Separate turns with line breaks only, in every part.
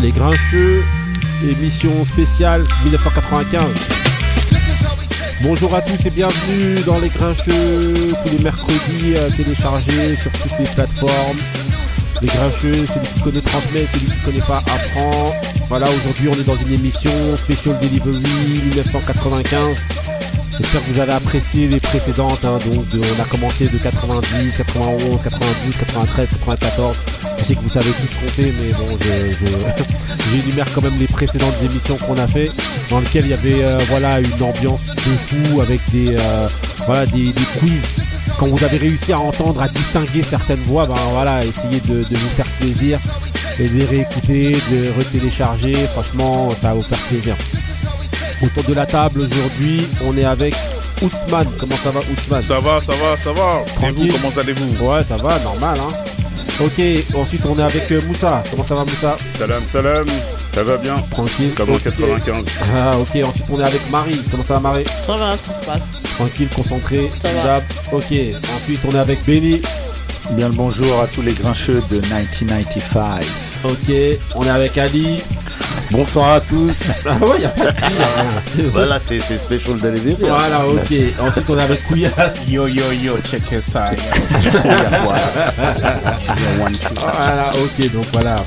Les Grincheux, émission spéciale 1995. Bonjour à tous et bienvenue dans Les Grincheux, tous les mercredis euh, téléchargés sur toutes les plateformes. Les Grincheux, celui qui connaît transmet, celui qui connaît pas apprend. Voilà, aujourd'hui on est dans une émission spéciale Delivery 1995. J'espère que vous avez apprécié les précédentes. hein. Donc, de- on a commencé de 90, 91, 92, 93, 94. Je sais que vous savez tous compter, mais bon, je, je- j'énumère quand même les précédentes émissions qu'on a fait, dans lesquelles il y avait euh, voilà une ambiance de fou avec des euh, voilà des, des quiz. Quand vous avez réussi à entendre, à distinguer certaines voix, ben voilà, essayez de, de vous faire plaisir et de les réécouter, de les retélécharger. Franchement, ça va vous faire plaisir. Autour de la table aujourd'hui, on est avec Ousmane. Comment ça va Ousmane
Ça va, ça va, ça va. Et vous,
Tranquille.
comment allez-vous
Ouais, ça va, normal hein. Ok, ensuite on est avec euh, Moussa. Comment ça va Moussa
Salam, salam. Ça va bien
Tranquille.
Comme en
Ok.
95.
Ah ok, ensuite on est avec Marie. Comment ça va Marie
Ça va, ça se passe.
Tranquille, concentré,
Ça va.
dab. Ok, ensuite on est avec Benny.
Bien le bonjour à tous les grincheux de 1995.
Ok, on est avec Ali.
Bonsoir à tous.
Ah ouais, y a pas de prix, hein.
voilà, c'est c'est Special Delivery.
Voilà, ok. Ensuite on est avec Kouyas.
Yo yo yo, check this out.
Voilà, ok, donc voilà.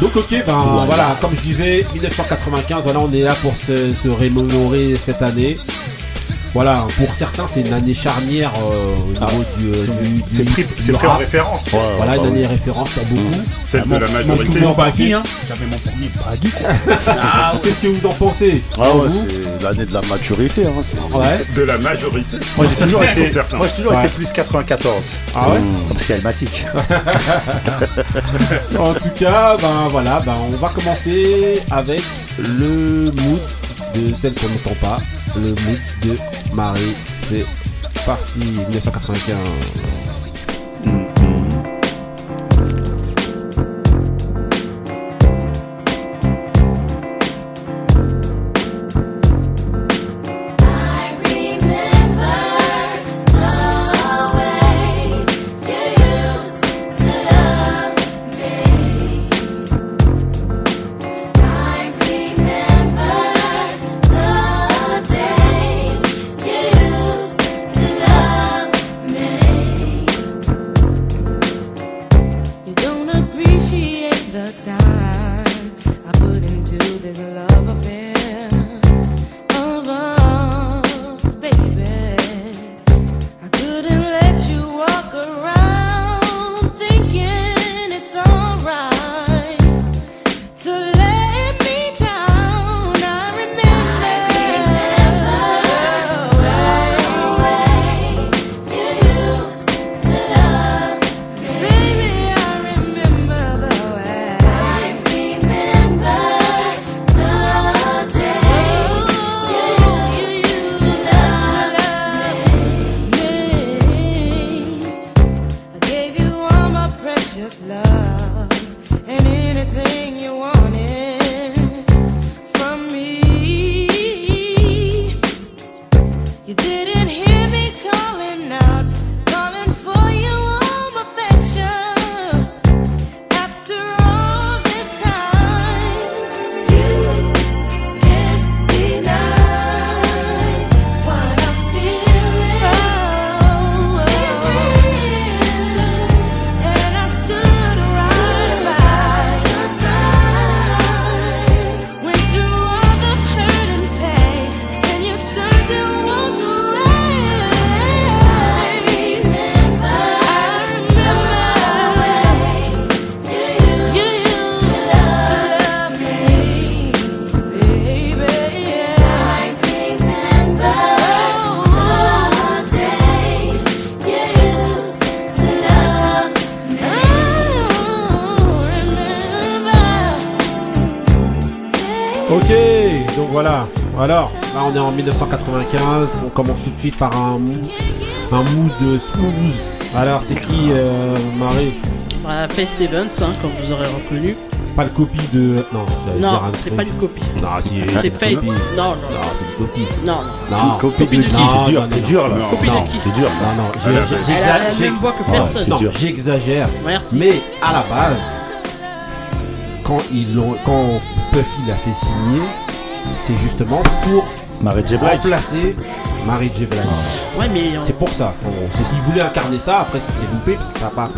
Donc ok, ben voilà. comme je disais, 1995, voilà, on est là pour se, se rémémorer cette année. Voilà, pour certains, c'est une année charnière euh, au niveau du, euh, du- du-
Ah. C'est pris,
du
c'est pris en
rap.
référence.
Voilà, une année référence pour beaucoup.
Celle de
Ah, Mon-
la
mon
majorité.
souvenir
Baggy,
parti.
hein. J'avais mon premier baggy.
Ah, Qu'est-ce que vous en pensez
Ah ouais,
vous
c'est l'année de la maturité. Hein, c'est-
Ouais.
De la majorité.
Moi j'ai toujours été,
Pour certains.
moi, j'ai toujours
Ouais.
été plus 94.
Ah
Mmh.
ouais
Comme Parce qu'almatique.
En tout cas, ben voilà, ben on va commencer avec le mood de celle qu'on n'entend pas, le mood de Marie. C'est parti 1995.
You don't appreciate the time I put into this love affair of us, baby. I couldn't let you walk around thinking it's alright to lay me down. I remember the way you used to love me. Baby, I remember the way. I remember the days you used to love me. I gave you all my precious love and anything you wanted from me. You didn't hear me calling out, calling for your warm affection. After all this time, you can't deny what I'm feeling. Oh, it's real, and I stood right by your side. Went through all the hurt and pain, and you turned and walked away. I remember, I remember
Ok, donc voilà. Alors, là on est en 1995, on commence tout de suite par un mood, un mood de smooth. Alors c'est qui euh, Marie
Bah, Faith Evans, hein, comme vous aurez reconnu.
Pas le copie de... Non, j'allais dire
Non,
un
c'est
truc.
pas une copie.
Bah, Non, si,
C'est
une
Faith.
copie.
Non, non,
Non, c'est une copie.
non. non.
Non.
Copie
Copie de qui
Non,
C'est dur,
non,
c'est
non,
dur là.
Non.
Copie
Non.
de qui
C'est dur là.
Non, non,
Elle
j'ai-
a-
j'ai-
Elle a la
j'exagère.
même voix que personne.
c'est
Non,
dur.
j'exagère.
Merci.
Mais à la base, quand, ils l'ont- quand Puffy l'a fait signer, c'est justement pour
Marie J. Blige.
remplacer Marie J. Blige.
Ah. Ouais, mais euh, en-
C'est pour ça, en gros. C'est s'il voulait incarner ça, après ça s'est loupé parce que ça n'a pas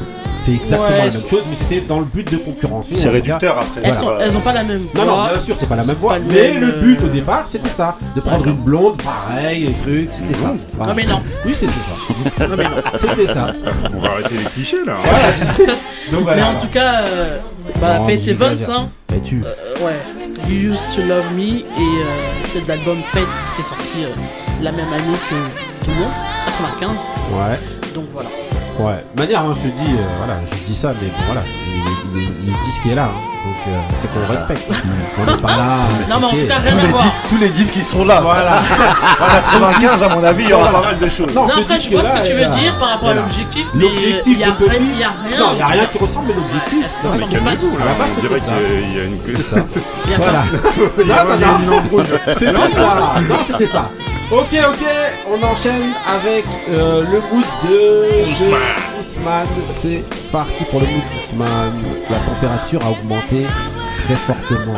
fait exactement
Ouais,
la
c'est-
même chose, mais c'était dans le but de concurrencer. en
C'est
tout cas.
réducteur après.
elles,
Voilà.
sont, elles ont pas la même
Non,
voix.
non, bien sûr, c'est pas la même voix,
pas le
mais
même,
le but au
euh,
départ, c'était ça. De prendre une blonde, pareil, un truc, c'était ça. Voilà.
Non, mais non.
Oui, c'était ça. Non, mais non. C'était ça.
On va arrêter les clichés là.
Donc
Mais
voilà.
en tout cas, euh, bah,
Non, mais
Fate Evans,
j'exagère.
hein.
Et tu.
Euh, ouais. You Used to Love Me et euh, c'est de l'album Fates qui est sorti euh, la même année que tout le monde, 95.
Ouais.
Donc voilà.
Ouais, de manière, hein, je te dis, euh, voilà, je dis ça, mais bon, voilà, le, le- le disque est là, hein, donc euh, c'est qu'on le respecte. on n'est pas là. à
Non mais en
critiquer.
tout cas rien à
les
voir.
disques, tous les disques, ils sont là.
Voilà.
Voilà, 95, à mon avis,
hein.
il y aura pas mal de choses.
Non,
Non
ce
après je vois
disque-là
ce que tu
est
veux
là.
dire par rapport
euh, Voilà.
à l'objectif, mais il
L'objectif
y, a
de Puffy-
rien- y a rien.
Non, il n'y a rien qui ressemble, mais l'objectif,
Ouais,
c'est
ça
vrai.
Mais
ressemble pas du
calmez-vous
tout.
À la
là. Ah, bah,
base,
On
c'était
dirait
ça.
qu'il y a une.
C'est ça.
Bien
Voilà.
sûr.
Ah,
Non, non, non, non, bro, je- C'est non, voilà. Non, c'était ça. Ok, ok, on enchaîne avec euh, le mood de de
Ousmane.
Ousmane. C'est parti pour le mood d'Ousmane. La température a augmenté très fortement.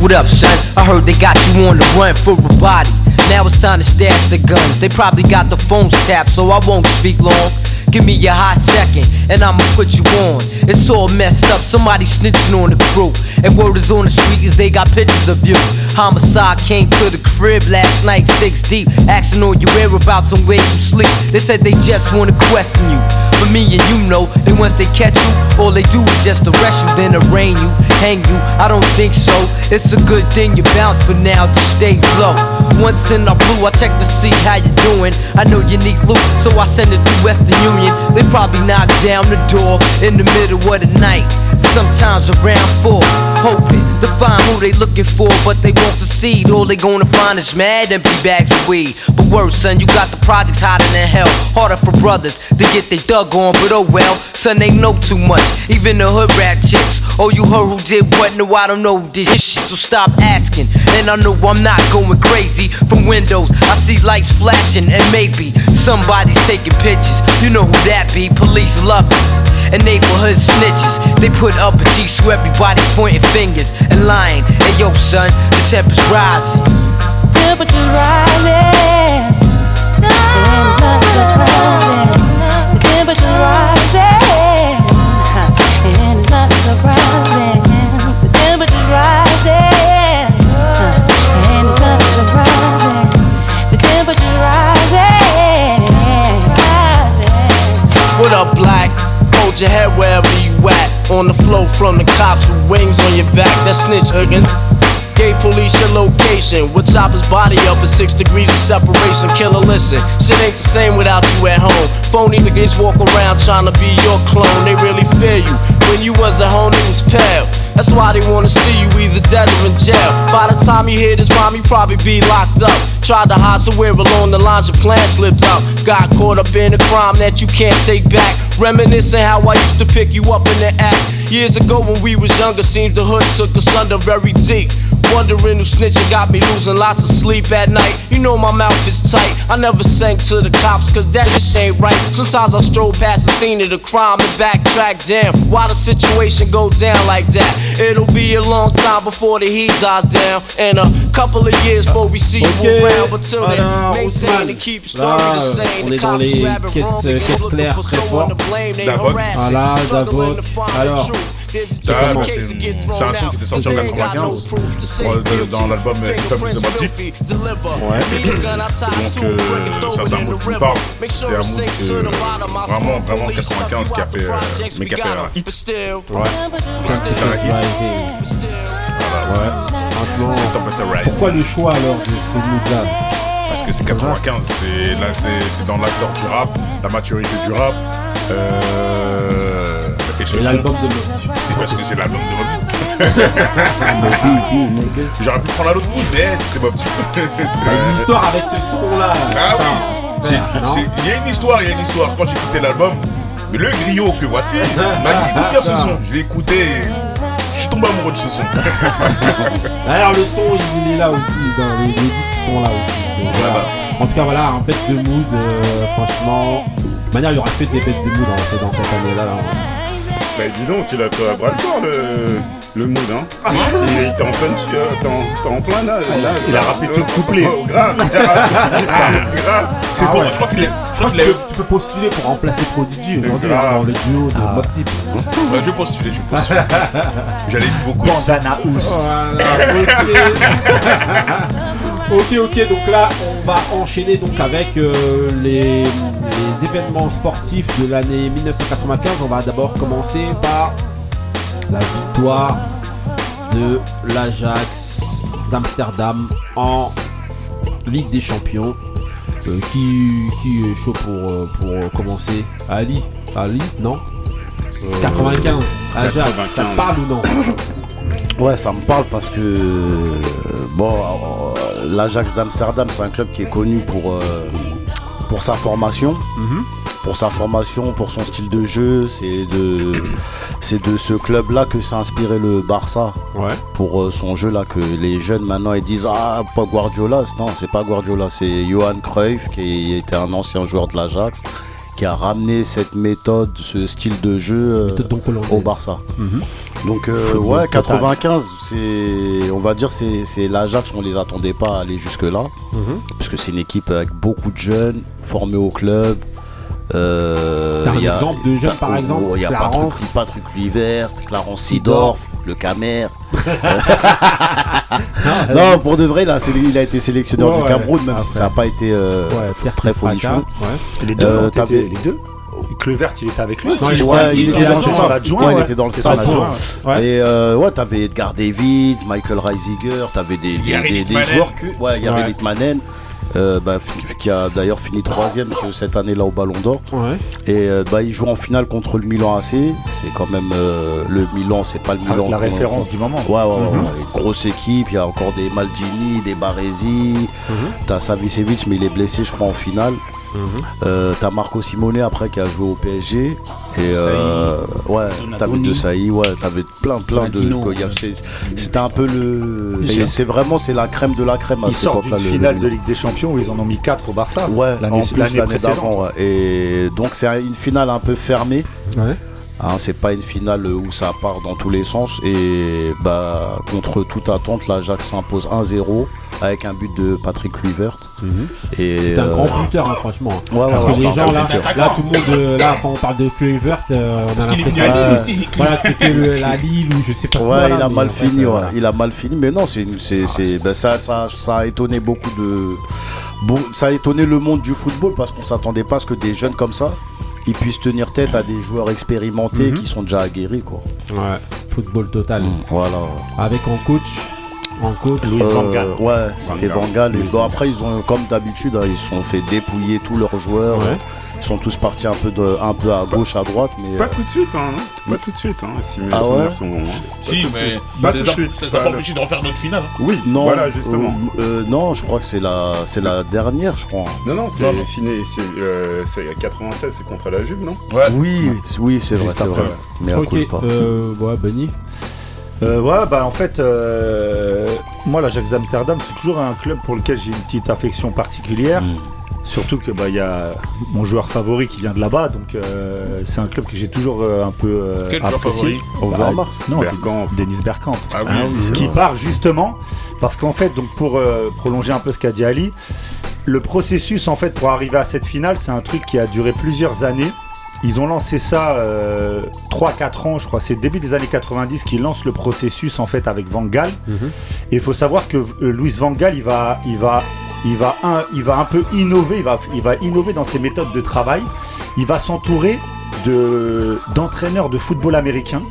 What up, son? I heard they got you on the run for a body. Now it's time to stash the guns. They probably got the phones tapped, so I won't speak long. Give me a hot second, and I'ma put you on. It's all messed up, somebody snitching on the crew. And word is on the street is they got pictures of you. Homicide came to the crib last night, six deep, asking on your whereabouts and where you sleep. They said they just wanna question you. But me and you know that once they catch you, all they do is just arrest you, then arraign you, hang you. I don't think so. It's a good thing you bounce for now to stay low. Once in the blue, I check to see how you doing. I know you need loot, so I send it to Western Union. They probably knock down the door in the middle of the night. Sometimes around four, hoping to find who they looking for, but they won't succeed. All they gonna find is mad empty bags of weed. But worse, son, you got the projects hotter than hell. Harder for brothers to get they thug on, but oh well. Son, they know too much. Even the hood rat chicks. Oh, you heard who did what? No, I don't know this shit, so stop asking. And I know I'm not going crazy from windows. I see lights flashing, and maybe somebody's taking pictures. You know who that be? Police lovers and neighborhood snitches. They put up a G so everybody pointing fingers and lying. Hey, yo, son, the temperature's rising.
Temperature rising. And it's not surprising. The temperature rising. And it's not surprising. The temperature's rising. And it's not surprising. The temperature's rising. rising.
What up, black? Hold your head wherever you at. On the flow from the cops with wings on your back. That snitch Higgins. Gay police your location. With chopper's body up at six degrees of separation. Killer, listen, shit ain't the same without you at home. Phony niggas walk around trying to be your clone. They really fear you. When you was at home, it was pale. That's why they wanna see you either dead or in jail. By the time you hear this rhyme, you probably be locked up. Tried to hide somewhere along the lines, your plan slipped out. Got caught up in a crime that you can't take back. Reminiscing how I used to pick you up in the act. Years ago when we was younger, seems the hood took us under very deep. Wondering who snitching got me losing lots of sleep at night. You know my mouth is tight. I never sang to the cops, cause that just ain't right. Sometimes I stroll past the scene of the crime and backtrack. Damn, why the situation go down like that? It'll be a long time before the heat dies down. And a couple of years before we see
Ok,
you around. But till then,
alors
maintain
Ousmane,
to keep
là
stories the
euh,
same.
on
The
est dans
cops
les
grab it wrong
caisses, euh,
because
caisses
looking
claires
for
très fort. Ah,
someone to blame. They
Davoc.
harassing,
Voilà,
struggling to
Davoc.
find the
Alors,
truth. There's a
Ça,
chance
bon,
the case
c'est
to get
une-
thrown
c'est un son
out.
qui était sorti en
They ain't got no
95.
proof to say
Ouais, de- dans
guilty.
l'album, euh, Fabulous de Baptiste.
Filthy, deliver.
Donc
Need a gun, I tie two,
euh,
break it, throw
ça
it
c'est un
in
mood qui me
the river.
parle.
Make
C'est un
sure it
mood
sinks to
euh,
the bottom. I
vraiment,
smoke
vraiment
police,
95 qui a fait, euh,
projects
mais
we
qui a fait
got
un
'em.
hit.
But still,
C'est un hit.
Ouais, c'est- franchement,
Top of the Rise.
pourquoi le choix alors de ce mood-là
Parce que c'est 95, c'est là, c'est c'est dans l'acteur du rap, la maturité du rap. Euh, et ce
Et
son-
l'album de Moby.
C'est parce que c'est l'album de Bob Dylan. J'aurais pu prendre un autre mood, mais c'est Bob Dylan.
Il y a une histoire avec ce son-là.
Ah oui J'ai- j'ai- Il y a une histoire, il y a une histoire. Quand j'écoutais l'album, Mais le griot que voici m'a dit écoute bien ce son. Je l'ai écouté et je suis tombé amoureux de ce son.
D'ailleurs, le son, il est là aussi, dans les, les disques sont là aussi. Donc, voilà. En tout cas, voilà, un pet de mood, euh, franchement. De manière, il y aura que des pets de mood hein, dans, dans cette année-là. là.
Bah dis donc, tu l'as pris à bras le corps le, le mood hein. Il était en plein, sur- t'es en, t'es en plein là. là
il a rappelé tout le couplet.
Oh, grave, grave, grave. C'est
Ah
bon,
ouais.
je crois qu'il est. Je
Je
crois
crois que
qu'il
tu
est.
peux, tu peux postuler pour remplacer Prodigy aujourd'hui
Grave.
dans le duo de
Ah.
Ah.
Mob Deep.
Bah,
Ouais, je postulais, je postulais. J'allais dire beaucoup.
Bandana House.
ok, ok, donc là on va enchaîner donc avec euh, les, les événements sportifs de l'année 1995. On va d'abord commencer par la victoire de l'Ajax d'Amsterdam en Ligue des Champions. Euh, qui, qui est chaud pour, euh, pour euh, commencer Ali Ali Non 95 Ajax, ça te
95.
parle ou non
Ouais, ça me parle parce que euh, bon, euh, l'Ajax d'Amsterdam, c'est un club qui est connu pour euh, pour sa formation, pour sa formation, pour son style de jeu. C'est de c'est de ce club-là que s'est inspiré le Barça
Ouais.
pour euh, son jeu là que les jeunes maintenant ils disent ah pas Guardiola non c'est pas Guardiola c'est Johan Cruyff qui était un ancien joueur de l'Ajax qui a ramené cette méthode ce style de jeu euh,
Méthode donc hollandaise.
au Barça
Mhm.
donc euh, ouais 95 c'est on va dire c'est c'est l'Ajax on les attendait pas à aller jusque là
Mhm.
parce que c'est une équipe avec beaucoup de jeunes formés au club Euh,
T'as un
il y a-
exemple de jeune,
t'as-
par
oh,
exemple,
il y a
Clarence.
Patrick, Patrick Kluivert, Clarence Sidorf, le Camer, non, pour de vrai, là, c'est- il a été sélectionneur
Ouais,
du
ouais.
Cameroun, même si
Après.
ça n'a pas été euh,
Ouais,
très folichon.
Ouais.
Les deux,
Ah. Euh,
non, t'étais-
t'avais-
les deux. Clevert, il était avec lui.
Non, il
Ouais,
était-
il était dans le
adjoint,
stade
adjoint,
adjoint, il
ouais.
était dans le
Stade
stade adjoint.
adjoint, ouais.
Et euh, ouais, t'avais Edgar David, Michael Reisiger, t'avais des, des,
Gary
des- des
Littmanen.
joueurs que. Ouais, Gary
Ouais.
Littmanen, euh, bah, f- qui a d'ailleurs fini troisième ce- cette année-là au Ballon d'Or.
Ouais.
Et euh, bah, il joue en finale contre le Milan AC. C'est quand même euh, le Milan, c'est pas le Milan.
Ah, La
qu'on-
référence du moment.
Ouais, ouais, ouais, ouais. Une grosse équipe, il y a encore des Maldini, des Baresi, t'as Savicevic, mais il est blessé, je crois, en finale.
Mhm.
Euh, t'as Marco Simone après qui a joué au PSG. Et euh, ouais, t'avais De Sailly, ouais, t'avais plein, plein de.
Ronaldinho.
quoi, il y a- c'est- C'était un peu le.
Il
et C'est vraiment, c'est la crème de la crème à
Ils
cette
sortent
époque-là.
d'une
le- le
finale de
Milan.
Ligue des Champions où ils en ont mis 4 au Barça.
Ouais, en plus l'année
précédente.
d'avant. ouais. Et donc c'est un- une finale un peu fermée.
Ouais.
Hein, c'est pas une finale où ça part dans tous les sens. Et bah contre toute attente, l'Ajax s'impose 1-0 avec un but de Patrick Kluivert. Et
Mhm. C'est un
euh,
grand buteur, hein, franchement.
Ouais, ouais,
Parce
ouais,
que les
c'est un
gens
grand
là,
buteur.
là, tout le monde, euh, là, quand on parle de feuille verte, euh, on a
qu'il est venu
l'impression
à
que,
Lille
euh,
aussi.
voilà, c'était euh, la Lille ou je sais pas
Ouais,
quoi, là,
il a
mais
mal
en fait,
fini,
euh,
ouais.
voilà.
il a mal fini, mais non, c'est, une- c'est, c'est- bah, ça, ça, ça a étonné beaucoup de, bon, ça a étonné le monde du football parce qu'on s'attendait pas à ce que des jeunes comme ça, ils puissent tenir tête à des joueurs expérimentés qui sont déjà aguerris, quoi. Mm,
Ouais, football total.
Voilà.
Avec en coach, en coach,
Louis
Euh,
Van Gaal.
Ouais, c'était Van Gaal. Et bon, après, ils ont, comme d'habitude, hein, ils se sont fait dépouiller tous leurs joueurs.
Ouais.
Ils sont tous partis un peu, de, un peu à gauche, à droite. Mais, euh,
Pas tout de suite, hein. Pas tout de suite, hein. Si mes
Ah ouais
souvenirs sont bons. hein.
Si, mais
Pas tout
ça
de
nous a-
suite.
ça nous a
Pas
pas
le-
empêché Bah, de refaire notre finale. hein.
oui, non,
voilà, justement.
euh, euh, non, je crois que c'est la, c'est la dernière, je crois.
Non, non, c'est fini. C'est euh, c'est 96, c'est contre la Juve, non
Oui, oui, c'est vrai,
Juste
c'est
après,
vrai.
ouais.
Mais
ok,
pas.
euh, ouais, Benny.
Euh, ouais, bah en fait, euh, moi, l'Ajax d'Amsterdam, c'est toujours un club pour lequel j'ai une petite affection particulière.
Mm.
Surtout que bah il y a mon joueur favori qui vient de là-bas, donc euh, c'est un club que j'ai toujours euh, un peu euh,
Quel joueur
apprécié.
favori
Bah,
Overmars
Non,
Bergkamp.
Denis Bergkamp.
Ah oui.
qui part justement parce qu'en fait, donc pour euh, prolonger un peu ce qu'a dit Ali, le processus en fait pour arriver à cette finale, c'est un truc qui a duré plusieurs années. Ils ont lancé ça euh, 3-4 ans, je crois. C'est début des années 90 qu'ils lancent le processus en fait avec Van Gaal.
Mhm.
Et il faut savoir que euh, Luis Van Gaal, il va, il va, il va un, il va un peu innover. Il va, il va innover dans ses méthodes de travail. Il va s'entourer de d'entraîneurs de football américain.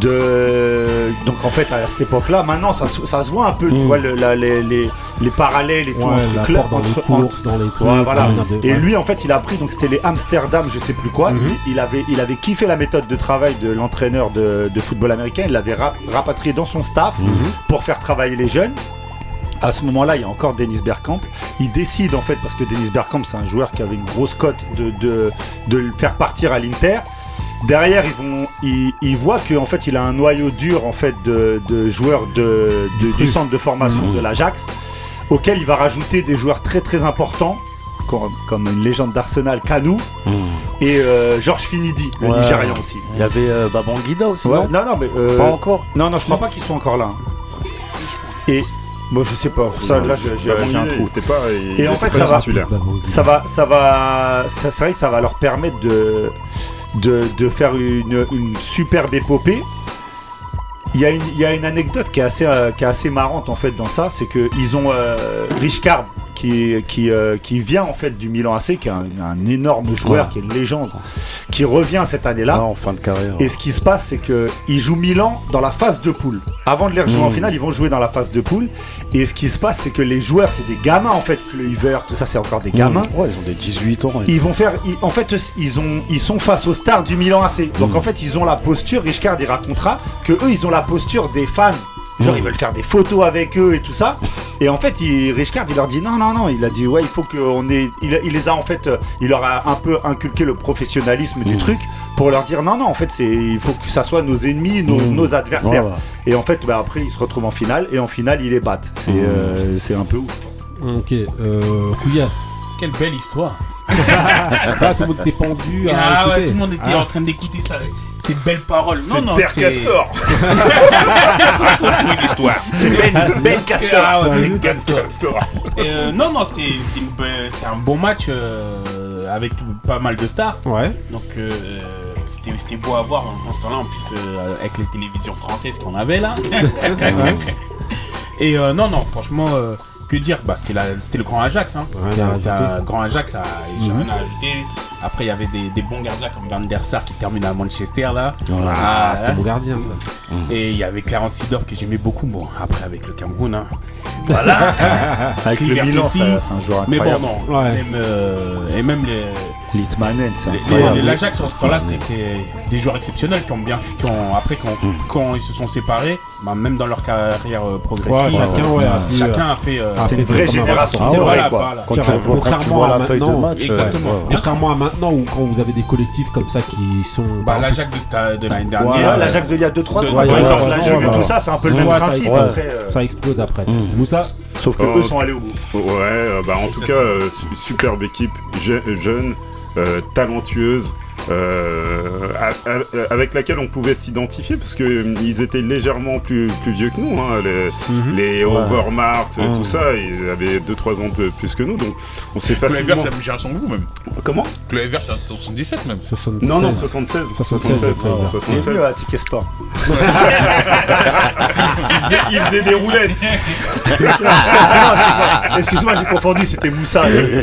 De donc en fait à cette époque-là, maintenant ça, se- ça se voit un peu, tu vois le- la- les, les- les parallèles et tout
Mm. Ouais,
entre
la
club-
porte dans les
entre-
courses, dans les trucs.
Ouais, voilà.
dans les-
Et
ouais.
lui, en fait, il a pris, donc c'était les Amsterdam, je sais plus quoi.
Mhm.
il, avait, il avait kiffé la méthode de travail de l'entraîneur
Mm-hmm.
de, de football américain. Il l'avait ra- rapatrié dans son staff pour faire travailler les jeunes. À ce moment-là, il y a encore Dennis Bergkamp. Il décide en fait, parce que Dennis Bergkamp, c'est un joueur qui avait une grosse cote de, de, de le faire partir à l'Inter. Derrière, ils, vont, ils, ils voient qu'en fait, il a un noyau dur en fait de, de joueurs de, de- du centre de formation de l'Ajax, auquel il va rajouter des joueurs très très importants, comme, comme une légende d'Arsenal, Kanu, et euh, Georges Finidi, le
Hmm. Ouais.
Nigérian aussi.
Il y avait euh, Babangida aussi,
Ouais,
non
non, non, mais euh,
Pas encore
non, non, je crois pas qu'ils sont encore là. hein. Et moi, je sais pas. Pour ça, là, j'ai- j'ai j'ai un trou.
T'es pas, bah, il
Et en
était
fait,
pas
ça va.
titulaire.
Ça va, ça va. ça- C'est vrai que ça va leur permettre de de, de faire une, une superbe épopée. Il y, a une, il y a une anecdote qui est assez euh, qui est assez marrante en fait dans ça, c'est que ils ont euh, Rich Card qui qui euh, qui vient en fait du Milan AC, qui est un, un énorme joueur, qui est une légende, qui revient cette année-là.
Ah, en fin de carrière.
Et ce qui se passe, c'est que ils jouent Milan dans la phase de poule. Avant de les rejouer
Hmm.
en finale, ils vont jouer dans la phase de poule. Et ce qui se passe, c'est que les joueurs, c'est des gamins en fait, Kluivert, tout ça, c'est encore des
Mmh.
gamins.
Ouais, ils ont des 18 ans.
Ils vont faire, ils- en fait, ils ont, ils sont face aux stars du Milan AC. Donc en fait, ils ont la posture. Richcard il racontera que eux, ils ont la posture des fans. Genre ils veulent faire des photos avec eux et tout ça. Et en fait, il, Richcard il leur dit non non non. Il a dit ouais, il faut qu'on ait. Il, il les a en fait, euh, il leur a un peu inculqué le professionnalisme du truc pour leur dire non non. En fait, c'est il faut que ça soit nos ennemis, nos, nos adversaires.
Ouais, ouais.
Et en fait, bah, après, ils se retrouvent en finale et en finale, ils les battent. C'est euh, c'est un peu ouf.
Ok, euh, Couillasse.
Quelle belle histoire.
Là, tout le monde était pendu hein, à
Ah ouais,
écouter.
tout le monde était en train d'écouter ça. Ces belles paroles. Non,
C'est
non,
Père
c'est-
Castor Une histoire
C'est Ben, Ben Castor.
Ah ouais, Père
Père
Castor.
Castor
Euh, non, non, c'était c'était une be- c'était un bon match euh, avec pas mal de stars.
Ouais.
Donc euh, c'était c'était beau à voir en en ce temps-là, en plus euh, avec les télévisions françaises qu'on avait là. Et euh, non, non, franchement, euh, que dire bah, C'était la- c'était le grand Ajax. Hein.
Rien
C'était
à
un- c'était un
ajouter.
grand Ajax, ça, il
Mhm.
y a rien à ajouter. Après, il y avait des, des bons gardiens comme Van der Sar qui termine à Manchester là.
Ah,
Ah,
c'était
là.
mon gardien,
Et il y avait Clarence Sidor que j'aimais beaucoup. Bon, après, avec le Cameroun. hein.
Avec le
Kluivert
Milan,
aussi.
ça- c'est un joueur
Mais bon,
incroyable.
non.
Ouais.
Même, euh, et même les.
Litmanen, c'est
Les-
incroyable.
les- L'Ajax en ce temps-là, c'était c'était des joueurs exceptionnels qui ont bien, qui ont- après quand, quand ils se sont séparés, bah, même dans leur carrière euh,
Ouais,
progressive,
chacun,
Ah
ouais, a-
chacun a fait. euh,
C'est une vraie génération.
Ah
C'est
ouais,
vrai,
voilà,
quoi.
voilà.
Quand tu
C'est vrai,
vois- quand tu
contrairement
vois
à
la feuille de
maintenant,
match,
exactement.
ouais, ouais.
Contrairement à maintenant où quand vous avez des collectifs comme ça qui sont.
Bah, l'Ajax de, cette- de l'année dernière. euh,
Ouais,
Ouais,
la Jacques euh, de il y a 2-3
Ouais,
ans, quand
ouais,
ils sortent
ouais,
la
ouais,
Juve et
ouais.
tout ça, c'est un peu le
Ouais,
même
ça,
principe
ouais.
après. euh,
Ça explose après. Moussa
Sauf que
Oh.
eux sont allés au bout.
Ouais, euh, bah en tout cas, euh, su- superbe équipe, je- jeune, euh, talentueuse, euh, a- a- avec laquelle on pouvait s'identifier parce que euh, ils étaient légèrement plus, plus vieux que nous, hein, les, les Overmars, euh, tout ça, ils avaient 2-3 ans de plus que nous, donc on s'est
Clover,
facilement...
c'est la génération que vous même.
Comment
Clover, c'est la 77 même.
76.
Non, non, 76.
76, ouais, ouais.
C'est
76.
mieux à Ticket Sport.
Ils faisaient- ils faisaient des roulettes
Ah, excuse-moi. Excuse-moi, j'ai confondu, c'était Moussa. J'ai cru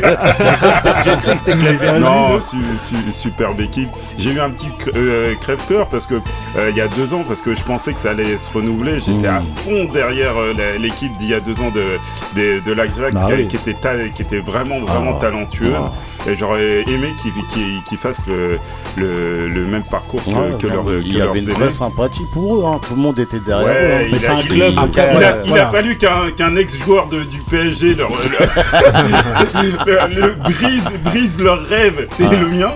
que c'était Kluivert.
Non, su- su- superbe équipe. J'ai eu un petit cr- euh, crève-cœur parce que euh, il y a deux ans, parce que je pensais que ça allait se renouveler. J'étais à fond derrière euh, la- l'équipe d'il y a deux ans de, de, de l'Ajax
Ah
qui,
oui.
qui était ta- qui était vraiment, vraiment
Ah.
talentueuse. Et j'aurais aimé qu'ils qu'ils- qu'ils fassent le, le, le même parcours que,
Ouais,
que
non,
leur-
mais
que
il y
leurs
avait une
aînés.
vraie sympathie pour eux, hein. tout le monde était derrière
Ouais,
eux. hein.
il
Mais c'est
a-
un
il-
club.
il- Il
un
a,
club,
il
voilà.
a fallu qu'un qu'un ex-joueur de- du PSG leur, leur- leur- le- brise, brise leur rêve. C'est
Ah.
le mien.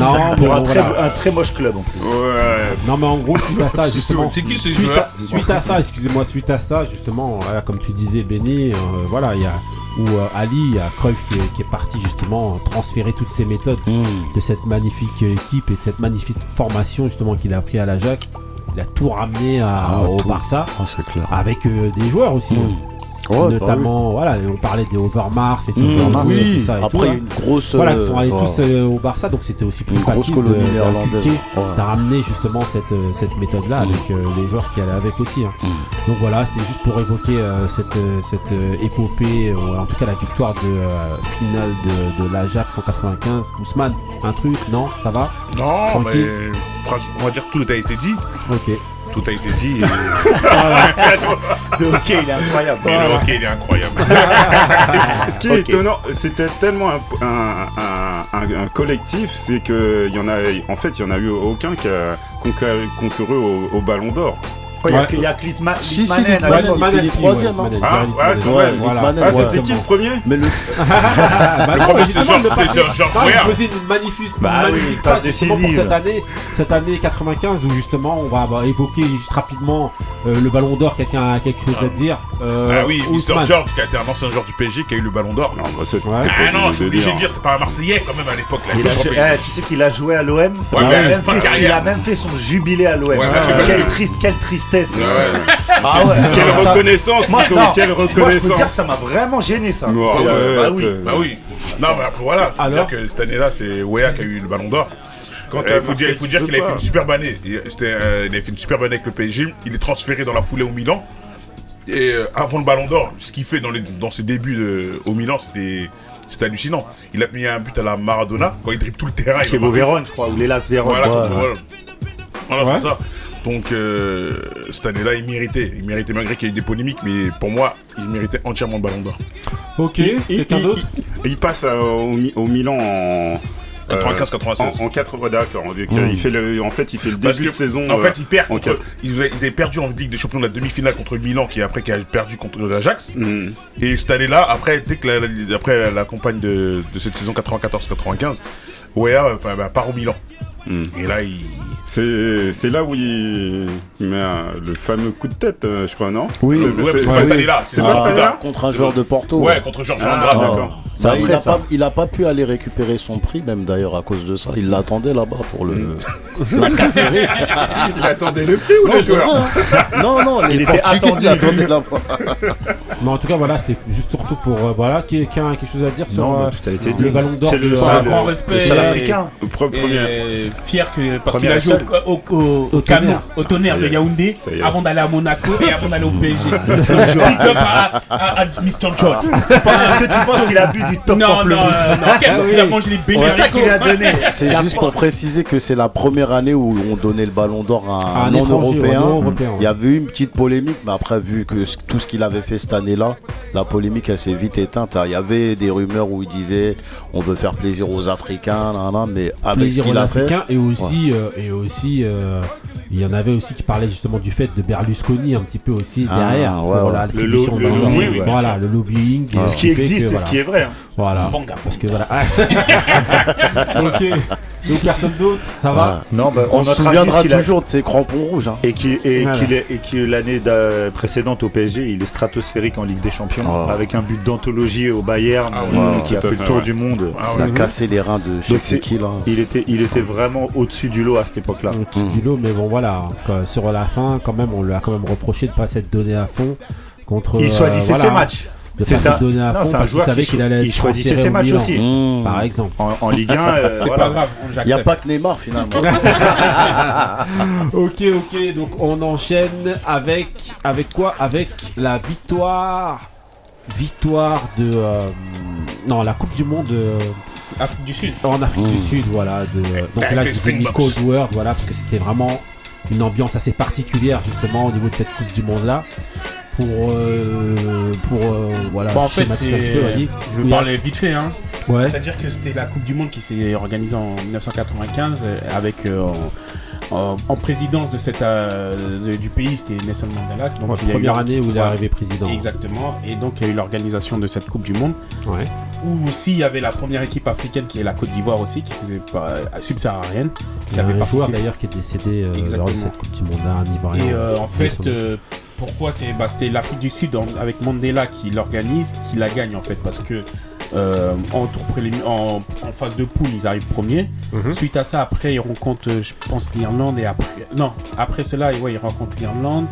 Non, mais
Pour un
bon,
très,
voilà.
un très moche club en plus.
Ouais.
Non mais en gros suite à ça justement
C'est qui ce
suite à,
joueur
suite à ça excusez-moi suite à ça justement voilà, comme tu disais Benny euh, voilà il y a où euh, Ali il y a Cruyff qui est, qui est parti justement transférer toutes ses méthodes de cette magnifique équipe et de cette magnifique formation justement qu'il a pris à l'Ajax il a tout ramené à, au
tout.
Barça
Ah, c'est clair.
avec euh, des joueurs aussi
Mm.
hein. notamars voilà on parlait des Overmars et tout,
bah Mmh,
Overmars,
oui.
tout ça et
Après,
tout,
il y a
hein.
une grosse.
voilà, ils sont allés
euh,
tous euh, au Barça, donc c'était aussi plus
Une grosse
facile
colonie
de-
néerlandaise.
d'inculquer,
Ouais. Mmh.
d'amener justement cette, euh, cette méthode-là avec euh, les joueurs qui allaient avec aussi. hein. Donc voilà, c'était juste pour évoquer euh, cette, euh, cette euh, épopée, euh, en tout cas la victoire de euh, finale de, de l'Ajax en 95. Ousmane, un truc, non Ça va
Non,
Tranquille.
mais franchement, on va dire tout a été dit.
Ok.
Tout a été dit. et-
Le hockey, il est incroyable.
Mais le hockey, il est incroyable. Ah,
Ce qui est étonnant, c'était tellement un, un- un- un- un collectif, c'est que il y en a, en fait, il y en a eu aucun qui a concurré, concurré au, au Ballon d'Or.
Il
Ouais.
y a Clitman
Si, si,
Manen à
Clitman-
l'époque.
Manen,
hein, Il
si,
est troisième.
ouais,
hein.
Manen, Ah, Manen, ouais, Manen. quand même. Voilà. Ah, c'était qui, le premier
Mais le.
Bah non, mais justement, le parti- non, il faisait une manifeste- une
Bah oui,
magnifique
passe
passe justement pour
décisive.
cette année, cette année 95 où justement on va bah, évoquer juste rapidement euh, le Ballon d'Or. Quelqu'un a quelque chose à dire Euh,
ah oui, Mister
Ousmane.
George qui a été un ancien joueur du PSG qui a eu le ballon d'or. Ah non, je suis obligé de dire, c'était pas un Marseillais quand même à l'époque. là,
Il a
je
jou-
comprends pas.
eh, tu sais qu'il a joué à l'OM. il, a
mais
même
fin de
fait, son- il
carrière.
a même fait son jubilé à l'OM.
Ouais, ouais, ouais.
quelle, triste- quelle tristesse. Ah
Ouais, ouais. Quelle
ça-
reconnaissance,
Moi,
plutôt,
non,
quelle
Moi, je peux
reconnaissance.
dire que ça m'a vraiment gêné ça.
Ah
C'est-
ouais,
bah oui.
Bah oui. Non, mais après, voilà. C'est-à-dire que cette année-là, c'est Wea qui a eu le ballon d'or.
Quand
Quand
t'as
il faut dire, il faut dire qu'il avait
pas.
fait une superbe année. Il, c'était, euh, il avait fait une superbe année avec le PSG. Il est transféré dans la foulée au Milan. Et euh, avant le ballon d'or, ce qu'il fait dans, les- dans ses débuts de- au Milan, c'était. c'était hallucinant. Il a mis un but à la Maradona quand il dribble tout le terrain.
Chez
il a marqué.
Vérone, je crois, ou l'Elas Vérone.
Voilà,
Ouais.
contre- voilà. Voilà, c'est ça. Donc euh, cette année-là, il méritait. Il méritait malgré qu'il y ait eu des polémiques, mais pour moi, il méritait entièrement le ballon d'or.
Ok,
quelqu'un d'autre
Il passe euh, au, Mi- au Milan en. euh,
95-96.
En, en 80, d'accord. Donc, euh,
Mm.
Hmm.
il fait le, en fait, il fait le
Parce
début de
que,
saison.
En
euh,
fait, ils perdent
en
contre.
quatre-
Ils avaient, ils avaient perdu en Ligue des Champions de la demi-finale contre le Milan, qui après qui a perdu contre l'Ajax. Et cette année-là, après, dès que la, la- après la, la campagne de, de cette saison 94-95, Ouéa euh, bah, bah, part au Milan. Et là, il.
C'est c'est là où il, il met un- le fameux coup de tête, euh, je crois, non
Oui.
C'est-
Ouais,
c'est-
c'est
c'est
pas
pas
cette
cette
année-là.
année-là. C'est
Ah,
pas cette année-là
contre un joueur de Porto.
Ouais, contre Georges
Ah,
Andrade.
d'accord.
Ah,
Ça,
bah,
il,
après,
a
ça.
Pas, il a pas pu aller récupérer son prix, même d'ailleurs à cause de ça. Il l'attendait là-bas pour le. la casserie.
Il attendait le prix ou
Non,
le
c'est
joueur
vrai. Non, non, les
Il était attendu.
Portugais l'attendaient là-bas.
Mais en tout cas, voilà, c'était juste surtout pour. euh, voilà, quelqu'un a quelque chose à dire sur
Non, mais
euh,
tout a été
le
dit.
ballon d'or
C'est le-
de-
c'est le-
Grand
le seul africain.
Le pro-
Et fier que parce
Premier
qu'il a joué
seul.
au, au, au,
Au
au canon,
tonnerre.
au tonnerre
Ah, ça y
de
est.
Yaoundé
Ça y est. Mmh.
avant d'aller à Monaco et avant d'aller au PSG. Donc, je pick up à, à, à Mr. John.
Est-ce que tu penses qu'il a bu du top
Non,
pamplemousse
non, euh, non, quel-
Ah oui.
il a mangé les bénéfices.
C'est ça qu'il a donné.
C'est
La
juste pour préciser que c'est la première année où on donnait le ballon d'or à
À
un
un étranger,
non-européen.
ouais, non-européen, ouais.
Il y avait eu une petite polémique, mais après, vu que c- tout ce qu'il avait fait cette année-là, la polémique elle s'est vite éteinte. Il y avait des rumeurs où il disait on veut faire plaisir aux Africains, nan, nan, mais avec
plaisir
ce
aux
qu'il a fait.
Africains et
Ouais.
aussi euh, et aussi euh, il y en avait aussi qui parlaient justement du fait de Berlusconi un petit peu aussi
Ah,
derrière
ouais,
pour
ouais.
la
Le
distribution
lo-
de
le
l'argent.
lobbying, oui, bien
voilà
sûr.
le lobbying
Ah. Ce qui
fait
existe et ce qui est
vrai, hein.
voilà
Banga.
parce que voilà ok donc personne d'autre ça va
Non, bah,
on se
notera
souviendra
juste qu'il a-
toujours de ses crampons rouges. hein.
Et qui et
Voilà.
qu'il est- et que l'année d'a- précédente au PSG, il est stratosphérique en Ligue des Champions
Oh.
avec un but d'anthologie au Bayern
Ah ouais,
euh, qui
tout
a
à
fait
fait,
le tour
ouais.
du monde.
Ah ouais. Il a cassé les reins de je
Donc
sais
c'est-
qui, là.
Il était il était vraiment au-dessus du lot à cette époque-là.
au-dessus du
Mmh.
lot mais bon voilà Donc, euh, sur la fin quand même on lui a quand même reproché de pas s'être donné à fond contre euh,
Il choisissait ses matchs.
de
C'est
pas
un-
s'être donné à
non,
fond
c'est un
parce qu'il
joueur qui
savait qu'il
cho-
allait
il
être
choisissait
transféré
ses
au
matchs
Milan,
aussi. Mmh.
par exemple
en, Ligue 1, euh, C'est voilà. pas grave, on
Il n'y a pas que Neymar finalement.
ok, ok, donc on enchaîne avec avec quoi Avec la victoire, victoire de euh, non la Coupe du Monde euh,
Afrique du Sud.
en Afrique du
Mm.
Sud, voilà. De, euh, donc
Avec
là
Eh, les
j'ai mis
Springboks.
Cold World, voilà, parce que c'était vraiment une ambiance assez particulière justement au niveau de cette Coupe du Monde là. Pour euh, pour euh, voilà.
Bon, Bah, en fait,
schématiser un
c'est-
petit peu, vas-y.
je vais
Yes.
parler vite fait. Hein.
Ouais.
C'est-à-dire que c'était la Coupe du Monde qui s'est organisée en 1995 euh, avec euh, en, en- en présidence de cette euh, de- du pays, c'était Nelson Mandela. Donc
Ouais,
il y a eu
première
l'or-
année où il est
Ouais,
arrivé président.
Exactement. Et donc il y a eu l'organisation de cette Coupe du Monde.
Ouais.
Où aussi il y avait la première équipe africaine qui est la Côte d'Ivoire aussi, qui faisait euh, subsaharienne.
Il y a
avait
un joueur
participé.
d'ailleurs qui est décédé euh, lors de
Exactement.
cette Coupe du Monde là, un Ivoirien.
Et euh, en fait,
Nelson Mandela.
euh, pourquoi c'est bah, c'était l'Afrique du Sud en- avec Mandela qui l'organise, qui la gagne en fait, parce que euh, en tour prélim- en, en phase de poule, ils arrivent premiers.
Mhm.
Suite à ça, après, ils rencontrent, euh, je pense, l'Irlande et après, non, après cela, ouais, ils rencontrent l'Irlande.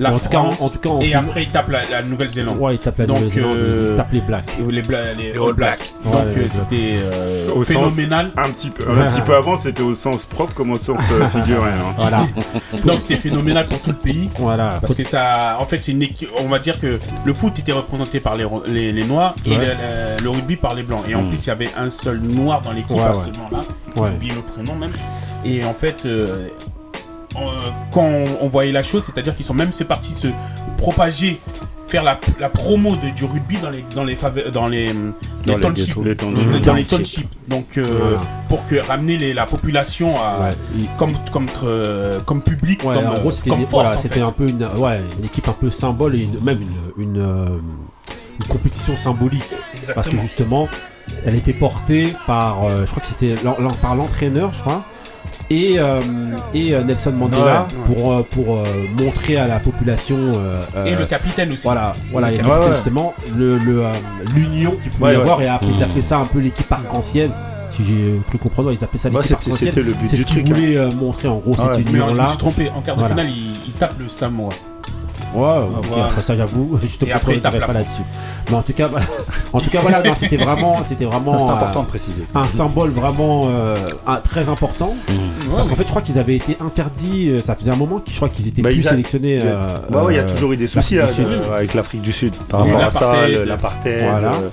La
En tout cas, en-
France,
en tout cas, en
et
finale-
après ils tapent la, la Nouvelle-Zélande.
Ouais, ils tapent la
Donc,
Nouvelle-Zélande,
euh,
ils tapent les Blacks.
et Les, Bla- les
Les
All
All
Blacks.
Blacks.
Donc
Ouais,
euh,
les
c'était euh,
Au sens-
phénoménal.
un petit peu, un petit peu avant, c'était au sens propre comme au sens euh, figuré. hein.
Voilà.
Donc c'était phénoménal pour tout le pays.
Voilà.
Parce que ça, en fait, c'est une équipe. On va dire que le foot était représenté par les, les, les noirs et
Ouais.
le, le- le rugby par les blancs. Et en
Mm.
plus, il y avait un seul noir dans l'équipe
Ouais,
à
ouais.
ce moment-là.
Ouais.
J'ai oublié le prénom même. Et en fait, euh, en- quand on, on voyait la chose, c'est-à-dire qu'ils sont même c'est parti se propager, faire la, la promo de- du rugby dans les dans les fave- dans les les
les
townships.
ghettos. Les townships.
Dans les
Townships.
townships. Donc, euh, pour que ramener les- la population à, comme, comme, euh, comme public,
Ouais,
comme,
en
euh,
gros, c'était
comme
des-
force.
voilà,
en
c'était
fait.
un peu une, ouais, une équipe un peu symbole et une- même une, une, euh, une compétition symbolique.
Exactement.
Parce que justement, elle était portée par, euh, je crois que c'était l'en- l'en- par l'entraîneur, je crois, et, euh, et euh, Nelson Mandela
Ouais,
pour euh, pour euh, montrer à la population euh,
Et
euh,
le capitaine aussi.
Voilà, voilà,
Le
et
capitaine.
donc,
Ouais, ouais.
justement le le, euh, l'union qu'il pouvait
Ouais,
y avoir
ouais.
et après ils
Mhm.
appelaient ça un peu l'équipe arc-en-ciel. Si j'ai cru comprendre, ils appelaient ça
Bah,
l'équipe
c'était-
arc-en-ciel.
c'était le but
C'est ce
du
qu'ils
truc, hein.
voulaient euh, montrer en gros
Ah ouais.
cette
Mais
union
je
là.
me suis trompé. En quart de finale, il, il tape le Samoa.
Ouais, ok,
Voilà.
après ça j'avoue, je te
Et après, il tape
contrerai
la
pas là-dessus. Mais en tout cas, voilà, en tout cas voilà, non, c'était vraiment, c'était vraiment,
C'est important de
préciser.
un symbole vraiment euh, un- très important.
Mm.
Parce qu'en fait, je crois qu'ils avaient été interdits. euh, Ça faisait un moment, que je crois qu'ils étaient
Bah,
plus
ils a-
sélectionnés.
il y a-
euh,
ouais, ouais, il y a
euh,
toujours eu des soucis
l'Afrique du
avec,
Sud.
euh, avec l'Afrique du Sud par
Oui,
rapport à ça,
l'apartheid.
le- l'apartheid.
Voilà.
euh,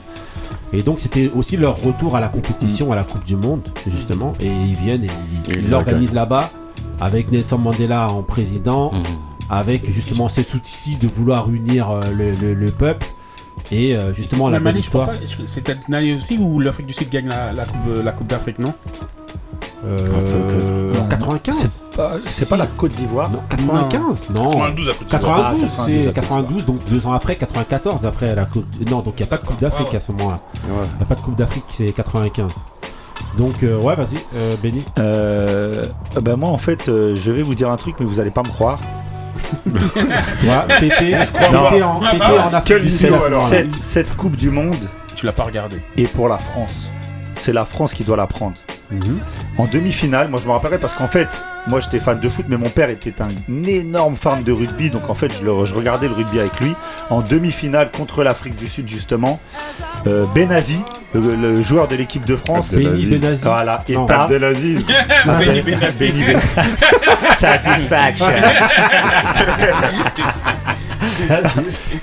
Et donc c'était aussi leur retour à la compétition, à la Coupe du Monde, justement. Et ils viennent et ils- ils
ils
l'organisent là-bas, avec Nelson Mandela en président, avec justement ce souci de vouloir unir euh, le, le- le peuple. Et euh, justement
C'est
la
la même
bonne
année, je crois
histoire.
pas. je- C'était une année aussi où l'Afrique du Sud gagne la, la Coupe, la coupe d'Afrique, non
Euh, en 95
C'est pas- c'est pas la
Côte d'Ivoire Non, 95 Non.
92 à Côte
92,
d'Ivoire. Ah, 92
c'est
à Côte
92, donc deux ans après, 94 après la Coupe. Non, donc il n'y a pas de Coupe d'Afrique à ce moment-là. Il n'y a pas de Coupe d'Afrique, c'est 95. Donc, euh, ouais, vas-y, euh, Benny.
Euh, ben moi en fait euh, je vais vous dire un truc mais vous allez pas me croire.
Toi, t'étais- t'étais en- t'étais en Afrique
Quelle
du Sud
vidéo,
à ce
alors,
moment-là.
cette, cette Coupe du Monde
Tu l'as pas regardé.
est pour la France. C'est la France qui doit la prendre.
Mhm.
En demi-finale, moi je me rappellerai parce qu'en fait, moi j'étais fan de foot, mais mon père était un énorme fan de rugby, donc en fait je, le- je regardais le rugby avec lui. En demi-finale contre l'Afrique du Sud justement, euh, Benazi, le, le joueur de l'équipe de France,
Abdelaziz. Benny Benazi.
voilà, et
Non.
t'as-
Abdelaziz.
Non,
Benny
Ben-
Benazi.
Benny Ben- Satisfaction.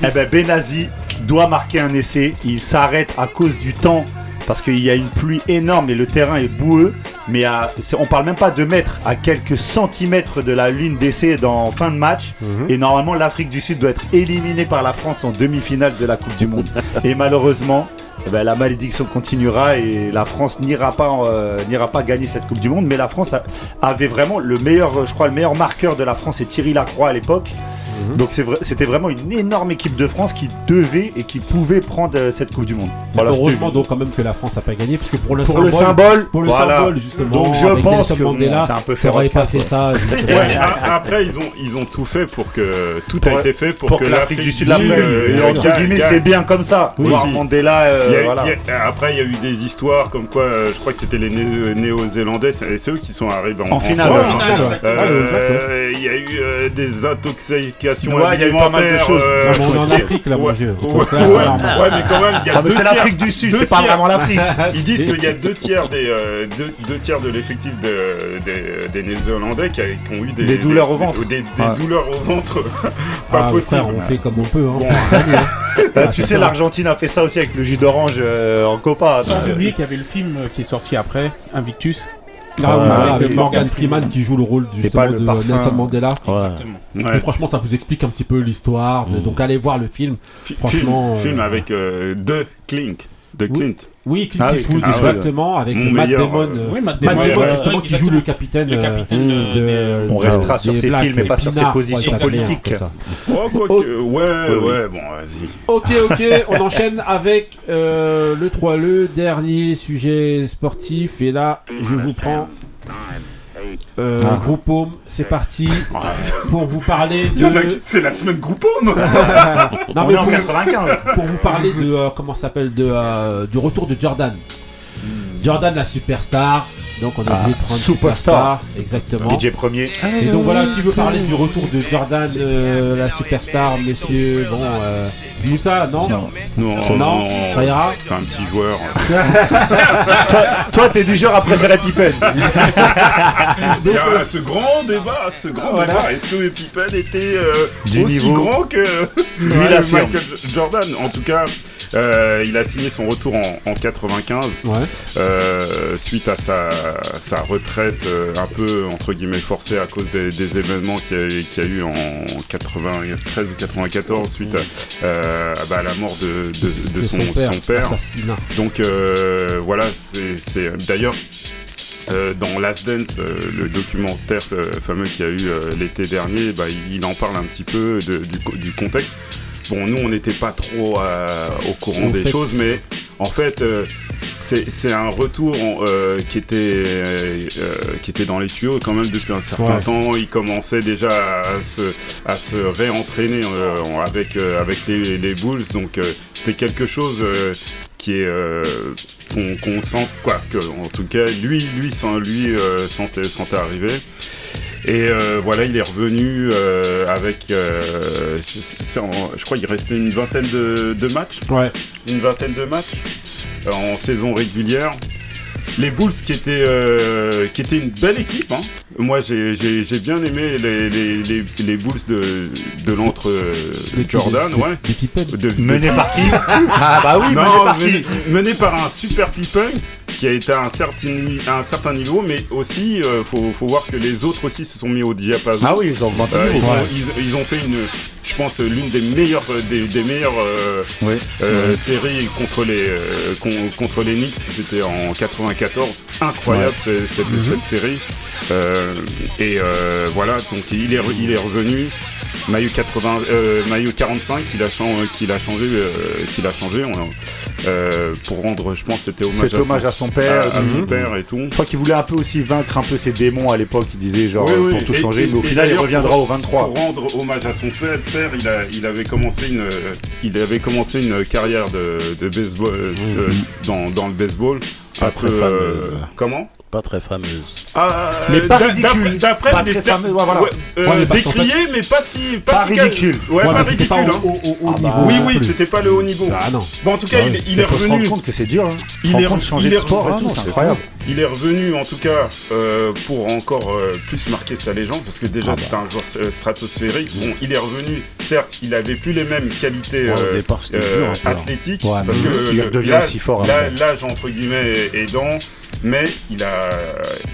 eh ben Benazi doit marquer un essai. Il s'arrête à cause du temps parce qu'il y a une pluie énorme et le terrain est boueux. Mais à, c'est- on parle même pas de mètres, à quelques centimètres de la lune d'essai dans fin de match. Et normalement, l'Afrique du Sud doit être éliminée par la France en demi-finale de la Coupe du Monde. et malheureusement. eh ben, la malédiction continuera et la France n'ira pas, en, euh, n'ira pas gagner cette Coupe du Monde. Mais la France a- avait vraiment le meilleur, euh, je crois, le meilleur marqueur de la France, c'est Thierry Lacroix à l'époque.
Mhm.
Donc c'est vrai- c'était vraiment une énorme équipe de France qui devait et qui pouvait prendre euh, cette Coupe du Monde. Voilà, c'était-
Heureusement donc quand même que la France n'a pas gagné parce que pour le
Pour
symbole,
le symbole,
pour le
voilà.
symbole justement,
Donc, je
avec
pense
Nelson
que, bon,
Mandela,
c'est un peu hein.
ça aurait
fait
pas
rock,
fait
quoi.
ça. justement.
Ah, Ouais, a- après, ils ont, ils ont tout fait pour que tout a
Pour-
été fait pour,
pour que l'Afrique du Sud la prenne.
euh,
Et entre
gagne-
guillemets,
gagne.
c'est bien comme ça. Voir
si.
Mandela, euh,
Il y a-
voilà.
il y a- après, il y a eu des histoires comme quoi, euh, je crois que c'était les né- Néo-Zélandais, c'est c'est eux qui sont arrivés en,
En finale,
en
ouais, en finale, exactement. Ah,
Euh, Il y a eu euh, des intoxications
Ouais, il y a eu pas mal de
alimentaires,
choses. Non, mais on est en
truquées.
Afrique, là, mon
ouais,
Dieu.
ouais,
Donc, ça,
ouais,
ça,
ouais,
normal.
ouais, mais quand même, il y a
Ah, mais
deux
c'est
tiers-
l'Afrique du Sud,
deux
c'est pas
tiers.
vraiment l'Afrique.
Ils disent qu'il y a deux tiers des euh, deux, deux tiers de l'effectif de- des, des Néo-Zélandais qui, a- qui ont eu des,
Des douleurs au ventre.
Des, des
Ouais.
douleurs au ventre, pas
Ah,
possible.
frère, on fait comme on peut. Hein.
Euh,
Ah,
tu
ça,
sais,
ça.
l'Argentine a fait ça aussi avec le jus d'orange euh, en Copa.
Sans
Euh,
oublier qu'il y avait le film euh, qui est sorti après, Invictus.
Ah oui,
Avec,
avec
euh,
Morgan Freeman qui joue le rôle
C'est pas
justement
le
de
parfum.
Nelson Mandela.
Exactement.
Mais franchement, ça vous explique un petit peu l'histoire.
Mm.
de- Donc allez voir le film. Franchement,
film,
euh,
film avec euh, deux Clink, de Clint.
Oui, Clint Eastwood,
Ah ouais.
exactement, avec
Mon
Matt
meilleur,
Damon,
euh,
euh, Matt Damon, justement, qui joue le capitaine,
Le
euh,
capitaine,
de-
euh,
de-
On restera sur
des
ses
Blacks,
films et pas sur ses
Pinard,
positions
ouais, ça s'appelait,
politiques.
comme ça.
Oh, quoi que- ouais, ouais, bon, vas-y.
Ok, ok, on enchaîne avec euh, le 3, le dernier sujet sportif. Et là, je vous prends. Euh,
Ah.
Groupe Home, c'est parti pour vous parler
Il y en a
de.
qui- C'est la semaine Groupon
Non,
On
mais
est en
pour-
95.
Pour vous parler de euh, comment ça s'appelle de euh, du retour de Jordan. Jordan la superstar. Donc on est
Ah,
obligé de prendre
superstar.
superstar, exactement.
DJ premier.
Et donc voilà qui veut parler du retour de Jordan euh, la superstar, monsieur bon euh, Moussa, non
Non,
non, ça ira.
C'est un petit joueur.
toi, toi, t'es du genre à préférer Pippen.
Il y a ce grand débat, ce grand
Voilà.
débat. Est-ce que Pippen était euh,
Du
aussi
niveau.
grand que
Lui l'affirme.
Michael Jordan En tout cas, Euh, il a signé son retour en, en 95 euh, suite à sa, sa retraite euh, un peu entre guillemets forcée à cause des, des événements qu'il y, a eu- qu'il y a eu en 93 ou 94 suite à, euh, bah, à la mort de, de- de
De
son,
son père,
son père.
assassinat.
Donc euh, voilà, c'est- c'est d'ailleurs euh, dans Last Dance, euh, le documentaire euh, fameux qu'il y a eu euh, l'été dernier, bah, il, il en parle un petit peu de- du, co- du contexte. Bon, nous, on n'était pas trop euh, au courant
En
des
fait-
choses, mais en fait, euh, c'est c'est un retour en- euh, qui, était, euh, euh, qui était dans les tuyaux quand même depuis un certain
Ouais.
temps. Il commençait déjà à se, à se réentraîner euh, en- avec, euh, avec les, les Bulls, donc euh, c'était quelque chose euh, qui est euh, qu'on qu'on sent quoi que en tout cas lui lui sans lui euh, sentait, sentait arriver et euh, voilà il est revenu euh, avec euh, c'est- c'est en- je crois il restait une vingtaine de, de matchs
Ouais.
une vingtaine de matchs euh, en saison régulière les Bulls qui étaient, euh, qui étaient une belle équipe. hein. Moi j'ai j'ai- j'ai bien aimé les, les, les, les Bulls de, de l'entre euh, Jordan. ouais. De- de-
Mené par qui Ah bah oui,
Non,
mené par
mené,
qui
mené par un super Pippen qui a été à un certain, ni- à un certain niveau, mais aussi, euh, faut, faut voir que les autres aussi se sont mis au diapason. Euh,
Ah oui, ils ont augmenté le
ils,
niveau,
ont,
ouais.
ils- ils ont fait une, je pense, l'une des meilleures, euh, des, des meilleures euh, euh, séries contre les, euh, con- contre les Knicks. C'était en 94. Incroyable cette- cette,
Mhm.
cette série. Euh, et euh, voilà, donc il est, re- il est revenu. Maillot 80, euh, maillot 45 qu'il a, chan- qu'il a changé, euh, qu'il a changé on- euh, pour rendre, je pense, c'était hommage,
Cet hommage à son père.
à- à son
Mhm.
père et tout.
Je crois qu'il voulait un peu aussi vaincre un peu ses démons à l'époque. Il disait genre
Oui,
euh,
oui,
pour tout
et-
changer,
et-
mais au
et
final il
d'ailleurs,
reviendra
pour-
au 23.
Pour rendre hommage à son père, père, il, a, il avait commencé une, euh, il avait commencé une carrière de, de baseball euh,
Mhm.
de- dans, dans le baseball. Un peu, euh, comment
Pas très fameuse.
Ah,
Mais pas
d'a-
ridicule.
d'après- D'après
Pas
des
Bah, très
cer-
fameux, ouais, voilà.
ouais, euh,
Ouais, mais parce qu'en
décrié, mais pas si, pas
pas
si cal-
ridicule.
Ouais,
Ouais,
pas
mais c'était
ridicule.
pas
hein.
au- au- au Ah niveau. bah,
oui,
non
oui,
plus.
c'était pas le haut niveau.
Ah non.
Bon, en tout cas,
Ah
il,
oui.
est- il
Mais
est
faut se
revenu.
rendre compte que c'est dur, hein. Se rendre compte de changer
il
de
est
sport et
revenu-
tout, c'est incroyable.
Il est revenu en tout cas euh, pour encore euh, plus marquer sa légende parce que déjà
Ah bah.
c'était un joueur euh, stratosphérique. Bon, il est revenu. Certes, il avait plus les mêmes qualités
Ouais, au
euh,
départ, c'était
euh,
dur un peu, hein.
athlétiques
Ouais,
parce que
mais il
le-
redevient
là-
aussi fort, hein.
là- l'âge entre guillemets aidant, mais il a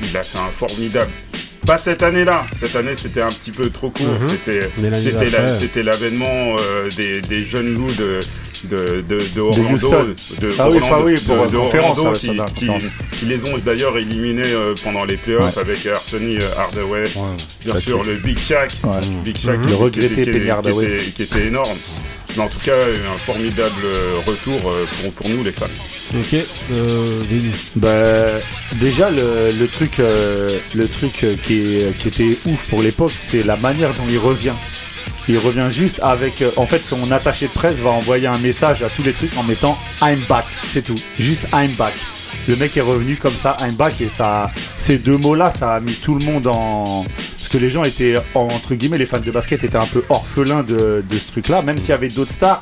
il a fait un formidable. Pas cette année-là. Cette année, c'était un petit peu trop court.
Mhm.
C'était
Mais l'année
c'était la-
d'après.
c'était l'avènement euh, des, des jeunes loups de de, de, de Orlando,
Houston.
de
Ah oui,
Orlando-
enfin oui, pour
de-
la
de
conférence,
Orlando
ça,
qui,
ça, la
qui-
conférence.
qui les ont d'ailleurs éliminés euh, pendant les playoffs avec Anthony euh, Hardaway, bien
Sacré.
sûr le Big Shaq,
Ouais.
Big Shaq
Mhm.
qui-
Le
qui-
regretté
qui- qui-
Penny
qui,
Hardaway.
était, qui était énorme. Mais en tout cas, un formidable euh, retour euh, pour, pour nous les fans.
Ok, euh, Vinny.
Bah, déjà le, le truc, euh, le truc euh, qui, est- qui était ouf pour l'époque, c'est la manière dont il revient. Il revient juste avec, euh, en fait, son attaché de presse va envoyer un message à tous les trucs en mettant I'm back, c'est tout, juste I'm back. Le mec est revenu comme ça, I'm back, et ça, ces deux mots-là, ça a mis tout le monde en, parce que les gens étaient entre guillemets, les fans de basket étaient un peu orphelins de, de ce truc-là, même s'il y avait d'autres stars.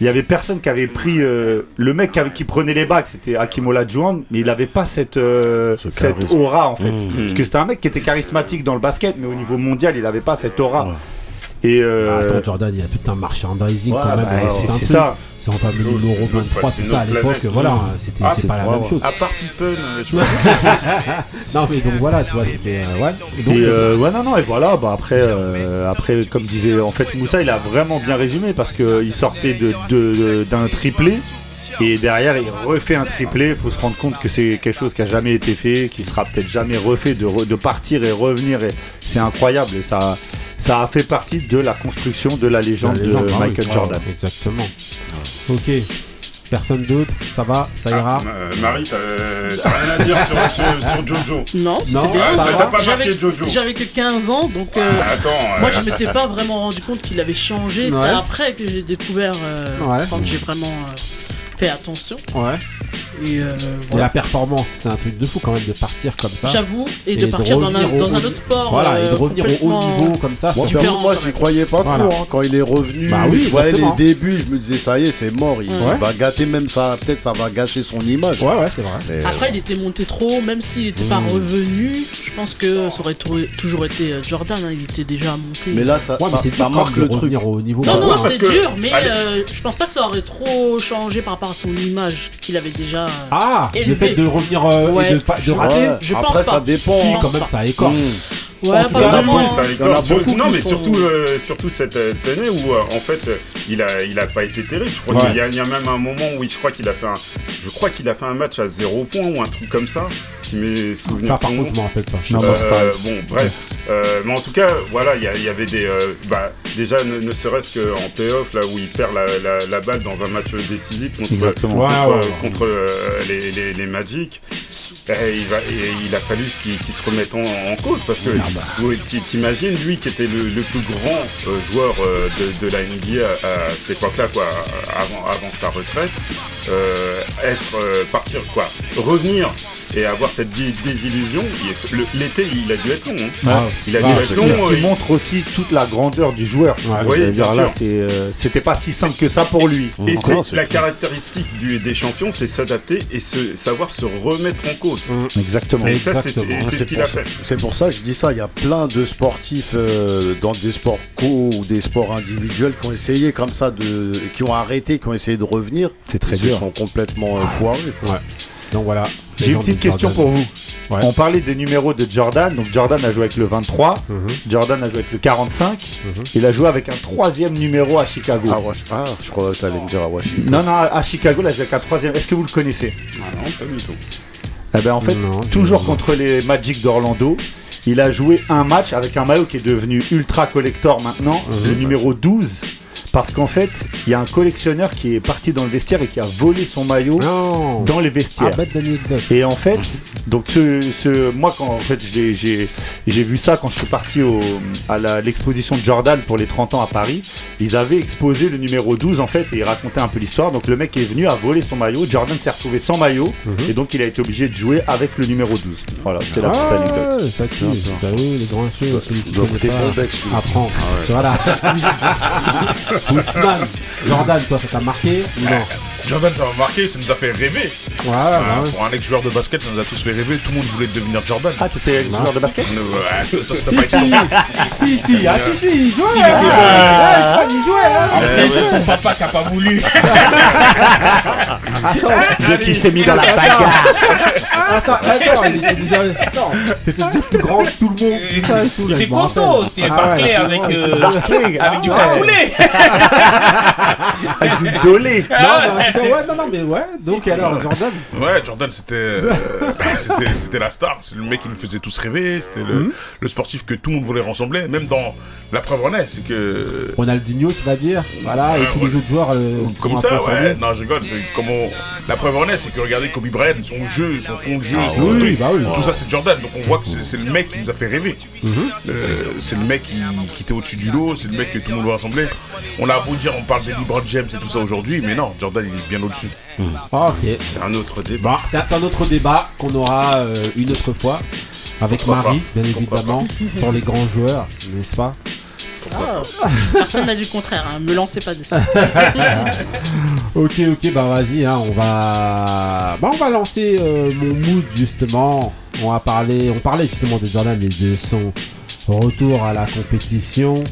Il y avait personne qui avait pris euh, le mec avec qui prenait les bacs, c'était Hakim Olajuwon, mais il n'avait pas cette euh, cette
charisme.
aura en fait,
Mmh.
parce que c'était un mec qui était charismatique dans le basket, mais au niveau mondial, il n'avait pas cette aura. Et
Bah,
euh,
Ah, Attends, Jordan, il y a tout un merchandising
Ouais,
quand même.
bah,
hein,
c'est-
un
c'est
truc.
ça.
C'est en famille l'euro 23,
c'est
tout ça à
notre
l'époque.
planète.
Voilà,
Mmh.
c'était
Ah,
c'est pas la
ouais,
même
ouais.
chose.
À part Pippen, euh, je
non, mais donc voilà, tu vois, c'était. euh, ouais. Et donc,
Et euh, ouais non non et voilà bah après euh, après comme disait en fait Moussa il a vraiment bien résumé parce que il sortait de de- d'un triplé et derrière il refait un triplé faut se rendre compte que c'est quelque chose qui a jamais été fait qui sera peut-être jamais refait de, re- de partir et revenir et c'est incroyable et ça ça a fait partie de la construction de la légende,
la légende,
de
ah oui.
Michael
Ah,
Jordan
exactement Ok. Personne d'autre Ça va Ça ira
Euh, Marie, t'as euh, t'as rien à dire sur, sur- sur Jojo
Non, c'était
Non, ça
bien.
va.
J'avais-
T'as pas marqué
j'avais-
Jojo.
J'avais que 15 ans, donc euh,
Attends, euh,
moi je m'étais pas vraiment rendu compte qu'il avait changé.
Ah, Ouais.
C'est après que j'ai découvert, euh,
Ouais.
quand j'ai vraiment euh, fait attention.
Ouais.
Et euh,
Et
voilà.
la performance, c'est un truc de fou quand même de partir comme ça.
J'avoue, et
Et
de
de
partir dans un,
revenir au
dans un
haut-
autre sport.
Voilà, et de
euh,
revenir au haut
complètement-
niveau comme ça,
Moi,
c'est
perso,
différent,
moi
quand
j'y croyais pas
Voilà.
trop. hein. Quand il est revenu,
Bah oui,
je voyais les
exactement.
débuts, je me disais ça y est, c'est mort. Il
Ouais.
va gâter même ça, peut-être ça va gâcher son image.
Ouais, ouais, c'est vrai.
Après, il était monté trop, haut, même s'il n'était pas
Mmh.
Mm.
revenu, je pense que ça aurait tou- toujours été euh, Jordan, hein, il était déjà monté.
mais là, ça,
Ouais, mais
ça,
c'est
ça
dur quand
marque
même
le
de
truc.
revenir au niveau.
non,
Ouais,
non,
ouais.
c'est dur, mais
Allez.
euh, je pense pas que ça aurait trop changé par rapport à son image qu'il avait déjà. euh,
Ah, le
élevé.
fait de revenir euh,
Ouais.
et de, pas- de
Ouais.
rater,
Ouais,
Je pense
Après,
pas.
ça dépend.
Si,
si,
hein.
quand même, ça écorce.
Ouais,
En tout
pas
cas,
vraiment. hein.
Oui, ça
Il y en a
récolte.
beaucoup
Non,
qui
mais
sont-
surtout, euh, surtout cette euh, tenue où, euh, en fait, euh, il a, il a pas été terrible. Je crois
Ouais.
qu'il y a, il y a même un moment où il- je crois qu'il a fait un, je crois qu'il a fait un match à zéro point ou un truc comme ça. Si mes souvenirs
Ça, par
sont
contre,
bons.
je m'en rappelle pas.
Non,
Euh,
moi, c'est pareil.
bon, bref. Euh, mais en tout cas, voilà, il y, a- il y avait des. euh, bah, déjà, ne, ne serait-ce qu'en playoff, là où il perd la, la- la balle dans un match décisif contre,
Exactement.
contre,
Ouais, ouais, ouais.
contre, euh, les, les- les Magic, eh, il, va- et il a fallu qu'il qu'il se remette en, en cause parce que ouais, t'i- t'imagines, lui qui était le, le plus grand euh, joueur euh, de, de la NBA à, à cette époque-là, quoi, avant, avant sa retraite, euh, être, euh, partir, quoi, revenir et avoir cette dé- désillusion, il est- le- l'été, il a dû être long. hein.
Ah,
Il a
ah,
dû
c'est
être long.
clair.
euh,
Ce qui
il-
montre aussi toute la grandeur du joueur.
Ouais,
oui,
C'est-à-dire,
bien
là,
sûr.
c'est, euh, c'était pas si simple que ça pour lui.
Et
Encore,
c'est
c'est-
la caractéristique du, des champions, c'est s'adapter et se, savoir se remettre en cause.
Exactement.
Et ça, c'est-
Mm.
c'est
exactement.
Hein,
c'est ce
C'est
qu'il a
pour,
fait.
ça- c'est pour ça que je dis ça. Il y a plein de sportifs euh, dans des sports co ou des sports individuels qui ont essayé comme ça, de, qui ont arrêté, qui ont essayé de revenir.
C'est très
Ils
dur.
se sont complètement euh, foirés. quoi.
Donc voilà.
J'ai une petite question pour vous.
Ouais.
On parlait des numéros de Jordan. Donc Jordan a joué avec le 23,
Mhm.
Jordan a joué avec le 45. Il a joué avec un troisième numéro à Chicago.
Ah, Wash- ah, je crois que t'allais me dire à Washington.
Non, non, à Chicago, là, avec un troisième. Est-ce que vous le connaissez
Ah Non, pas du tout.
Eh ben, en fait,
Non, je-
toujours contre les Magic d'Orlando, il a joué un match avec un maillot qui est devenu ultra collector maintenant,
Mhm.
le numéro 12. Parce qu'en fait, il y a un collectionneur qui est parti dans le vestiaire et qui a volé son maillot
Non.
dans les vestiaires.
Ah, bête d'anecdote.
Et en fait, donc ce, ce- moi quand en fait j'ai- j'ai j'ai vu ça quand je suis parti au, à la- l'exposition de Jordan pour les 30 ans à Paris, ils avaient exposé le numéro 12 en fait et ils racontaient un peu l'histoire. Donc le mec est venu à voler son maillot, Jordan s'est retrouvé sans maillot et donc il a été obligé de jouer avec le numéro 12. Voilà, c'était la petite anecdote.
Ah, ça tue. Bah oui, les grands cheveux, celui qui
Donc,
connaît
t'es
pas,
bon bec, celui-là.
Apprends. Voilà. Ousmane, Jordan, toi, ça t'a marqué ou Non.
Jordan, ça m'a marqué, ça nous a fait rêver.
Voilà,
Hein,
bah ouais.
Pour un ex-joueur de basket, ça nous a tous fait rêver. Tout le monde voulait devenir Jordan.
Ah, t'étais joueur de basket
Ne- ouais, toi, ça t'a pas été long.
Si, si, ah, si, si,
hein.
il jouait. Ah, il jouait, hein.
Euh, ouais.
Son papa qui a pas voulu.
Dès qu'il s'est mis dans la bagarre.
Attends, attends, il était déjà. Attends, t'étais déjà plus grand que tout le monde, tout ça et tout. là,
C'était
je me rappelle.
costaud, c'était
Ah,
Barclay
ouais,
avec,
c'est
euh,
Barclay,
avec du
ah,
cassoulet.
avec du dolé.
Non, mais en tout cas, ouais, non, non, mais ouais. Donc, alors, Jordan,
Ouais, Jordan, c'était euh, c'était- c'était la star. C'est le mec qui nous faisait tous rêver. C'était
Mhm.
le, le sportif que tout le monde voulait rassembler. Même dans la preuve en est, c'est que.
Ronaldinho, tu vas dire. Voilà, et
Ouais,
tous
ouais.
les autres joueurs. euh, qui
Comme
sont un
ça,
peu
ouais.
salués.
Non, je rigole. C'est comment. La preuve en est, c'est que regardez Kobe Bryant, son jeu, son fond de jeu, son
oui,
truc,
bah oui. Mhm.
tout ça, c'est Jordan. Donc on voit que c'est c'est le mec qui nous a fait rêver. Euh, c'est le mec qui, qui était au-dessus du lot. C'est le mec que tout le monde voulait rassembler. On a beau dire, on parle des LeBron James et tout ça aujourd'hui, mais non, Jordan, il est bien au-dessus.
Mhm. Ah, Ok.
C'est un autre débat.
Bon, c'est un autre débat qu'on aura euh, une autre fois avec
Pourquoi
Marie,
pas.
bien
Pourquoi
évidemment, sur les grands joueurs, n'est-ce pas
Ah. Personne n'a dit le contraire, hein, me lancez pas dessus.
Ok, ok, bah vas-y, hein, on va, bah, on va lancer euh, mon mood justement. On va parler, on parlait justement de Jordan et de son retour à la compétition.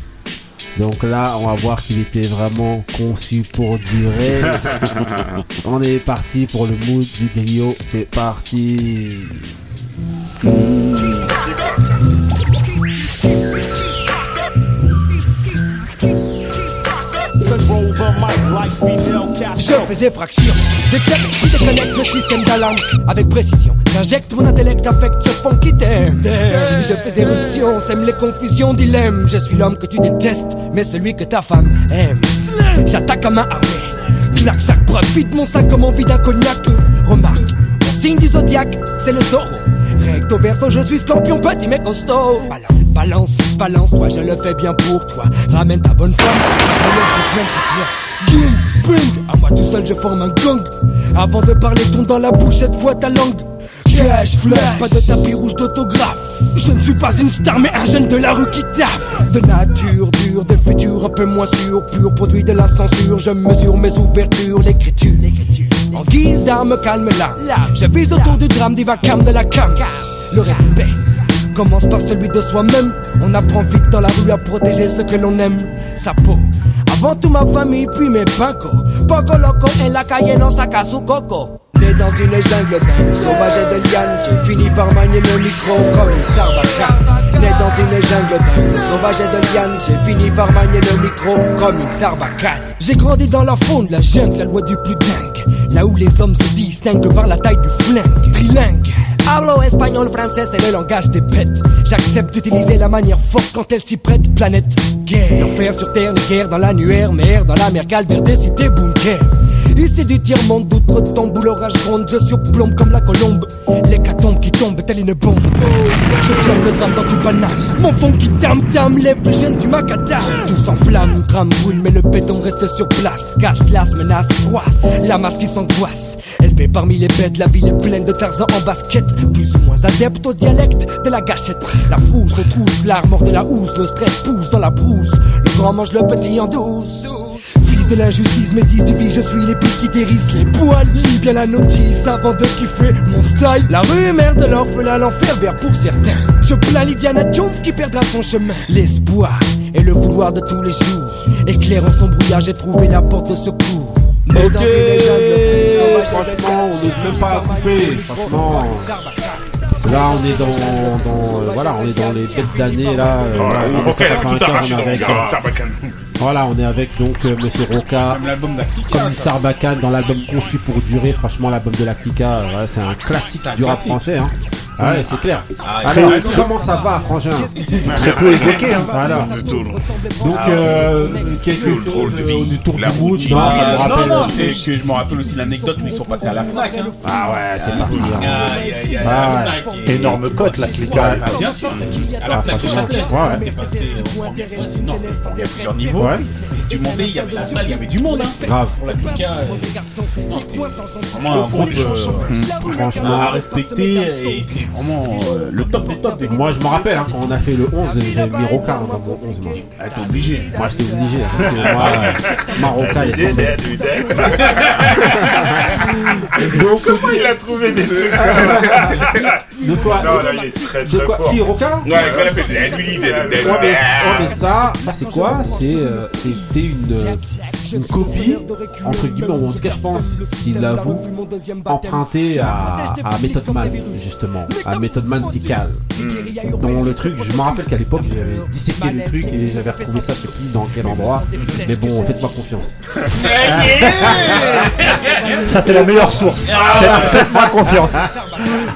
Donc là, on va voir qu'il était vraiment conçu pour durer. on est parti pour le mood du griot. C'est parti.
Je faisais fraction. Détecte qui déconnecte le système d'alarme avec précision. J'injecte mon intellect affecte ce fond qui t'aime. Je fais éruption, sème les confusions, dilemmes. Je suis l'homme que tu détestes, mais celui que ta femme aime. J'attaque à main armée. Clac, sac, profite mon sac comme envie d'un cognac. Euh, Remarque, mon signe du zodiaque, c'est le taureau. Recto verso, je suis scorpion, petit mais costaud. Balance, balance, balance, toi, je le fais bien pour toi. Ramène ta bonne femme, me laisse le flingue chez toi. Gang, bang, à moi tout seul je forme un gang. Avant de parler, tombe dans la bouche cette fois ta langue. Cash flash, pas de tapis rouge d'autographe. Je ne suis pas une star, mais un jeune de la rue qui taffe. De nature dure, de futur un peu moins sûr, pur produit de la censure. Je mesure mes ouvertures, l'écriture. En guise d'arme, calme l'âme. Je vise autour du drame, des vacarmes de la cam. Le respect commence par celui de soi-même. On apprend vite dans la rue à protéger ce que l'on aime, sa peau. Avant tout ma famille, puis mes bancos. Poco loco en la calle, non saca su coco. Né dans une jungle dingue, sauvage et de liane, j'ai fini par manier le micro comme une sarbacane. Né dans une jungle dingue, sauvage et de liane, j'ai fini par manier le micro comme une sarbacane. J'ai grandi dans la faune, la jungle, la loi du plus dingue. Là où les hommes se distinguent par la taille du flingue, trilingue. Hablo espagnol, français, c'est le langage des bêtes. J'accepte d'utiliser la manière forte quand elle s'y prête. Planète, guerre. L'enfer sur terre, une guerre dans l'annuaire, mer dans la mer calme, vers des cités bunkers. Ici du tiers-monde, d'outre-tombe où l'orage gronde, je surplombe comme la colombe. L'hécatombe qui tombe, telle une bombe. Je plombe le drame dans tout Paname. Mon fond qui tam-tam, les plus jeunes du macadam. Tout s'enflamme, crame, brûle, mais le béton reste sur place. Casse, las, menace, soisse. La masse qui s'angoisse. Élevé parmi les bêtes, la ville est pleine de Tarzan en basket. Plus ou moins adepte au dialecte de la gâchette. La frousse aux trousses, l'armor de la housse, le stress pousse dans la brousse. Le grand mange le petit en douce. Fils de l'injustice, métis du vice, je suis l'épice qui dérisse les poils. Lis bien la notice avant de kiffer mon style. La rumeur de l'orphelin, l'enfer vert pour certains. Je plains Lydiana Jones qui perdra son chemin. L'espoir et le vouloir de tous les jours. Éclairant son brouillard, j'ai trouvé la porte de secours. Mais dans une jungle,
Franchement, on n'ose même pas couper. Franchement. Là, on est dans, dans, euh, voilà, on est dans les fêtes d'année là. euh,
Voilà,
on est
Roca, il a tout
95,
arraché
on
dans
est
le
avec,
gars,
euh,
Sarbacane.
Voilà, on est avec donc euh, Monsieur Roca,
l'album
comme Sarbacane dans l'album conçu pour durer. Franchement, l'album de la Clica, euh, voilà, c'est un classique
un
du rap
classique.
français. Hein.
Ouais.
Ouais, c'est clair.
Ah,
Alors,
très- très-
comment ça va, Frangin
Très peu évoqué, hein.
Voilà.
Le tour.
Donc,
Ah,
euh,
Le
quelque chose
drôle de
euh,
vie.
du tour du
La
bout.
routine.
Non, ça me
Ah,
rappelle-
non, non, c'est que je me rappelle aussi l'anecdote où ils sont passés à la Fnac. hein.
Ah ouais, c'est parti. hein.
Aïe, aïe, aïe,
Ah
la
ouais.
Fnac et-
Énorme cote, la Clica.
Ouais, Bien sûr. À la
Ah,
Fnac de
franchement.
Châtelet.
Ouais, ouais.
C'était passé en- en- non, c'est- Il y a plusieurs niveaux.
Ouais.
Et Tu montais, il y avait la salle, il y avait du monde. hein.
Grave.
Pour la Clica, euh, non, c'était vraiment un groupe euh,
Mm. Franchement.
à respecter. Et c'était vraiment euh, le top des tops. des-
Moi, je me rappelle, hein, quand on a fait le 11, j'avais mis Roca hein, dans mon 11. Moi,
Ah, T'es obligé.
moi j'étais obligé. hein, parce que moi, euh, ma Roca, elle est tombée. Donc,
Comment il a trouvé des trucs
de quoi
Non, là, il est très
De
très
quoi
fort.
Qui, Roca
Ouais, quand il a fait eh, lui, il est- il est-
Ouais, Oh, mais, ouais, mais
Ah.
ça, ça c'est quoi C'est, euh, C'était une, euh, une copie, entre guillemets, ou en tout cas je pense, il l'avoue, empruntée à, à Method Man, justement, à Method Man Tical. Dans le truc, je me rappelle qu'à l'époque j'avais disséqué le truc et j'avais retrouvé ça, je sais plus dans quel endroit, mais bon, faites-moi confiance.
Ça, c'est la meilleure source. Faites- Faites-moi confiance.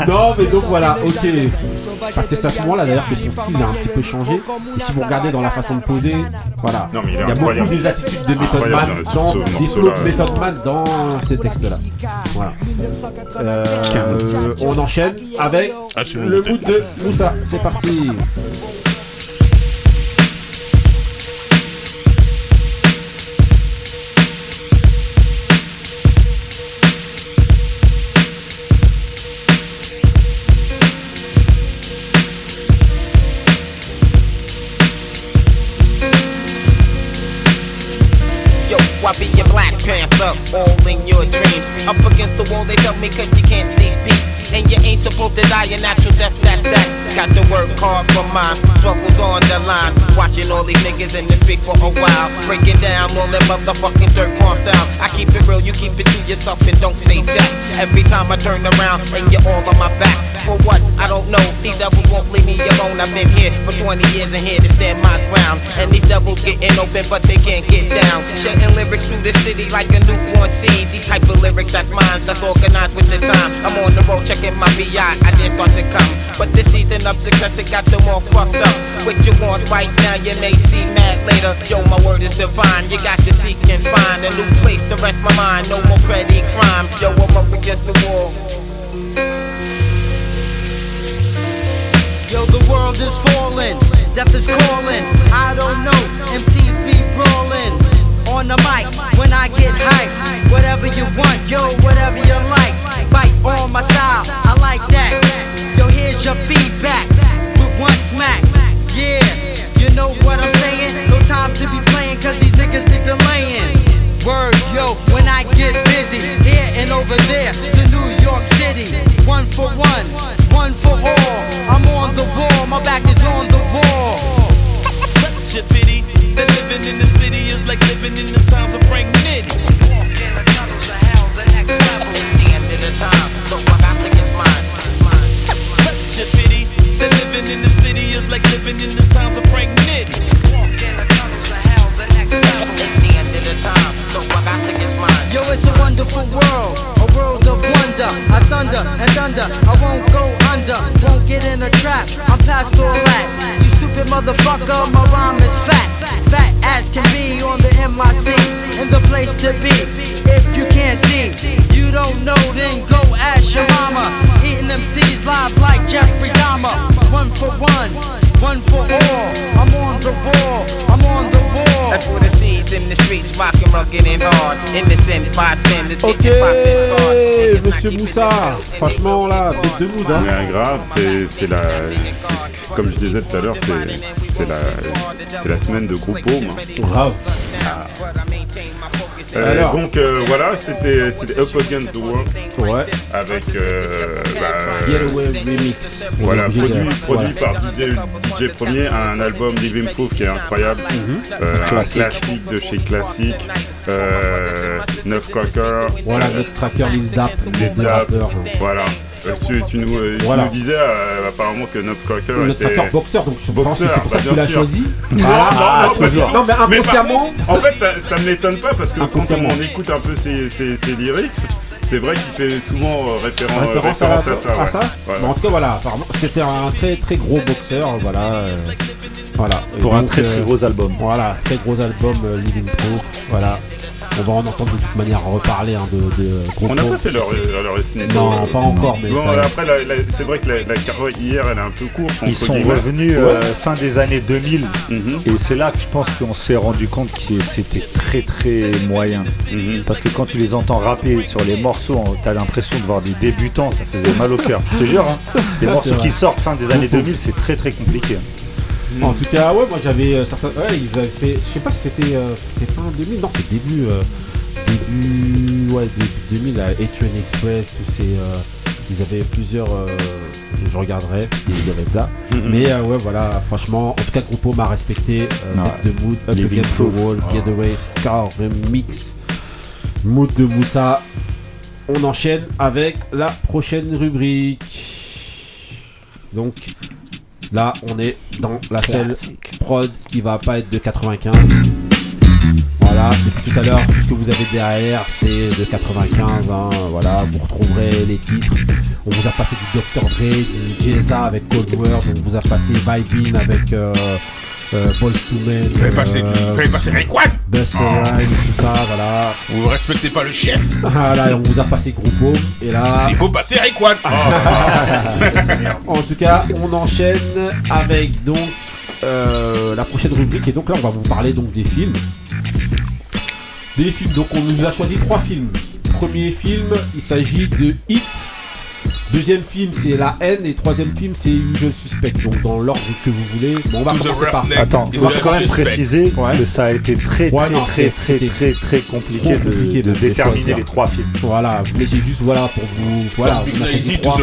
Non, mais donc voilà, ok. Parce que c'est à ce moment-là d'ailleurs que son style a un petit peu changé. Et si vous regardez dans la façon de poser, voilà.
Non, mais il est
il y a beaucoup
incroyable.
des attitudes de Method
Incroyable,
Man
dans ce-
dans
ce
des flots de
morceau-là.
Method Man dans ces textes-là. Voilà. Euh, on enchaîne avec
Ah, c'est
le
bon,
bout de Moussa. C'est parti.
Yo, I be your Black Panther, all in your dreams. Up against the wall, they love me cause you can't see peace. And you ain't supposed to die a natural death, that, that. Got to work hard for mine, struggles on the line. Watching all these niggas in the street for a while. Breaking down all that motherfucking dirt marked down. I keep it real, you keep it to yourself and don't say jack. Every time I turn around and you're all on my back. For what? I don't know. These devils won't leave me alone. I've been here for 20 years and here to stand my ground. And these devils getting open, but they can't get down. Shutting lyrics through the city like a newborn seed. These type of lyrics that's mine, that's organized with the time. I'm on the road checking my BI, I did start to come. But this season of success, it got them all fucked up. What you want right now, you may see mad later. Yo, my word is divine. You got to seek and find a new place to rest my mind. No more petty crime. Yo, I'm up against the wall.
Yo, the world is falling, death is calling. I don't know, MCs be brawling. On on the mic when I get hype. Whatever you want, yo, whatever you like. Bite on my style, I like that. Yo, here's your feedback with one smack. Yeah, you know what I'm saying? No time to be playing, cause these niggas think they're laying. Word, yo, when I get busy, here and over there to New York City. One for one, one for all. I'm on the wall, my back is on the wall.
Such a pity that living in the city is like living in the times of Frank Nitti. Such a pity that living in the city is like living in the times of Frank Nitti.
Yo, it's a wonderful world, a world of wonder. I thunder and thunder, I won't go under, won't get in a trap. I'm past all that. You stupid motherfucker, my rhyme is fat, fat as can be on the MIC, and the place to be. If you can't see, you don't know, then go ask your mama. Eating them C's live like Jeffrey Dahmer. One for one, one for all. I'm on the wall, I'm on the wall.
That's what it sees in the streets, rockin', rugged and hard. Innocent bystanders getting popped and scarred.
Eh, Monsieur Moussa, franchement là, bête de mood. Hein.
Mais grave, c'est c'est la. c'est- Comme je disais tout à l'heure, c'est c'est la, c'est la semaine de groupe Home.
Grave.
Ah.
Alors.
donc euh, voilà, c'était c'était Up Against the World. Avec. euh, bah,
Getaway Remix.
Voilà,
On est obligé
produit,
de-
produit
voilà.
par DJ, DJ Premier, un album Living Proof qui est incroyable. Euh, un
Mhm. Classique.
classique. de chez Classique. Euh, Neuf Cracker.
Voilà,
euh,
notre tracker Lil Dap,
des
le hein.
daps,
rappeur.
Voilà. Euh, Tu, tu nous, euh, tu
Voilà.
nous disais euh, apparemment que notre Cracker
Notre
était.
Cracker boxeur, donc je pense que
Boxeur,
c'est pour ça
bah,
que tu
bien
l'as
sûr.
choisi.
Non,
Ah,
non, non, pas du
toujours.
tout.
Non, mais
par
inconsciemment-
contre, en fait, ça, ça me l'étonne pas parce que quand
Inconsciemment.
on écoute un peu ses, ses- ses lyrics, c'est vrai qu'il fait souvent euh, référence, euh,
référence à,
référence
la-
à ça.
à
ouais.
ça
Voilà.
Bon, en tout cas, voilà, apparemment, c'était un très très gros boxeur, voilà. euh, voilà. Et
Pour un très, très gros
album. Voilà, très gros album euh, Living Proof, voilà. On va en entendre de toute manière reparler hein, de, de
On n'a pas
Groupo.
fait leur, euh, leur estimé.
Non, pas encore, mais
Bon,
ça-
après, la- la- c'est vrai que la, la carotte hier, elle est un peu courte.
Ils
entre
sont
guillemets.
revenus
Ouais. Mhm.
euh, fin des années 2000 et c'est là que je pense qu'on s'est rendu compte que c'était très très moyen.
Mhm.
Parce que quand tu les entends rapper sur les morceaux, en- t'as l'impression de voir des débutants, ça faisait mal au cœur. Je te jure, hein. les
Ah, c'est
morceaux
vrai.
qui sortent fin des années 2000, c'est très très compliqué.
En tout cas, ouais, moi j'avais euh, certains. Ouais, ils avaient fait. Je sais pas si c'était. euh, c'est fin 2000, non, c'est début. euh, début. Ouais, début 2000, la Etuan Express, tous ces. euh, ils avaient plusieurs. euh, je regarderai, il y avait plein. Mais euh, ouais, voilà, franchement, en tout cas, Groupo m'a respecté. Euh,
Ouais.
Back the Mood, Up
Living
Against the
Proof.
Wall,
Ah.
Getaway, Scar, Remix, Mood de Moussa. On enchaîne avec la prochaine rubrique. Donc là, on est dans la selle prod qui va pas être de 95. Voilà, depuis tout à l'heure, tout ce que vous avez derrière, c'est de 95. hein. Voilà, vous retrouverez les titres. On vous a passé du Dr. Dre, du GSA avec Cold World. On vous a passé Vibin avec euh, euh, Boyz II Men.
Vous avez passé du- vous avez passé Rick One
Busta
Oh.
Rhymes, tout ça, voilà.
Vous respectez pas le chef
Voilà, et on vous a passé Groupo. Et là.
Il faut passer Rick One
Oh.
Ah.
en tout cas, on enchaîne avec donc euh, la prochaine rubrique et donc là on va vous parler donc des films. Des films, donc on nous a choisi trois films. Premier film, il s'agit de Hit. Deuxième film, c'est La haine. Et troisième film, c'est Usual Suspect. Donc dans l'ordre que vous voulez. Bon, on va
To the
commencer par.
Roughneck Attends, is
on va
a suspect. préciser que ça a été très,
Ouais,
très,
non,
très,
c'était
très, très, très compliqué
trop
de- de déterminer
choisir.
les trois films.
Voilà, mais c'est juste voilà pour vous. Voilà, on a choisi trois.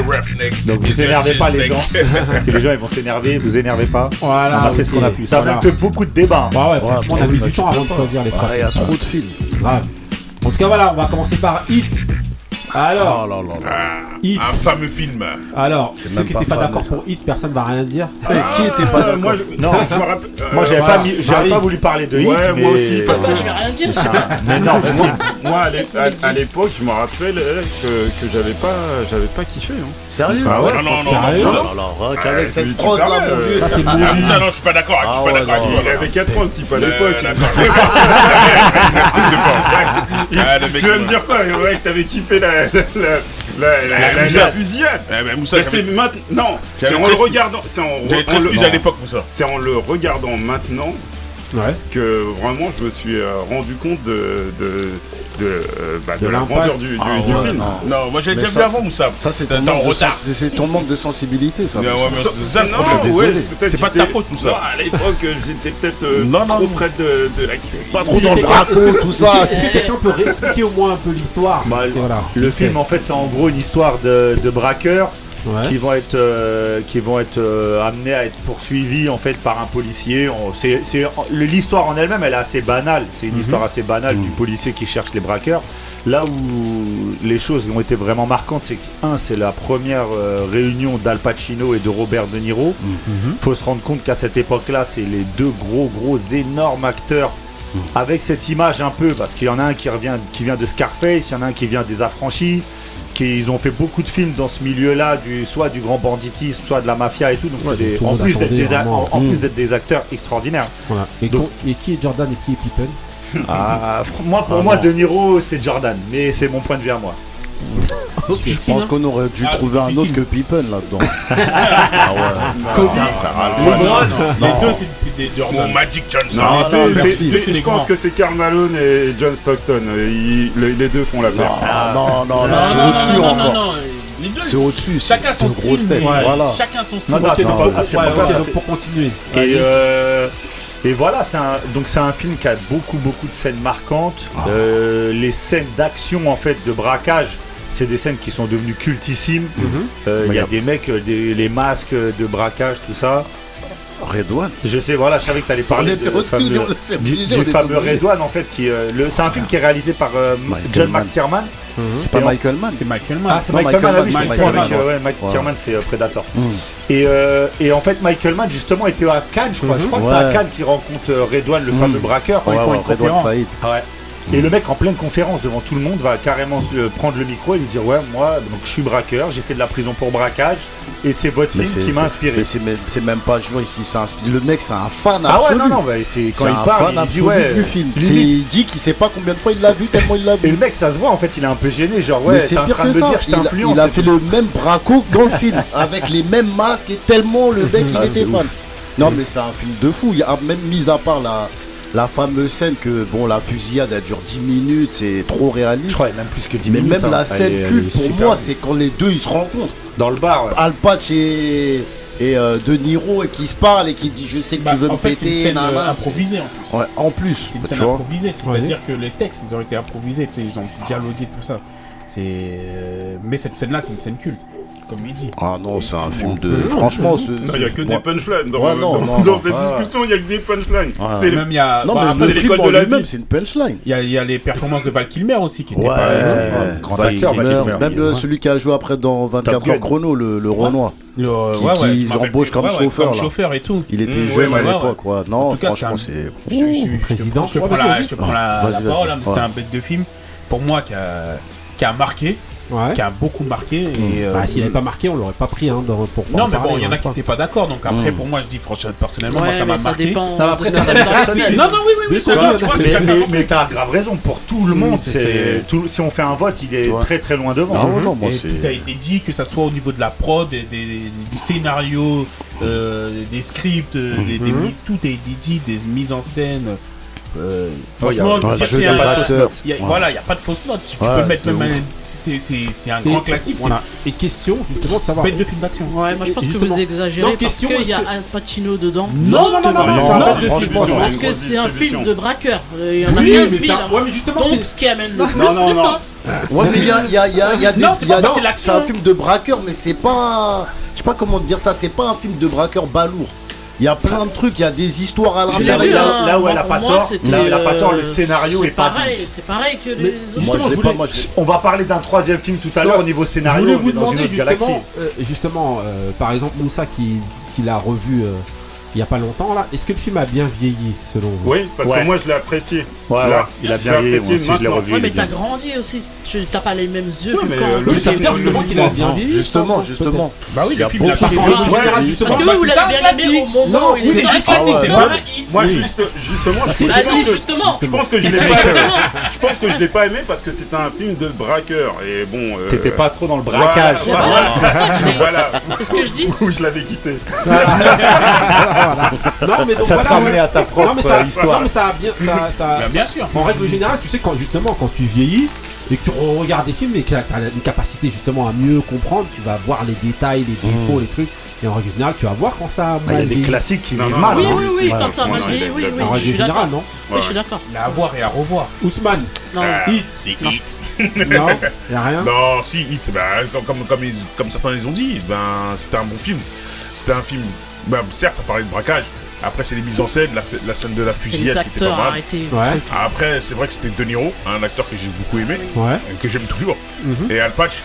Donc vous énervez pas les gens, parce que les gens ils vont s'énerver, vous énervez pas. on a fait ce
ok,
qu'on a pu. Ça a
voilà. Bah
même fait beaucoup de débats.
Ouais, ouais, franchement, on a mis du temps avant de choisir les trois.
Il y a
films.
trop de films.
Grave. En tout cas, voilà, on va commencer par Hit. Alors, Hit.
Un fameux film.
Alors,
C'est
ceux
même
qui
pas
n'étaient pas Euh,
fameux,
d'accord
ça.
pour Hit, personne va rien dire.
Ah, qui était pas d'accord moi, je-
Non,
je me rappelle-
Euh,
moi j'avais
voilà.
pas, mis- j'avais
Marie.
pas voulu parler de Hit.
Ouais, moi
mais-
aussi, parce que.
Voilà. Mais non, mais moi,
moi, moi, à l'é- à- à l'époque, je me rappelle euh, que, que j'avais pas, j'avais pas kiffé. Hein.
Sérieux
Ah ouais,
Non, non, non,
sérieux
non, non, non, non, rien qu'avec
Ah,
cette
tu- tu
prod, là,
parles,
mon
euh,
vieux.
ça, c'est
Ah,
mauvais.
ah,
Ah, ça, non, je suis pas d'accord.
Ah
je suis pas
ouais,
d'accord. avec
non, ça,
toi.
Il avait quatre ans, le
type, à l'époque.
Euh, d'accord. Ah, le mec,
tu vas me
il-
dire quoi Ouais, que t'avais kiffé la, la, la, la, la, la-
La
la
fusillade.
fusillade.
Eh ben, Moussa,
Mais
j'avais-
c'est maintenant. Non,
J'avais
c'est en le
13
regardant. C'est en,
J'avais
en le-
13 piges à l'époque,
C'est en le regardant maintenant que vraiment je me suis euh, rendu compte de, de, de, euh, bah, de la
l'impact.
grandeur du, du-
Ah
du
ouais,
film.
Non, moi, j'ai
Mais
déjà
ça,
vu avant,
c'est-
Moussa.
Ça, c'est
T'es
ton,
en
manque de
retard.
sens- c'est- c'est ton manque de sensibilité, ça.
Ouais,
Moussa.
ouais, mais
Ça-
c'est ça,
Non,
le problème.
ouais,
Ouais,
peut-être
peut-être
qu'il
pas de ta
était-
faute, tout ça.
Non, à l'époque, euh, j'étais peut-être euh, trop près de, de la. Pas
trop dans le braco, tout ça.
Est-ce que quelqu'un peut réexpliquer au moins un peu l'histoire Voilà.
Bah, Le film, en fait, c'est en gros une histoire de, de braqueurs qui vont être, euh, qui vont être euh, amenés à être poursuivis en fait par un policier. On- c'est- c'est- le- l'histoire en elle-même, elle est assez banale. C'est
Mhm.
une histoire assez banale du policier qui cherche les braqueurs. Là où les choses ont été vraiment marquantes, c'est que un, c'est la première euh, réunion d'Al Pacino et de Robert De Niro.
Mhm.
Faut se rendre compte qu'à cette époque-là, c'est les deux gros, gros, énormes acteurs avec cette image un peu, parce qu'il y en a un qui, revient, qui vient de Scarface, il y en a un qui vient des affranchis, qui, ils ont fait beaucoup de films dans ce milieu-là, du, soit du grand banditisme, soit de la mafia et tout, donc c'est des-
tout le
en,
monde
plus d'être
attendait
des, a-
vraiment.
en, en
Mm.
plus d'être des acteurs extraordinaires.
Voilà. Et,
Donc-
con- et qui est Jordan et qui est Pippen
Ah, fr- moi, pour
Ah
moi,
non.
De Niro, c'est Jordan, mais c'est mon point de vue à moi.
Je
hein.
pense qu'on aurait dû
Ah,
trouver un
difficile.
autre que Pippen là-dedans. ah ouais.
Kobe,
Les
Non.
deux, c'est- c'est des Jordan. Ou Magic Johnson.
Non,
Ah,
c'est-
non,
c'est-
merci.
c'est-
C'est
je
des
pense
grands.
que c'est Karl Malone et John Stockton. euh, ils- les, les deux font la paire.
non, non,
non,
c'est
non,
au-dessus
non, non,
encore.
non,
C'est au-dessus.
Chacun son
grosse
style, mais
tête. Voilà.
chacun son
Non, non,
Ok,
c'est
donc,
pas-
ok,
c'est
donc,
pas-
ok,
c'est-
donc, pour
continuer.
Et, euh, et voilà, c'est un, donc c'est un film qui a beaucoup beaucoup de scènes marquantes.
Ah.
Euh, les scènes d'action en fait de braquage, c'est des scènes qui sont devenues cultissimes.
Mhm.
Euh, Il y a
Regarde.
des mecs, euh, des- les masques de braquage, tout ça.
Redouane.
Je sais, voilà, je savais que t'allais
On
parler de,
était retournés,
fameux-
on s'est
du,
obligés,
du
on était
fameux
obligés.
Redouane en fait. qui euh, le- C'est un film qui est réalisé par euh, John McTierman.
C'est pas
Et en-
Michael Mann.
C'est Michael
Ah, c'est Michael, Mann, ah oui, je confonds avec, euh, ouais, Mike Tierman, c'est euh, Predator.
Mm.
Et, euh, et en fait, Michael Mann, justement, était à Cannes, je crois. Je crois que c'est à
Ouais.
Cannes qu'il rencontre euh, Redouane, le
Mm.
fameux braqueur, quand
Ouais,
ils font
ouais,
une
Redouane
conférence.
Faïd. Mm.
Ah ouais. Et le mec en pleine conférence devant tout le monde va carrément euh, prendre le micro et lui dire ouais moi donc je suis braqueur j'ai fait de la prison pour braquage et c'est votre
Mais
film
c'est-
qui m'a
c'est-
inspiré.
mais c'est même- c'est même pas joué ici, c'est inspiré. Le mec, c'est un fan
Ah ouais,
absolu.
non, non, bah, c'est- quand
C'est
il
un
parle,
fan
il dit,
absolu
ouais,
du film.
limite.
C'est- Il dit qu'il sait pas combien de fois il l'a vu, tellement il l'a vu.
Et le mec ça se voit en fait il est un peu gêné genre ouais
mais c'est
t'es en
pire
train de
que
me
ça.
dire je
il, a-
t'influence.
il a
et
fait
tout.
le même braco que dans le film, avec les mêmes masques et tellement le mec il
Ah, c'est
était fan.
ouf.
Non, mais c'est un film de fou. Il y a même mis à part la. La fameuse scène que bon la fusillade elle dure 10 minutes, c'est trop réaliste. Je
crois même plus que 10
Mais
minutes,
même
hein.
la
Elle est-
scène
elle
culte
est
pour
super
moi,
longue.
c'est quand les deux ils se rencontrent.
Dans le bar.
Al Pacino et, et, euh, De Niro et qui se parlent et qui dit je
Bah,
sais que tu veux
Bah, en
me
fait, c'est une
péter.
scène
nanana.
euh, improvisée en plus.
Ouais, en plus,
C'est une
bah,
scène
tu vois.
improvisée, c'est-à-dire que les textes, ils ont été improvisés, tu sais, ils ont dialogué, tout ça. C'est, euh, Mais cette scène-là, c'est une scène culte, comme il dit.
Ah non, c'est un film de. Franchement, ce.
Non, y a que
ce-
des
punchlines dans-
Ouais, non,
dans-
non,
dans
non,
cette
ouais.
discussion, il n'y a que des punchlines.
Ouais.
C'est
Même il y a.
Non,
bah,
mais
après,
le
c'est
film
l'école
en
la
lui-même,
vie.
c'est une punchline.
Il y, a- il y a les performances de Val Kilmer aussi qui étaient
Ouais,
pas.
ouais, grand acteur, Val
hein.
Kilmer. même le- celui qui a joué après dans 24
Top Gun.
heures chrono, le, le Renoir,
Le, euh,
qui,
ouais, ouais,
qui
je m'en rappelle
embauche
plus.
comme
Ouais, ouais,
chauffeur.
comme
là.
chauffeur et tout.
Il était
Mmh,
jeune
ouais,
à
ouais,
l'époque,
ouais.
ouais. Non,
En tout cas,
franchement,
c'est
c'est.
un- Je te- je- je te-
Président.
Je te prends la, je te prends la- la
Vas-y, vas-y.
parole, hein, mais
Ouais.
c'était un bête de film pour moi qui a, qui a marqué, qui a beaucoup marqué.
Mm.
Et, euh,
Bah, s'il n'avait pas marqué, on l'aurait pas pris hein, dans, pour. pour
non,
en
mais bon,
parler,
il y en
hein,
a qui
quoi.
n'étaient pas d'accord, donc après,
Mm.
pour moi, je dis, franchement, personnellement,
Ouais,
moi, ça
mais
m'a
ça
marqué.
dépend Ça va, après, de
ça dépend personnel.
Non, non, oui, oui, oui, c'est bien, tu vois, c'est
mais,
chacun
mais-
son-
mais t'as grave raison, pour tout le monde,
Mmh, c'est-
c'est
c'est-
tout- si on fait un vote, il est très très loin devant. Mhm.
Et tout a été dit, que ça soit au niveau de la prod, des, des- du scénario, euh, des scripts, euh, des, des
Mhm.
mi- tout a été dit, des mises en scène. euh,
Oh, il y a-
franchement,
ouais, le
dire
jeu
qu'il y a
des
pas de-
acteurs.
il y a-
Ouais.
Voilà, il n'y a pas de fausse note. Tu, tu
Ouais,
peux le mettre
de
même.
ouf.
un- c'est- C'est c'est un
Et-
grand classique.
voilà.
Et question
justement de savoir-
Bête de film d'action.
Ouais, moi je pense que vous exagérez parce qu'il y a Al Pacino dedans.
Non, non, non, non, non,
Justement.
non, non, franchement, non.
parce que c'est un film de braqueur. Il y en a
Oui,
15
mais ça-
000.
ouais, mais justement,
Donc
c'est-
ce qui amène le plus,
Non, non,
c'est
non.
ça.
Ouais, mais il y a, il y a, il y a, il y a des.
Non, c'est
il y a
pas-
des-
c'est l'action.
un film de braqueur, mais c'est pas. Je sais pas comment dire ça, c'est pas un film de braqueur balourd. Il y a plein de trucs, il y a des histoires à
Je l'ai
l'intérieur.
vu, hein. Là où elle a pas tort, là où elle a pas tort, le
euh,
scénario
c'est
est pas
pareil.
Pareil, c'est pareil que les
Mais
autres.
justement, Moi, je l'ai pas, moi, je l'ai-
On va parler d'un troisième film tout à l'heure au niveau
Je
scénario,
voulais
on
vous
est dans une
demander
autre galaxie.
justement, euh, justement euh, par exemple Moussa qui, qui l'a revu euh, il y a pas longtemps là, est-ce que le film a bien vieilli selon vous
Oui, parce que moi je l'ai apprécié.
Ouais,
Là,
ouais, il a
je
bien
l'ai
vieilli, moi
apprécié
aussi, je l'ai
maintenant.
revu,
Ouais, mais t'as grandi aussi. Tu t'as pas les mêmes yeux que
mais,
quand.
euh, le-
on était
ça veut dire
plus
justement
jeune.
qu'il a bien vieilli,
Justement,
peut-être.
justement.
Bah oui,
Il y a
le film n'a
beaucoup
pas
de
changé.
films.
Général,
Oui.
justement,
Parce que
bah,
vous, vous
c'est ça,
l'avez
un
bien aimé
classique.
au moment
Non,
où il est
c'est
sorti.
un classique,
Ah
c'est
ouais.
pas
Bah,
Moi,
Oui.
juste, justement, je,
Bah, si,
pense
c'est
que,
parce
je pense que je l'ai pas aimé. Je pense que je l'ai pas aimé parce que c'était un film de braqueur. Et bon. euh,
T'étais pas trop dans le braquage.
Voilà.
Voilà,
voilà.
c'est ce que je dis.
Où je l'avais quitté.
voilà. Non, mais donc,
Ça t'a
voilà,
amené à ta propre,
non, mais ça,
euh, histoire.
Non, mais ça a bien. Ça, ça-
Bah,
ça-
bien sûr.
En règle générale, tu sais, quand justement, quand tu vieillis et que tu regardes des films et que tu as une capacité justement à mieux comprendre, tu vas voir les détails, les défauts, les trucs. Et en règle générale, tu vas voir quand ça a
Mmh. Ah, il y a
mal
des
vieilli.
classiques qui Non, vivent non,
Ah
mal, hein.
Oui, oui, oui, quand ça a mal
Ouais,
vieilli,
ouais,
oui, oui.
En
Je
règle
suis d'accord.
générale, non
Oui, je suis d'accord.
à voir et à revoir.
Ousmane.
Non.
Ah,
Hit.
Si,
Non.
Hit.
Non, y a rien.
Non, si, Hit, ben, comme, comme, comme, ils- comme certains les ont dit, ben, c'était un bon film. C'était un film, ben, certes, ça parlait de braquage. Après, c'est les mises en scène, la, la scène de la fusillade qui était
acteurs
pas mal.
arrêtés, le Ouais. truc.
Après, c'est vrai que c'était De Niro, un acteur que j'ai beaucoup aimé,
Ouais.
et que j'aime toujours,
Mhm.
et Al Patch.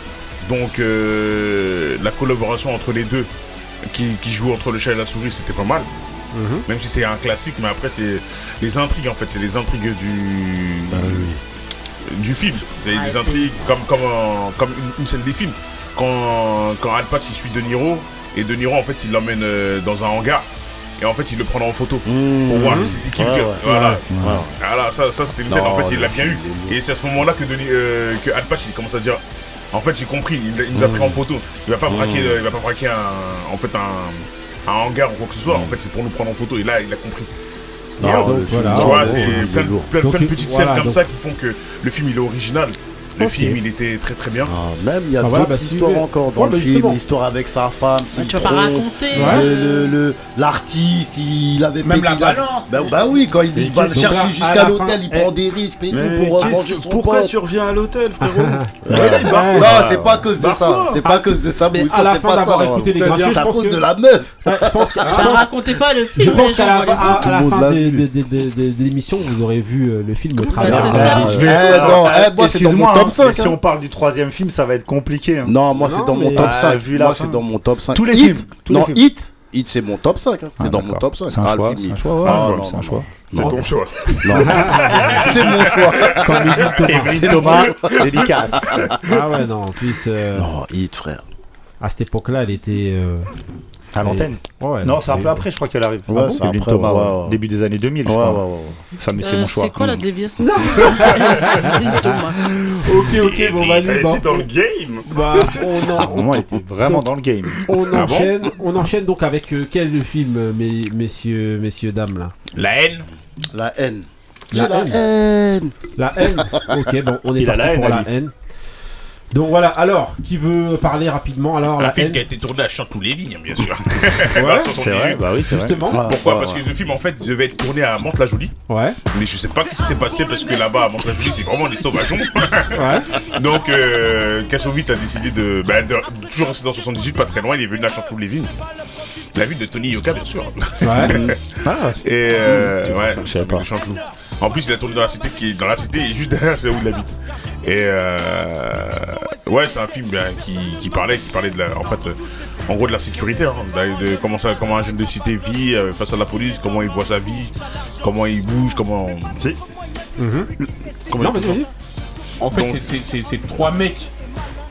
Donc, euh, la collaboration entre les deux, qui, qui joue entre le chat et la souris, c'était pas mal.
Mhm.
Même si c'est un classique, mais après, c'est les intrigues en fait, c'est les intrigues du.
Bah
Du film. C'est
Ouais,
des
c'est-
intrigues comme, comme, en- comme une, une scène des films. Quand, quand Al Pacino, il suit De Niro, et De Niro en fait il l'emmène euh, dans un hangar, et en fait il le prend en photo pour voir
Mhm.
c'est qui le
Ouais,
gars.
ouais.
Voilà.
Ouais, ouais.
Voilà, ça, ça c'était une scène
Non,
en fait il l'a
non,
bien eu. Et c'est à ce moment-là que, De Ni- euh, que Al Pacino, il commence à dire. En fait, j'ai compris, il, il nous a pris
Mhm.
en photo. Il va pas
Mhm.
braquer, euh, il va pas braquer un, en fait un, un hangar ou quoi que ce soit. En fait, c'est pour nous prendre en photo. Et là, il a compris.
Non,
Et
donc,
le film,
voilà,
tu
en
vois,
gros,
c'est
c'est
plein,
du
plein-
lourd.
plein
Donc,
de petites
voilà,
scènes comme
donc-
ça qui font que le film il est original. Le
Ok.
film il était très très bien.
Même il y a
Ah, voilà,
d'autres
bah, si
histoires
vous voulez.
encore dans
Ouais,
le
bah,
film,
justement.
l'histoire avec sa femme.
Ouais,
qui
Bah, tu vas pas
trompe,
raconter,
le-
Ouais.
le- le- L'artiste, il avait
Même la
il avait-
balance.
Bah, bah oui, quand il,
Et
va
qui
le
sont
chercher
là à
jusqu'à
la
l'hôtel, il
fin.
eh,
prend des risques et tout
Mais
pour
qu'est-ce
arranger
que-
son
pourquoi
pote.
tu reviens à l'hôtel, frérot
Ouais,
Vas-y, barre-toi.
Non, c'est pas à cause de ça.
Barre-toi.
C'est pas à cause de ça.
Mais
Moussa,
à la
c'est pas
fin
ça,
d'avoir
normalement.
écouté les grincheux,
C'est à
Oh, je pense
cause
que-
de la meuf.
Ça racontait pas le film.
Je
les
pense
gens
qu'à la,
vont aller
à-
voir.
à la
Tout le monde
fin
l'a
des-
vu.
des- des- des- des- des émissions, vous aurez vu euh, le film au travers.
c'est
de-
ça
de-
Ah, Je vais-
Eh,
euh,
non, eh, moi, c'est dans mon
Excuse-moi,
top
hein,
5,
mais si
hein.
on parle du troisième film, ça va être compliqué. hein.
Non, moi c'est dans mon
mais-
top
Ah,
5.
vu la
Moi
fin.
c'est dans mon top 5.
Tous les
Hit.
films, tous les
Non,
films.
Hit. Hit c'est mon top 5. hein. C'est dans mon top 5.
C'est un
Ah, le
choix,
film,
c'est un
Hit.
choix, ouais,
Ah,
ouais,
non,
c'est
non,
un
non.
choix.
Non.
C'est ton choix.
Non. c'est mon choix.
Comme Evelyne Thomas.
C'est mon-
Dédicace. Ah ouais, non, en plus. Non,
Hit, frère.
À cette époque-là, elle était. euh,
À l'antenne
elle- Ouais,
Non,
elle
c'est un
était-
peu après, je crois qu'elle arrive.
Ouais, c'est
Evelyne
après,
Thomas,
ouais,
ouais.
ouais.
Début des années 2000, je
Ouais,
crois.
ouais, ouais, ouais.
Fameux, c'est
Euh,
mon choix.
C'est quoi la
Mm.
déviation
Ok, ok, bon, vas-y.
Elle
bon.
était dans le
game
Bah,
Oh
on en-
À un moment, elle était vraiment dans le game.
On
Ah bon
enchaîne, on enchaîne donc avec euh, quel film, euh, mes, messieurs, messieurs, dames là
La haine.
La haine.
La haine.
haine.
La haine. Ok, bon, on est
Il a
parti
la haine,
pour la
Ali.
haine. Donc voilà. Alors, qui veut parler rapidement Alors,
un
la
film
haine.
qui a été tourné à Chantou
hein,
Lévy, bien sûr.
Ouais, c'est vrai, bah oui, c'est vrai. Justement.
Pourquoi
Ouais,
Parce
ouais.
que le film, en fait, devait être tourné à Mantes-la-Jolie.
Ouais.
Mais je sais pas ce qui s'est passé parce que là-bas, à Mantes-la-Jolie, c'est vraiment des sauvageons. Donc, euh, Kassovitz a décidé de, bah, de- Toujours rester dans 78, pas très loin, il est venu à Chantou-Lévy. La ville de Tony Yoka, bien sûr.
Ouais.
Et euh,
Mmh.
ouais, je de Chanteloup. En plus, il a tourné dans la cité qui est dans la cité et juste derrière, c'est où il habite. Et euh, ouais, c'est un film ben, qui, qui parlait, qui parlait de la, en fait, euh, en gros de la sécurité, hein, de, de comment ça, comment un jeune de cité vit euh, face à la police, comment il voit sa vie, comment il bouge, comment. Mm-hmm. Si.
Non, mais vas-y. En fait, c'est- c'est- c'est c'est trois mecs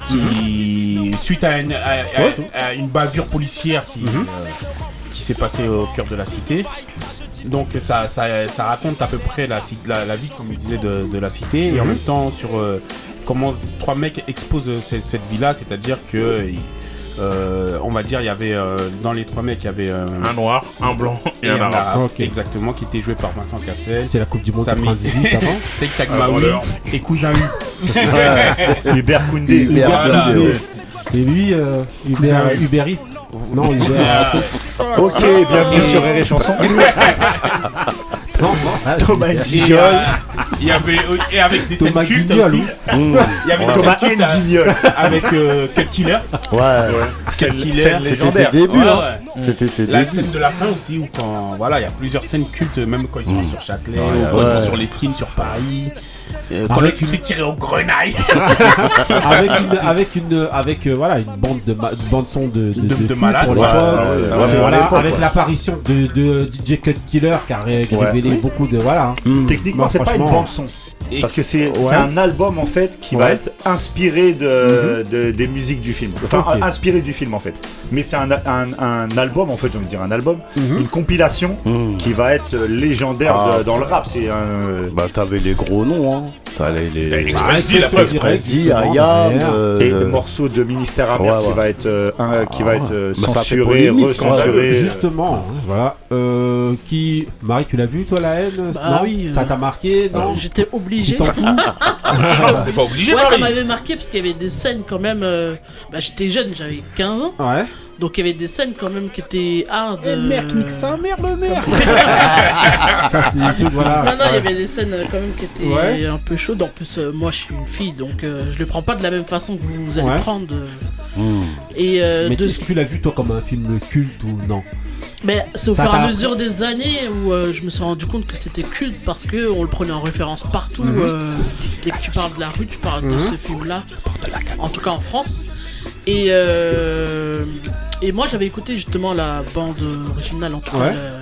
qui, suite à une, à- à-
Mhm. Ouais. Mhm.
à une bavure policière qui, euh, qui s'est passée au cœur de la cité, donc ça, ça, ça raconte à peu près la, ci- la, la vie, comme il disait, de, de la cité, et en
Mhm.
même temps sur euh, comment trois mecs exposent euh, cette, cette vie-là, c'est-à-dire que, euh, on va dire, il y avait euh, dans les trois mecs, il y avait euh,
un noir, un blanc et un arabe. Ok.
exactement, qui était joué par Vincent Cassel.
C'est la Coupe du Monde
Samy-
98 avant.
Seik
Un
Takmaoui
voleur.
et Cousin U.
Ouais.
Hubert Koundé. Hubert
Voilà.
Koundé, ouais.
C'est lui, euh,
Ça
Hubert,
arrive.
Hubert Eats. Non, Hubert.
Ah.
Ok, bienvenue sur Rire et Chanson. Thomas
Et,
Guignol.
euh, Il y avait euh, et avec des scènes
Thomas
cultes
Guignol,
aussi.
hein.
ou-
Il y avait des
Thomas
scènes cultes
N. Guignol.
avec euh, Cut Killer.
Ouais.
Cut
Scène-
Killer.
scène C'était ses légendaire. débuts, hein. C'était ses
La
débuts.
scène de la fin aussi où quand voilà, il y a plusieurs scènes cultes même quand ils sont sur Châtelet, ou
Mm. Ouais,
quand ils
ouais.
sont sur les skins sur Paris. euh, quand
Avec
l'autre il se fait tirer au grenaille.
avec une, avec une, avec euh, voilà une bande de ma- une bande son de de, de fous
malades.
pour
Ouais,
l'époque.
ouais, ouais,
Euh,
ouais,
voilà,
pour l'époque,
avec
ouais.
l'apparition de, de DJ Cut Killer qui a, ré- qui a
Ouais.
révélé
Oui.
beaucoup de voilà. hein.
Techniquement,
Bah,
c'est pas une
franchement,
bande son.
Et-
Parce que c'est
Ouais.
c'est un album en fait qui va
Ouais.
être inspiré de, Euh,
Mhm.
de- des musiques du film. Enfin,
Ok.
inspiré du film en fait. Mais c'est un, un- un album en fait, j'ai envie de dire un album, une compilation qui va être euh, légendaire de- dans le rap. C'est un.
Ah. Bah t'avais les gros noms, hein. T'as les. les...
Express
Bah, Express D, Ayam, euh,
et le morceau de Ministère Amer
ouais,
qui
ouais.
va être, euh, un- qui va être euh,
Bah, ça fait
censuré,
polémique, scandaleux.
Euh,
recensuré.
Justement, hein, voilà. Euh, qui... Marie, tu l'as vu, toi, la haine
Bah
Non
oui,
Ça
euh,
t'a marqué Non
J'étais obligé.
Tu t'en fous
Non,
Ah, t'es pas obligé,
Ouais, ça
Marie.
m'avait marqué parce qu'il y avait des scènes quand même. euh, Bah, j'étais jeune, j'avais 15 ans.
Ouais.
Donc il y avait des scènes quand même qui étaient hard. euh,
Eh, merde, nique
ça, merde, merde.
voilà.
Non, non, il y
Ouais.
avait des scènes euh, quand même qui étaient
Ouais.
un peu chaudes. En plus, euh, moi, je suis une fille, donc euh, je le prends pas de la même façon que vous, vous allez
Ouais.
prendre. euh. Et euh,
Mais
de-
est-ce que tu l'as vu, toi, comme un film culte ou non
Mais c'est au
Ça
fur et
t'a
à
appris-
mesure des années où euh, je me suis rendu compte que c'était culte parce que on le prenait en référence partout.
Mhm.
euh, dès que tu parles de la rue, tu parles de
Mhm.
ce film-là. En tout cas en France. Et euh, et moi j'avais écouté justement la bande originale en tout cas.
Ouais.
euh,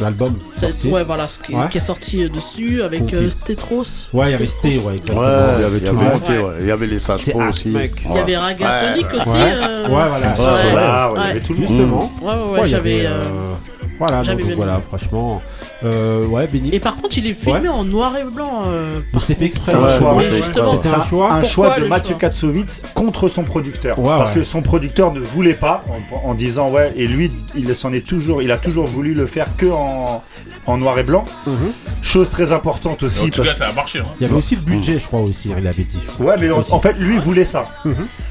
L'album
cette-
sorti.
ouais voilà ce qui,
Ouais.
qui est sorti euh, dessus avec
Compil-
euh, Stetros.
Ouais, il y avait
Stetros.
Sté, ouais, exactement.
Ouais, il y
Il
avait
y
tout le
avait-
monde,
Ouais.
ouais. Il y avait les Saspro aussi.
Il y avait Ragasonic aussi.
Ouais.
euh, Hmm.
Ouais, voilà.
Ouais, ouais,
Solar,
Ah, ouais, il y avait tout le monde.
Justement.
Ouais, ouais, ouais,
il y avait,
j'avais,
euh,
euh,
Voilà,
j'avais
donc
bien
voilà,
aimé.
franchement. Euh, ouais, Benny.
Et par contre, il est filmé
Ouais.
en noir et blanc. euh,
Mais C'était fait exprès.
C'est un
ouais,
choix.
ouais,
Ouais.
C'était un
C'est
choix.
un
Pourquoi
choix de
le
Mathieu Katsovitz contre son producteur. Parce
ouais.
que son producteur ne voulait pas, en, en disant ouais, et lui, il s'en est toujours, il a toujours voulu le faire que en, en noir et blanc.
Mhm.
Chose très importante aussi.
En tout
parce-
cas, ça a marché. hein.
Il y avait aussi le budget, je crois aussi, hein, il avait dit.
Ouais, mais en,
Aussi. Mhm.
en fait, lui voulait ça.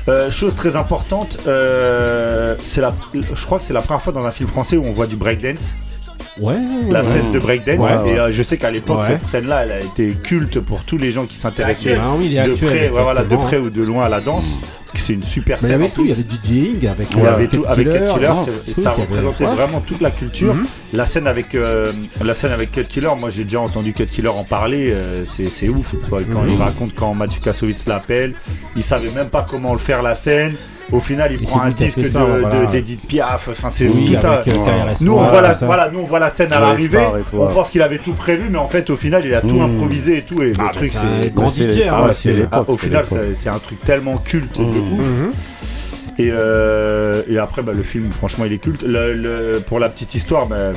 Euh, chose très importante, euh, c'est la, je crois que c'est la première fois dans un film français où on voit du breakdance.
Ouais.
La
ouais.
scène de breakdance.
Ouais.
Et euh, je sais qu'à l'époque,
Ouais.
cette scène-là, elle a été culte pour tous les gens qui s'intéressaient
Ah oui, il est
de,
actuel,
près, ouais, voilà, de
exactement.
près ou de loin à la danse. Parce que c'est une super
Mais Bah, il y
scène.
avait tout, il y avait DJing avec
Il y
euh,
avait
Cat
tout avec Cat Killer,
dans ce
c'est-
truc,
ça
il y avait-
représentait
ouais.
vraiment toute la culture.
Mhm.
La scène avec euh, la scène avec Cut Killer, moi j'ai déjà entendu Cut Killer en parler, euh, c'est c'est ouf. quoi. Quand
Mhm.
il raconte quand Mathieu Kassovitz l'appelle, il savait même pas comment le faire la scène. Au final, il
Il
prend
s'est
un
dit,
disque
qu'est-ce que
de,
ça, voilà.
de- d'Edith Piaf. Enfin, c'est
Oui,
tout
avec,
un-
euh, KRS-One,
Nous, on voit la,
ça.
voilà, nous, on voit la scène à
Ouais,
l'arrivée.
Star et tout,
On
ouais.
pense qu'il avait tout prévu, mais en fait, au final, il a tout
Mhm.
improvisé et tout. Et
Ah,
le
bah,
truc,
c'est
c'est
un grand
c'est-
DJ, hein.
ah ouais,
Ouais,
c'est-
c'est l'époque,
Au
c'est
final,
l'époque.
c'est- c'est un truc tellement culte. de
Mhm.
ouf. Et, euh, et après, bah, le film, franchement, il est culte. Le- le- pour la petite histoire, bah,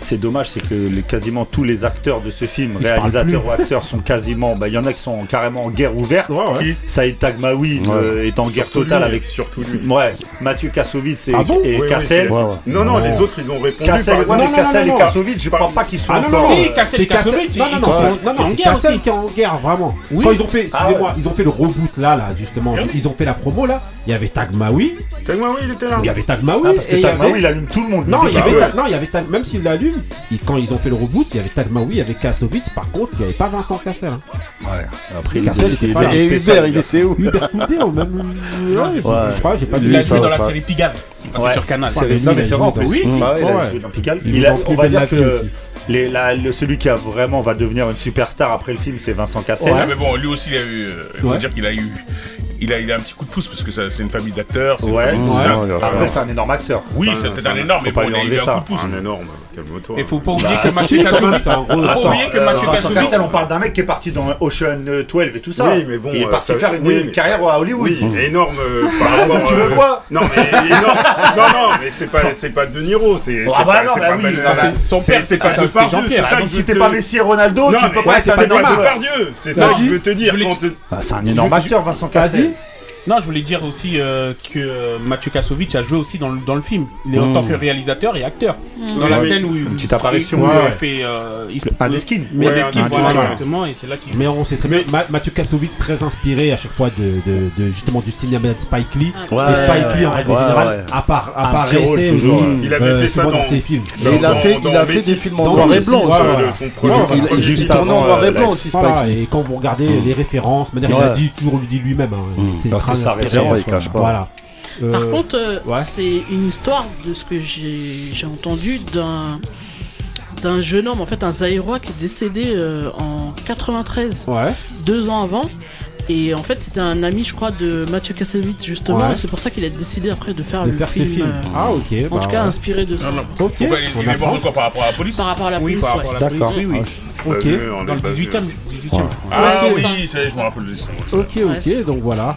c'est dommage, c'est que les- quasiment tous les acteurs de ce film,
Ils se
réalisateurs
parlent
ou acteurs, sont quasiment. bah, Il y en a qui sont carrément en guerre ouverte.
Qui
Saïd Tagmaoui euh, est en guerre
Surtout
totale
lui,
avec.
surtout lui.
Ouais, Mathieu Kassovitz et,
Ah bon
et
Oui, oui,
Cassel.
c'est- Ouais, ouais. Non, non, les autres, ils ont répondu,
Cassel,
par
ouais,
exemple.
mais
Non, non,
Cassel
non,
et
non.
Kassovitz, je pense pas qu'ils sont
Ah non, non,
encore. euh,
si, Cassel et
C'est Cassel-
Kassovitz,
Non,
ils-
non,
ils-
non, c'est-
ouais.
non, non,
En
c'est
guerre
Cassel
aussi.
qui est en guerre, vraiment.
Oui.
Quand ils ont fait,
Ah
excusez-moi,
ouais.
ils ont fait le reboot là, là, justement. Ils ont fait la promo là. Il y avait Tagmaoui.
Tagmaoui, il était là.
Il y avait Tagmaoui.
Ah, parce que
et il y
Tagmaoui,
avait-
il allume tout le monde.
Non,
Lui,
il y
bah
avait,
ouais.
Tag- non, il y avait Tag- même s'il l'allume, il- quand ils ont fait le reboot, il y avait Tagmaoui, il y avait Kassovitz. Par contre, il n'y avait pas Vincent Cassel. hein.
Après, il
Cassel
était-
était
il
pas là.
était- Et Hubert, il était où
Hubert Coudé, au même. Ouais, je-
Ouais.
Je crois, j'ai pas
Lui,
vu.
il a joué dans la
ça-
série Pigalle,
qui passait sur Canal.
Série-
Mmh.
non, mais c'est vrai en plus.
Oui,
Bah ouais, il a
ouais.
joué dans Pigalle.
Il
Il
joue
a-
dans
on
Plus
va
belle
dire
la
que
vie aussi.
les- la- le- celui qui a vraiment va devenir une superstar après le film, Ah, c'est Vincent Cassel.
Ouais, mais bon, lui aussi, il a eu. euh, Il faut
Ouais.
dire qu'il a eu. Il a, il a un petit coup de pouce parce que ça- c'est une famille d'acteurs. c'est une
Ouais,
famille de
ouais.
ça.
Après, c'est un énorme acteur.
Oui,
Enfin,
c'était
c'est
un
un-
énorme, mais
faut pas
bon,
lui
il a eu
enlever
un
ça.
coup de pouce.
Un énorme, calme-toi.
Et faut pas
Bah,
oublier que Mathieu Kassovitz. Faut
Attends,
pas oublier que
euh,
Mathieu
Vincent
Kassovitz.
Cassel, on parle d'un mec qui est parti dans Ocean euh, 12 et tout ça.
Oui, mais bon.
il est
euh,
parti
ça-
faire une,
oui,
une
mais
carrière
ça-
à Hollywood.
Oui, énorme. euh,
Bah,
par rapport,
tu veux
euh,
quoi
Non, mais énorme. Non, non, mais c'est pas, c'est pas De Niro. C'est,
Ah bah
c'est pas-
non,
c'est
bah
pas
oui,
Manu-
bah c'est- son
c'est-
père,
c'est pas
c'était
Depardieu,
Jean-Pierre.
c'est ça
Donc,
que
si
je
t'es
te-
pas Messi et Ronaldo,
Non,
tu
mais
peux pas
ouais,
être
c'est
un
pas
énorme joueur.
Depardieu. C'est ça que je veux te dire. quand te-
c'est un énorme acteur, Vincent Cassel.
Non, je voulais dire aussi euh, que euh, Mathieu Kassovitz a joué aussi dans le, dans le film. Il est en
Mm.
tant que réalisateur et acteur.
Mm.
Dans la
Oui.
scène où il
Une petite
où
apparition,
il
ouais.
fait euh, il-
Un des skins.
Mais
Ouais,
des
un
skins,
des
voilà,
skins.
exactement, et c'est là qu'il
Mais on sait très bien, Ma- Mathieu Kassovitz très inspiré à chaque fois de, de- de- justement du cinéma de Spike Lee.
Ah, Ouais,
et Spike Lee en
ouais,
règle
ouais,
générale
ouais.
appara-
Un petit
apparaissait
rôle,
aussi.
toujours, ouais.
euh,
Il avait fait ça
souvent
dans-
ses films.
Et il a fait, il a fait des films en
Dans
noir et
Métis,
blanc.
ouais,
aussi.
voilà.
Il-
Ouais,
il-
voilà.
il- il tournait en noir et blanc aussi, Spike
Voilà,
Lee. Mm.
Et quand vous regardez les références, manière, il
Ouais.
a dit toujours lui dit lui-même. hein, c'est
Bah,
très
c'est sa
inspiré,
référence,
ouais.
il cache pas.
Voilà. Euh,
Par contre, euh,
ouais.
c'est une histoire de ce que j'ai j'ai entendu d'un d'un jeune homme, en fait un Zaïrois qui est décédé euh, en 93,
Ouais.
deux ans avant. Et en fait, c'était un ami, je crois, de Mathieu Kassovitz, justement.
Ouais.
et C'est pour ça qu'il a décidé après de faire
De
le
faire ses
film.
films.
euh,
Ah, ok,
En
bah,
tout cas,
ouais.
inspiré de ça.
Non, non. Pourquoi il-
on
Il est mort
apprend.
de quoi par rapport à la police
Par rapport à la
Oui,
police,
par rapport à la police.
D'accord.
Oui, oui.
Ah, Ok.
Dans le 18ème.
euh.
18
Ouais.
Ah
Ouais, c'est
oui, ça y est, je me rappelle de ça.
Ok, ok, donc voilà.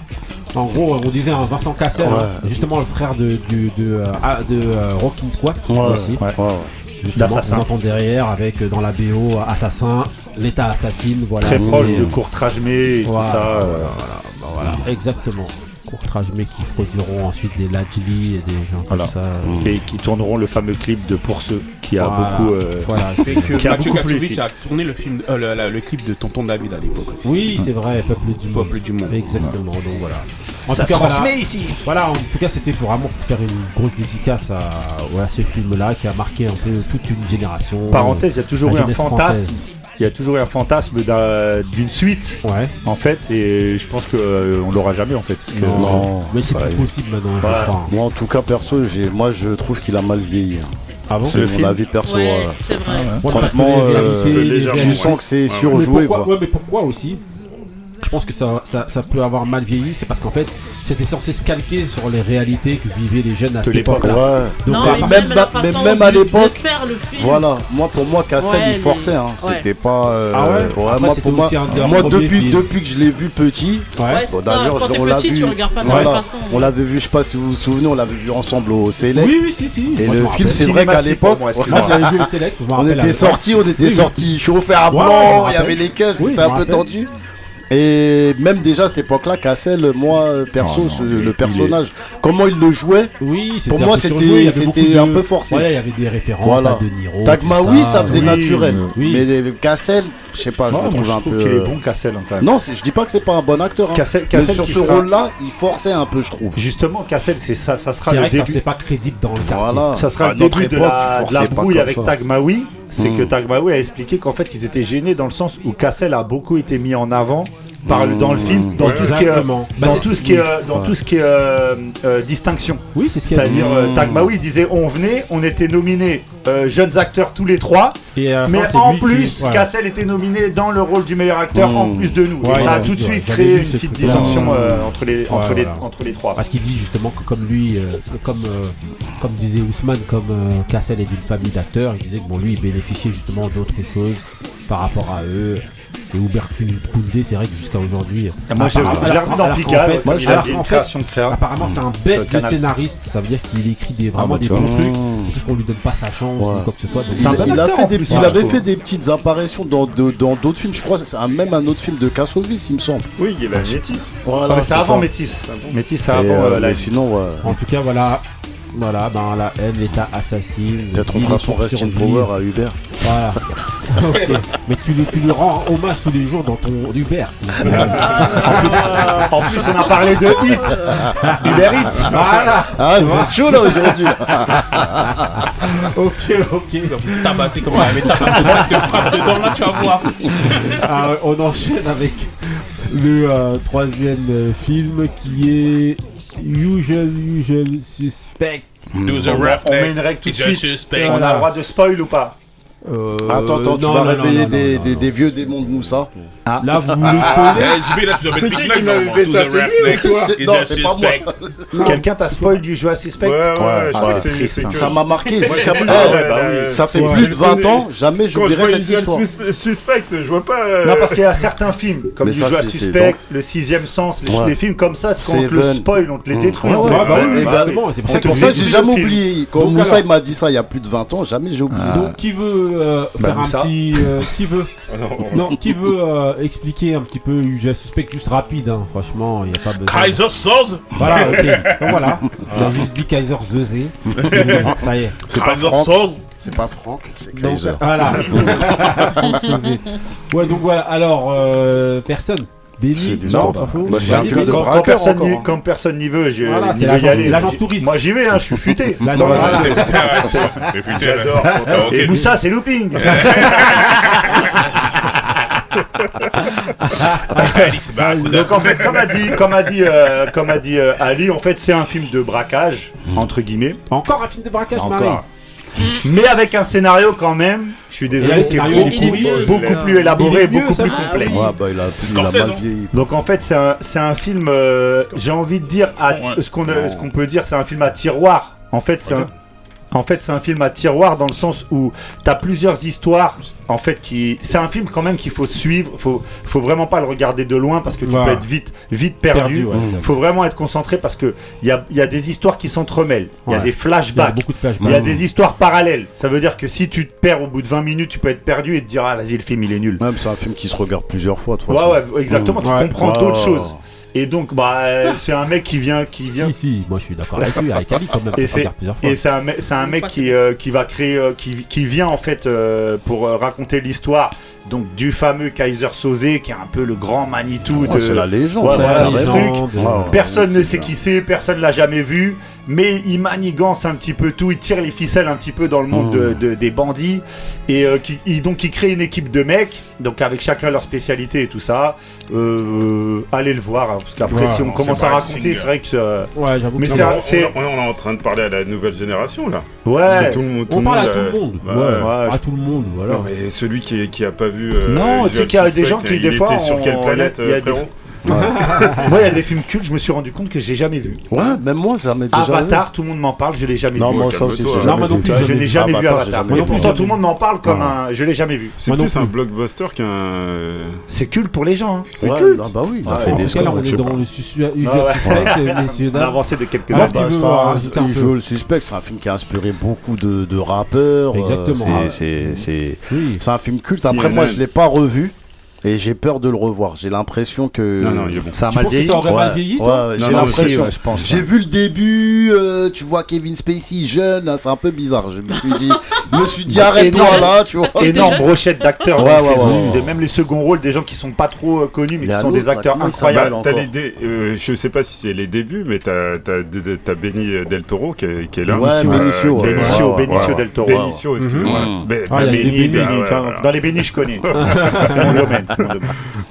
En gros, on disait hein, Vincent Cassel,
Ouais.
hein, justement le frère de, du- de, euh, ah, de, euh, Rockin' Squat
Ouais,
aussi.
ouais, ouais,
Justement,
D'Assassin.
on entend derrière avec euh, dans la BO Assassin, l'état assassine, voilà.
Très proche de
court
Courtrajmé et tout
Voilà,
ça. euh.
voilà, voilà, bah voilà, exactement. Courtrajmé qui produiront ensuite des Lajili et des gens
Voilà.
comme ça.
euh,
Et qui tourneront le fameux clip de Pour ceux qui a
Voilà.
beaucoup. euh,
Voilà.
Et que
qui a
Mathieu
beaucoup plu
Kassovitz
ici.
a tourné le, film, euh, le, la- le clip de Tonton David à l'époque aussi.
Oui, c'est vrai, Peuple du Monde.
Peuple du Monde.
Exactement, donc voilà.
Ça transmet
ici. Voilà, en tout cas, c'était pour amour pour faire une grosse dédicace à, ouais, à ce film-là qui a marqué un peu toute une génération. euh,
Parenthèse, il y a toujours eu
La
un
jeunesse
fantasme.
française.
Il y a toujours eu un fantasme d'un- d'une suite, en fait, et je pense qu'on l'aura jamais, en fait. parce que-
Non. Mais c'est plus
possible maintenant,
Ouais. Moi, en tout cas, perso, j'ai- moi, je trouve qu'il a mal vieilli. hein.
Ah bon
c'est
Le
mon
film
avis perso.
Ouais,
ouais.
c'est vrai.
Ah ouais.
Ouais, parce
Franchement,
que les
euh,
réalités, les
tu
réalités-
sens que c'est
Ouais, ouais.
surjoué.
Mais pourquoi,
quoi.
ouais, mais pourquoi aussi Je pense que ça, ça, ça peut avoir mal vieilli, c'est parce qu'en fait, c'était censé se calquer sur les réalités que vivaient les jeunes à
De
cette
l'époque,
époque-là.
ouais.
Donc,
Non,
euh,
mais même la façon
mais
de- de
faire
faire le film. Voilà. Moi, pour moi, Cassel, il forçait, hein. C'était pas, euh,
Ah ouais
ouais,
Après,
moi,
c'était
pour moi-
aussi un des
moi,
premiers
depuis-
films.
depuis que je l'ai vu petit,
Ouais,
bon,
c'est ça,
d'ailleurs,
quand t'es
on l'a
petit,
vu-
tu regardes pas de la même
voilà,
façon.
on l'avait vu, je sais pas si vous vous souvenez, on l'avait vu ensemble au Select.
Oui, oui, si, si.
Et
Moi, je
le
me
film,
rappelle.
c'est vrai
Cinéma,
qu'à
c'est pour
l'époque,
moi, excuse-moi.
voilà.
Moi, je l'avais vu au Select, je me
on
rappelle,
était
à-
sortis, on
Oui,
était
oui.
sortis chauffés à
Ouais, ouais, je me
blanc, il y avait
rappelle.
les keufs,
Oui,
c'était
je
un
me
peu
rappelle.
tendu. Et même déjà à cette époque-là, Cassel, moi euh, perso,
non,
ce-
il- il
le
est-
personnage, comment il le jouait,
Oui,
pour
c'était un
moi
peu surjoué, il y
c'était
avait
c'était
beaucoup
un
de-
peu forcé.
Voilà, il y avait des références à De Niro,
Tagmaoui,
tout
ça,
ça,
faisait
oui,
naturel.
oui.
Mais euh, Cassel, je sais pas, je
Ouais,
le
moi,
trouve
je
un
trouve
peu.
qu'il est
euh,
bon, Cassel, hein, quand même.
Non, c'est- je dis pas que c'est pas un bon acteur. hein.
Cassel-
Mais
Cassel
sur
qui
ce
sera-
rôle-là, il forçait un peu, je trouve.
Justement, Cassel, c'est ça, ça sera
C'est
le
vrai que ça
début.
faisait
pas crédible dans le
Voilà.
Ça sera
À
le
notre
début de
époque,
la,
tu
de la
forçais pas
brouille
comme
avec
ça.
Tagmaoui. C'est
Mm.
que Tagmaoui a expliqué qu'en fait, ils étaient gênés dans le sens où Cassel a beaucoup été mis en avant par, le- dans le film, dans
Ouais.
tout ce qui est, euh,
Exactement. Bah,
dans
c'est-
tout ce qui est, euh,
oui.
dans
Ouais.
tout ce qui est, euh, euh, distinction.
Oui, c'est ce qu'il y a-
C'est-à-dire, euh,
Mm.
Tagmaoui disait on venait, on était nominés euh, jeunes acteurs tous les trois.
Et à la
mais
fin, c'est
en
lui qui-
plus,
voilà.
Cassel était nominé dans le rôle du meilleur acteur
Mm.
en plus de nous. Et
Ouais,
ça a
ouais,
tout de
ouais,
suite
j'avais
créé
vu
une
ce
petite
truc-là.
dissenction euh,
Ouais,
entre les entre les
voilà.
entre les trois.
Parce qu'il dit justement que comme lui, euh, comme, euh, comme disait Ousmane, comme euh, Cassel est d'une famille d'acteurs, il disait que bon, lui, il bénéficiait justement d'autres choses par rapport à eux. Et Hubert Koundé, c'est vrai que jusqu'à aujourd'hui.
Ah, moi, j'ai-
apparemment-
je l'ai
alors-
revu dans
alors qu'en
Pigalle,
fait-
moi, je l'ai
alors
revu
qu'en
une
fait,
création de créa.
Apparemment, c'est un
Euh,
bête de
Canal.
scénariste. Ça veut dire qu'il écrit des,
Ah,
vraiment
bah,
des
tu vois.
bons trucs.
Mmh.
C'est qu'on lui donne pas sa chance
Ouais.
ou quoi que ce soit. donc
Il,
est-
il a fait des,
plus,
il
ouais, je
avait
trouve.
fait des petites apparitions dans de- dans d'autres films. Je crois que c'est un- même un autre film de Kassovitz, il me semble.
Oui, il est métis.
Voilà,
Ah, mais c'est avant
ça.
Métis. Métis, c'est
Et,
avant
euh,
euh, la
mais sinon, ouais.
En tout cas, voilà. Voilà, ben la haine, l'état assassine.
Peut-être on
il
fera
est
son
pour
Rest in
survivre.
Power à Hubert.
Voilà. Ok. Mais tu, lui- tu lui rends hommage tous les jours dans ton Hubert.
Ah,
En plus, on a parlé de Hit. Hubert Hit.
Voilà.
Ah, vous êtes chaud là aujourd'hui.
ok, ok.
Tabassé comme on avait tabassé. Moi, je te frappe dedans, là, tu vas voir.
Ah, ouais, on enchaîne avec le euh, troisième euh, film qui est Usual Usual Suspect.
Do the
On-
rough
on
neck.
met une règle
tout de
It's a
suite.
suspect.
On a le droit de spoil ou pas
Euh,
Attends, attends, tu
non,
vas
non, non,
réveiller
non,
des, des- des vieux démons de Moussa.
Ah. Là, vous voulez
Eh, JB, là, tu dois mettre Big Mac dans mon- to the Roughneck. Is a suspect.
Quelqu'un t'a spoil du jeu ah, à suspect
Ouais, ouais, ouais, je crois que c'est- c'est
hein.
que-
Ça m'a marqué
Moi,
jusqu'à
j'ai
Eh,
toujours-
Ah,
ouais,
bah
ouais,
oui. Ça fait
ouais.
plus de 20 ans, jamais
Quand je
j'oublierai
vois
cette
Usual
histoire.
Sus- Suspect, je vois pas. euh,
Non, parce qu'il y a certains films, comme
Mais
du
ça,
jeu à
c'est- c'est
suspect,
donc-
le sixième sens, les,
Ouais.
les films comme ça, quand on te le
Seven.
spoil, on te les
Mm.
détruit.
Ouais,
en
ouais,
fait.
bah
Ouais,
oui,
bah,
bah,
bon,
c'est
on te
pour ça que j'ai
oublie
jamais
le film.
oublié. Quand
Donc,
Moussa
alors-
il m'a dit ça il y a plus de 20 ans, jamais j'ai oublié.
Ah. Donc qui veut euh,
Ah. Bah,
faire un
Moussa.
petit euh, qui veut
Ah non.
non qui veut euh, expliquer un petit peu Usual Suspect juste rapide hein, franchement il n'y a pas besoin de-
Kaiser Soze
Voilà, ok. Donc voilà. Il a juste dit Kaiser Zeuze. Ça y est.
Ah. C'est pas
Kaiser
Franck.
Soze
C'est pas Franck, c'est
Donc, euh,
Kaiser.
Voilà. Franck Zeuzé. ouais, donc voilà. Alors, euh, personne. Béni.
Non,
pas faux.
bah,
Vas-y, Béni.
quand, quand personne n'y- quand personne n'y veut, je
Voilà,
n'y
c'est
vais y
l'agence-
aller.
l'agence touriste.
Moi j'y vais, hein, je suis futé.
L'agence-
Voilà.
voilà.
Mais futé,
J'adore.
là. Ah,
Et
Ok.
Moussa, c'est looping. Donc en fait, comme a dit, comme a dit, euh, comme a dit euh, Ali, en fait, c'est un film de braquage entre guillemets.
Encore un film de braquage, Marie.
Encore. Mais avec un scénario quand même, je suis
Et là, le
désolé, qui est
scénario,
beaucoup,
il est mieux,
beaucoup
celui-là.
plus
Il
élaboré,
est mieux,
beaucoup
ça
plus
va,
complexe.
oui. Ouais,
bah, il a-
C'est il a Scorsese, mal hein.
vieilli.
Donc en fait, c'est un, c'est un film, euh, j'ai envie de dire, à, ce qu'on ce qu'on peut dire, c'est un film à tiroir. En fait, c'est un... En fait, c'est un film à tiroir dans le sens où t'as plusieurs histoires. En fait, qui c'est un film quand même qu'il faut suivre. Faut faut vraiment pas le regarder de loin parce que tu
Voilà.
peux être vite vite perdu.
Perdu, ouais, exact.
faut vraiment être concentré parce que il y a il y a des histoires qui s'entremêlent. Il y a
Ouais.
des flashbacks.
Il y a beaucoup de flashbacks.
Il y a
Mm.
des histoires parallèles. Ça veut dire que si tu te perds au bout de 20 minutes, tu peux être perdu et te dire ah vas-y le film il est nul.
Même c'est un film qui se regarde plusieurs fois. de toute
Ouais,
façon.
ouais, exactement. Tu
Ouais.
comprends
Oh.
Ouais,
d'autres
ouais, ouais.
choses. Et donc, bah, euh, c'est un mec qui vient, qui vient.
Si, si, moi je suis d'accord avec lui, avec Ali quand même,
Et
ça se
c'est,
regarde plusieurs fois.
et c'est un, mec- c'est un mec qui, euh, qui va créer, euh, qui, qui vient en fait euh, pour euh, raconter l'histoire. Donc du fameux Kaiser Soze qui est un peu le grand Manitou
Ouais,
de
Oh, c'est la légende,
Ouais,
c'est
voilà,
la
le truc.
légende. Ouais, ouais,
personne
ouais,
ne
c'est
sait qui c'est, personne l'a jamais vu, mais il manigance un petit peu tout, il tire les ficelles un petit peu dans le monde de- de- des bandits et euh, qui, il- donc il crée une équipe de mecs, donc avec chacun leur spécialité et tout ça. Euh, allez le voir hein, parce qu'après
Ouais,
si on
non,
commence
Oh, c'est
à
pas un
raconter,
singer.
c'est vrai que euh, mais
Non,
c'est un-
mais on-
c'est
on, on est en train de parler à la nouvelle génération là.
Ouais.
Parce que tout le monde,
On parle à tout
euh,
le monde.
bah,
Ouais,
euh,
à tout le monde, voilà.
Non mais celui qui, qui a pas vu. euh,
Non, tu sais
Usual
qu'il y a des gens
Suspect,
qui des
il
fois.
était sur
on-
quelle planète,
il y a- il y a des-
euh, frérot
Ouais. Moi, il y a des films cultes, je me suis rendu compte que j'ai jamais vu.
Ouais, même moi, ça m'est déjà
Avatar,
arrivé.
tout le monde m'en parle, je l'ai jamais
Non,
vu.
moi, ça aussi, Calme-toi, j'ai hein. jamais
moi non
vu.
plus,
Ah,
je
j'ai
n'ai jamais
jamais
vu
vu.
Avatar.
Moi
Et
non plus.
pourtant, tout le monde m'en parle comme
Ouais.
un. Je l'ai jamais vu.
C'est plus un blockbuster qu'un.
C'est culte pour les gens. hein.
C'est culte.
Ah bah oui, il a
Ouais,
fait
en
des
tout cas, là,
scores,
on
je
est
sais
dans
pas.
le susu- usual
Ah ouais.
suspect, euh, messieurs,
On a
dames.
avancé de quelques
Alors,
années.
tu veux
Bah, ça,
Ah, rajouter un peu
Usual Suspect, c'est un film qui a inspiré beaucoup de, de rappeurs. euh,
Exactement.
c'est-
Ah.
c'est- C'est c'est un film culte. Après,
CNN.
moi, je l'ai pas revu. Et j'ai peur de le revoir. J'ai l'impression que
Non, non, il est bon.
ça a
Tu
mal
penses que
vieilli.
ça aurait mal vieilli, toi
Ouais, ouais,
Non,
j'ai
non,
l'impression.
aussi, ouais, je pense, hein.
J'ai
ouais.
vu le début. euh, tu vois Kevin Spacey jeune. là, C'est un peu bizarre. Je me suis dit, je me suis dit, arrête-toi
Énorme-
là. Tu vois.
Énorme brochette d'acteurs.
Ouais,
dans le
ouais,
film.
ouais, ouais.
Et Même les seconds rôles des gens qui sont pas trop euh, connus, mais
y
qui
a
sont des
l'autre, là,
acteurs
comment il
incroyables.
Bah, t'as l'idée, euh, je sais pas si c'est les débuts, mais t'as t'as t'as Benny Del Toro qui est, qui est là.
Ouais, Benicio,
qui est-
Benicio,
ouais,
Benicio
ouais,
Del Toro.
Benicio, excuse-moi.
Mhm.
Be-
Ah, il y a des
Benny,
Benny,
bah,
Benny,
ouais,
quand même.
ouais.
Dans les Benny, je connais. C'est mon domaine, c'est mon domaine.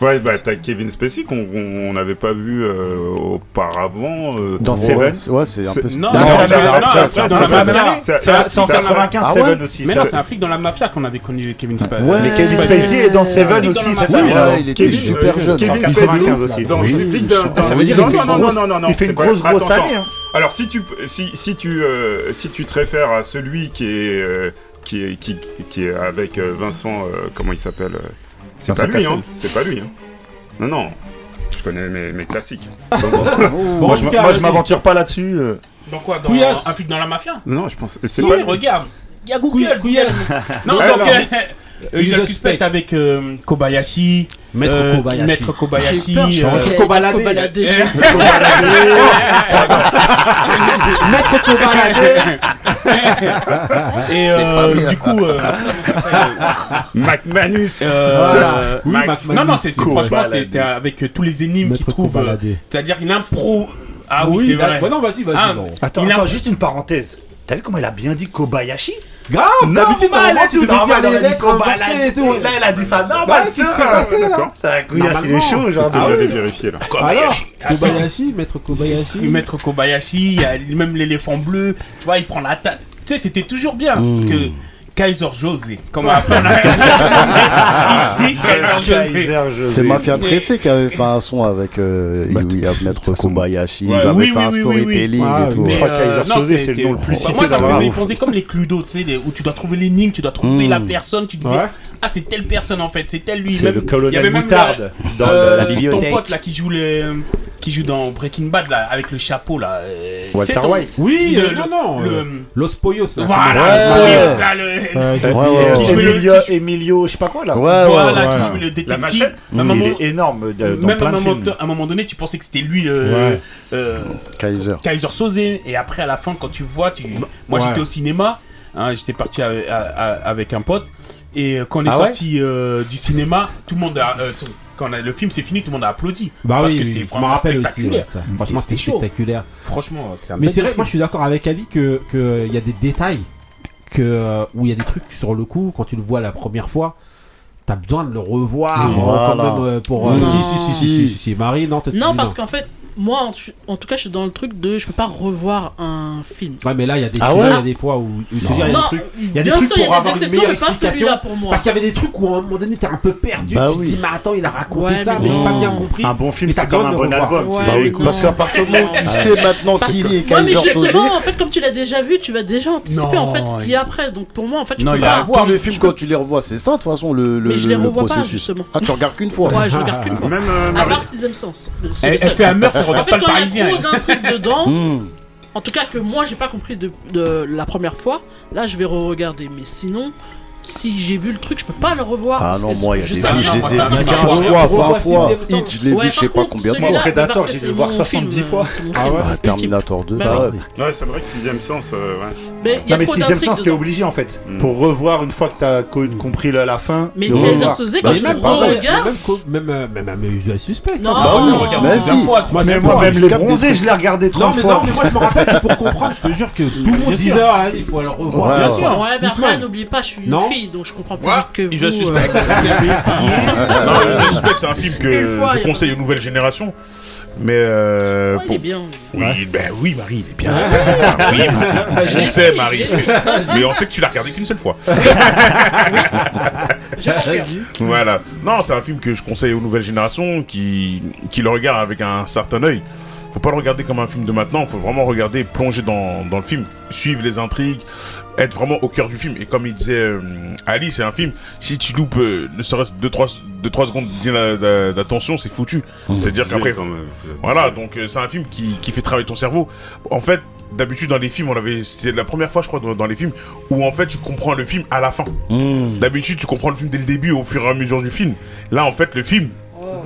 Ouais, bah t'as Kevin Spacey qu'on on- on n'avait pas vu euh, auparavant. euh,
Dans
trop-
Seven Ouais, c'est un peu-
Non,
Non,
non,
non,
non,
c'est-
non,
c'est-
non, non,
c'est- c'est-
non,
c'est-
non,
c'est-
non,
c'est-
c'est-
c'est- c'est-
en 95,
Ah ouais
Seven aussi,
Mais
ça,
non, c'est un
c'est-
flic dans la mafia qu'on avait connu Kevin Spacey.
Ouais. Mais Kevin Spacey est dans Seven
Flic
aussi,
la
cette
mafia.
année-là. Oui, il était
Kevin,
super
euh,
jeune.
Kevin
En
Spacey
95 aussi.
dans
Oui.
Split d'un-
Ah, ça veut dire
non,
qu'il fait
non,
une
non,
grosse-
non, non, non,
il fait
c'est
une
pas-
grosse, grosse
attends,
année, hein.
Alors si tu si si tu euh, si tu te réfères à celui qui est euh, qui est qui, qui est avec euh, Vincent euh, comment il s'appelle euh, C'est
Vincent
pas lui
Cassel.
hein, c'est pas lui hein. Non non. Je connais mes, mes classiques.
Moi, je- moi, je m'aventure pas là-dessus. euh.
Dans quoi Dans
Couillasse.
un flic dans la mafia
Non, je pense.
Si,
C'est pas lui.
regarde. Il y a Google, Google. non,
Ouais,
donc,
non.
euh, euh, il y a le suspect avec euh, Kobayashi.
Maître
euh,
Kobayashi.
Maître Kobayashi.
J'ai peur, je suis en train de Kobalade. Kobalade, je-
Maître Et euh, du coup. euh,
McManus.
Euh,
Oui,
Mac-
Mac-
Non, non,
Manus,
c'est
c'est
franchement,
cobaladé.
c'était avec euh, tous les énigmes qu'il trouve. euh,
cobaladé.
C'est-à-dire une impro. Ah oui,
Oui,
c'est
là-
vrai.
ouais, non, vas-y,
Ah,
Attends,
il a-
attends, juste une parenthèse. T'as vu comment il a bien dit Kobayashi
Grave
D'habitude, normalement, tu devais dire
les
elle a dit
lettres
Kobayashi Bah,
inversées et
et tout. Là, elle a dit ça normal, c'est ça. Ah, Putain, Couillasse, il est chaud aujourd'hui.
Ah oui.
Alors,
Attends.
Kobayashi, maître Kobayashi.
Il- Maître Kobayashi, il y a même l'éléphant bleu, tu vois, il prend la tête. Tu sais, c'était toujours bien.
Hmm.
Parce que Kaiser José, comme on appelle ici, Kaiser José.
C'est Mafia Tressé qui avait fait un son avec euh,
Bah,
Yui, avec Maître Kobayashi.
Ouais.
Ils avaient
Oui,
fait un
oui, oui, oui,
storytelling
oui.
et tout.
Mais,
ouais.
euh, non, c'était- c'était- Moi, ça me faisait penser comme les Cluedo, tu sais, les- où tu dois trouver l'énigme, tu dois trouver
Mm.
la personne, tu disais,
Ouais.
ah, c'est telle personne en fait, c'est telle lui.
C'est
même,
le colonel
il y avait même
Moutarde
la-
dans
euh,
la
Ton
bibliothèque.
pote là qui joue le- qui joue dans Breaking Bad là, avec le chapeau là. euh,
Walter
tu sais, ton-
White. Oui,
le-
euh, non, non,
le-
euh, Los Poyos. là.
Voilà,
Ouais.
Los Poyos, ça, le-
Ouais,
Et
ouais, ouais,
puis,
ouais.
euh, Emilio, Emilio, je sais pas quoi là.
voilà, qui joue le détective. À un
Mm.
moment-
Il est énorme de- dans
même à
plein
un,
de
moment,
films.
à un moment donné, tu pensais que c'était lui le.
Ouais.
euh,
Kaiser.
Kaiser Sosé. Et après, à la fin, quand tu vois, tu...
Bah,
moi
ouais.
j'étais au cinéma, hein, j'étais parti à- à- à- avec un pote, et euh, quand on est
Ah ouais
sorti euh, du cinéma, tout le monde a. euh, tout- Quand on a- le film s'est fini, tout le monde a applaudi.
Bah
parce
oui,
que
oui,
c'était
je m'en
vraiment
rappelle aussi.
spectaculaire.
ouais, ça.
C'était-
Franchement, c'était
c'était chaud.
spectaculaire.
Franchement, euh, c'était un
Mais c'est
bel
vrai que moi, je suis d'accord avec Ali que que il y a des détails que euh, où il y a des trucs sur le coup quand tu le vois la première fois. T'as besoin de le revoir
Oui,
euh, quand
voilà.
même euh, pour. euh,
Non.
si, si, si, si, si, si, si, Marie, non, t'as-
Non,
dis
parce qu'en fait, moi, en, tu- en tout cas, je suis dans le truc de je peux pas revoir un film.
Ouais, mais là, il y a des
Ah
choses,
ouais
il y a des fois où je te
Non.
dis, il y a
Non,
des trucs, il y a des
bien
trucs
sûr, il y a
pour
des
avoir une
exceptions,
meilleure
mais pas celui-là
explication.
pour moi.
Parce qu'il y avait des trucs où à un moment donné, t'es un peu perdu.
Bah
tu
oui.
te dis, mais attends, il a raconté
Ouais,
ça,
mais
mais j'ai pas
non.
bien compris.
Un bon film,
Mais
c'est
ça
comme
donne
un
de
bon
revoir.
album, tu Ouais, vois. oui, parce qu'à partir du moment où tu
Ouais.
sais maintenant
Parce
qui
que-
est
Ouais, mais
Kaiser Soze-
justement, en fait, comme tu l'as déjà vu, tu vas déjà anticiper
Non,
en fait ce qu'il y a après. Donc pour moi, en fait, tu
Non,
peux
il
pas
a tous les films quand tu les revois, c'est ça de toute façon le, le,
Mais je les
le
revois pas,
processus.
justement.
Ah, tu regardes qu'une fois.
Ouais, je regarde
Ah,
qu'une fois.
Même,
euh,
à part sixième sens. Le-
Elle-
le
euh, Eh, elle
seul.
fait un meurtre, elle
En
regarde
fait,
pas le
quand il y
Parisien,
a trop
elle.
d'un truc dedans,
Hmm.
en tout cas que moi j'ai pas compris de, de la première fois, là je vais re-regarder. Mais sinon, si j'ai vu le truc, je peux pas le revoir.
Ah
parce
non,
que
moi, il y a
je
des
sais-
films,
Ah,
je
non,
les ai
moi, ça
vus
m'a
15
marqué.
fois,
Je revois
20 fois.
sixième sens.
Hit, je l'ai
Ouais,
vu,
par
je sais pas
contre,
combien de
celui-là,
fois.
mais parce que c'est mon film, euh, c'est mon
Ah
film.
Ah,
Bah, Terminator 2.
Bah
bah
oui.
ouais.
Ouais, c'est vrai que sixième sens. euh, ouais.
Mais il y
Non
a
mais
trop
sixième
d'intrigues
sens t'es
dedans.
obligé en fait
Mm.
pour revoir une fois que t'as co- compris la, la fin.
Mais
de
Kaiser
revoir.
Soze, quand Bah, tu c'est pas vrai. re-regardes-
Même, co- même, euh, même, même, Usual Suspect.
Non, Bah
Moi,
Ah,
je
non,
le regarde
mais
plusieurs
Bah si.
fois, trois,
Mais
quatre
moi,
fois,
même
je
Les
capte des
Bronzés,
trucs.
je l'ai regardé trois
Non, mais
fois.
Non, mais moi, je me rappelle que pour comprendre, je te jure que tout le monde
Bien
disait,
sûr.
ah, il faut le revoir.
Ouais,
Bien
ouais.
sûr.
Ouais, mais après,
Ousmane.
n'oubliez pas, je suis une
Non.
fille, donc je comprends plus
Ouais,
vite que vous.
Usual Suspect.
euh,
Non, Usual Suspect, c'est un film que
Une fois, il y
je
a-
conseille aux nouvelles générations. Mais euh,
Oh, il est bien.
Oui, ben oui, Marie, il est bien. oui,
Bah, je l'ai
on sait,
dit,
Marie.
je l'ai dit.
Mais on sait que tu l'as regardé qu'une seule fois.
J'ai compris.
Voilà. Non, c'est un film que je conseille aux nouvelles générations qui, qui le regardent avec un certain œil. Faut pas le regarder comme un film de maintenant, faut vraiment regarder, plonger dans, dans le film, suivre les intrigues, être vraiment au cœur du film. Et comme il disait euh, Ali, c'est un film, si tu loupes euh, ne serait-ce 2-3 deux, trois, deux, trois secondes d'a- d'a- d'attention, c'est foutu. C'est-à-dire
Vous êtes
qu'après.
quand même, vous êtes-
Mmh. Voilà, donc euh, c'est un film qui, qui fait travailler ton cerveau. En fait, d'habitude dans les films, on avait c'est la première fois je crois dans, dans les films où en fait tu comprends le film à la fin. D'habitude, tu comprends le film dès le début au fur et à mesure du film. Là, en fait, le film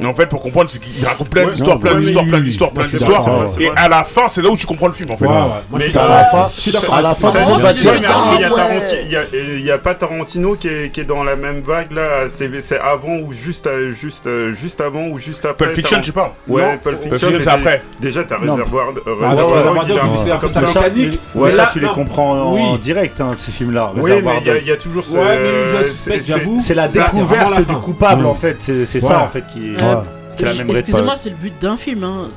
en fait, pour comprendre, c'est qu'il raconte plein
Ouais,
d'histoires,
non,
plein
ouais,
d'histoires,
oui,
plein
oui,
d'histoires,
oui.
plein
Moi, je suis d'accord, hein,
d'histoires.
c'est
Et
vrai.
à la fin, c'est là où tu comprends le film, en fait.
Ouais, ouais. Moi, je
Mais
suis
à
d'accord.
la fin,
euh, Je suis d'accord.
à la fin,
Ouais,
ça nous
mais
va
il y
dire-
a Tarantino-
Ah Ouais.
il y a- Il n'y a, pas Tarantino qui est, qui est dans la même vague là. C'est c'est avant ou juste, euh, juste, euh, juste avant ou juste après.
Pulp Fiction,
Taran-
tu parles
Ouais,
Non.
Pulp
Pulp
Fiction,
Fiction,
mais
c'est
dé-
après.
Déjà, t'as
Non.
Reservoir euh,
Ah,
Reservoir
ouais,
Dogs,
ouais,
il a un-
ouais.
comme ça.
Ouais,
Ouais,
ça, tu les
non.
comprends en,
Oui.
en direct, hein, ces films-là.
Oui,
Reservoir
mais il y a-
Dogs.
il y a toujours ce- Ouais, mais Usual Suspect, c'est- c'est- j'avoue,
C'est la
ça, c'est
découverte
vraiment la
du
fin.
coupable,
Mm.
en fait. C'est c'est
Ouais.
ça, en fait, qui
Ouais.
qui est la même
Excusez-moi,
réponse.
c'est le but d'un film, hein.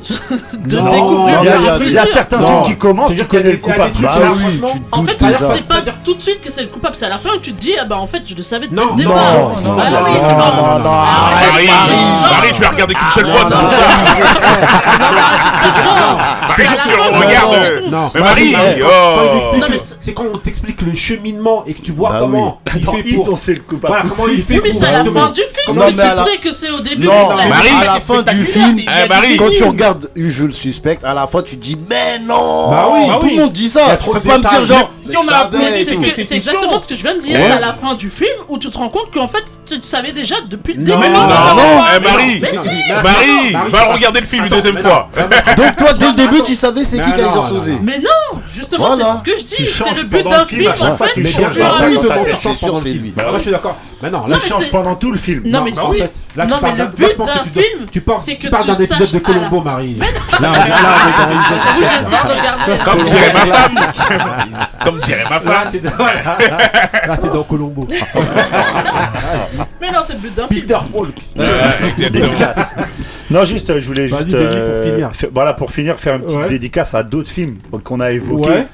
de
Non,
découvrir
il y a- il y a-
le
il y a
truc.
certains
Non.
films qui commencent, tu
C'est-à-dire
connais
qu'il y a
le
des- il
Ah
y
coupable.
a des trucs,
Bah
là,
oui,
franchement,
tu te
En fait,
doutes déjà.
c'est pas tout de suite que c'est le coupable, c'est à la fin que tu te dis, ah bah en fait, je le savais depuis le
non,
départ.
non,
Ah
non,
oui,
non,
c'est Ah pas-
non, non,
Marie, Marie, tu l'as regardé qu'une seule fois, c'est pour ça. Marie, faut que tu le regardes. euh,
Non,
Mais Marie,
Marie, quand il
oh.
t'explique- c'est quand on t'explique le cheminement et que tu vois
Bah
comment
oui.
il
Quand
fait
Hit,
pour.
on sait le coup pas
Voilà,
tout de
comment il
suite.
fait
Oui, mais
pour-
c'est à la
Justement.
fin du film
Comment
que tu
il fait-
sais que c'est au début
Non,
que la-
Marie, à la
c'est
fin du
spectaculaire,
film,
c'est- il y a
eh,
du
Marie, quand tu
film.
regardes Usual Suspect, à la fin tu dis mais non
Bah oui, bah
Tout
oui.
le monde dit
Il y
ça,
a
tu
trop
peux
de
pas me
détails.
dire genre
Si on a appris,
j'avais-
c'est
C'est ce que- c'est exactement ce que je viens de dire,
Ouais.
c'est à la fin du film où tu te rends compte qu'en fait tu tu savais déjà depuis le
Non,
début.
mais non, non, non, eh,
Marie,
Mais si.
Marie, va regarder le film une deuxième fois.
Donc toi dès le début tu savais c'est qui
Non, non,
Kaiser
non,
Soze
non.
Mais non, justement,
Voilà.
c'est ce que je
Tu
dis, c'est
changes
le but
pendant
d'un
le film,
film.
à chaque
En
fois,
fait,
tu
Mais
au
bien
fur et à
joué,
mesure-
mesure.
tu changes
Sûr,
pendant le
c'est
film.
lui.
Bah, Moi, je suis d'accord. Mais non,
Non,
là,
mais c'est-
pendant tout le film.
Non, mais
en
si.
fait, là,
Non,
tu
mais
parles
le
d'un-
but
moi, je pense
d'un
que tu dois-
film,
tu parles,
c'est
tu
que
parles
tu
d'un épisode
saches
de
à la
Colombo,
fin.
Marie.
Mais non.
Là, on est- là, on est dans une
Je vous ai dit de regarder la
Comme
fin.
dirait ma femme. Comme dirait ma
Là,
femme.
t'es dans, voilà. Là, t'es dans Colombo.
Mais non, c'est le but d'un film.
Peter Falk.
Dédicace. Non, juste, euh, je voulais juste.
Benny, pour finir.
fa- voilà, pour finir, faire une petite
Ouais.
dédicace à d'autres films qu'on a évoqués.
Ouais.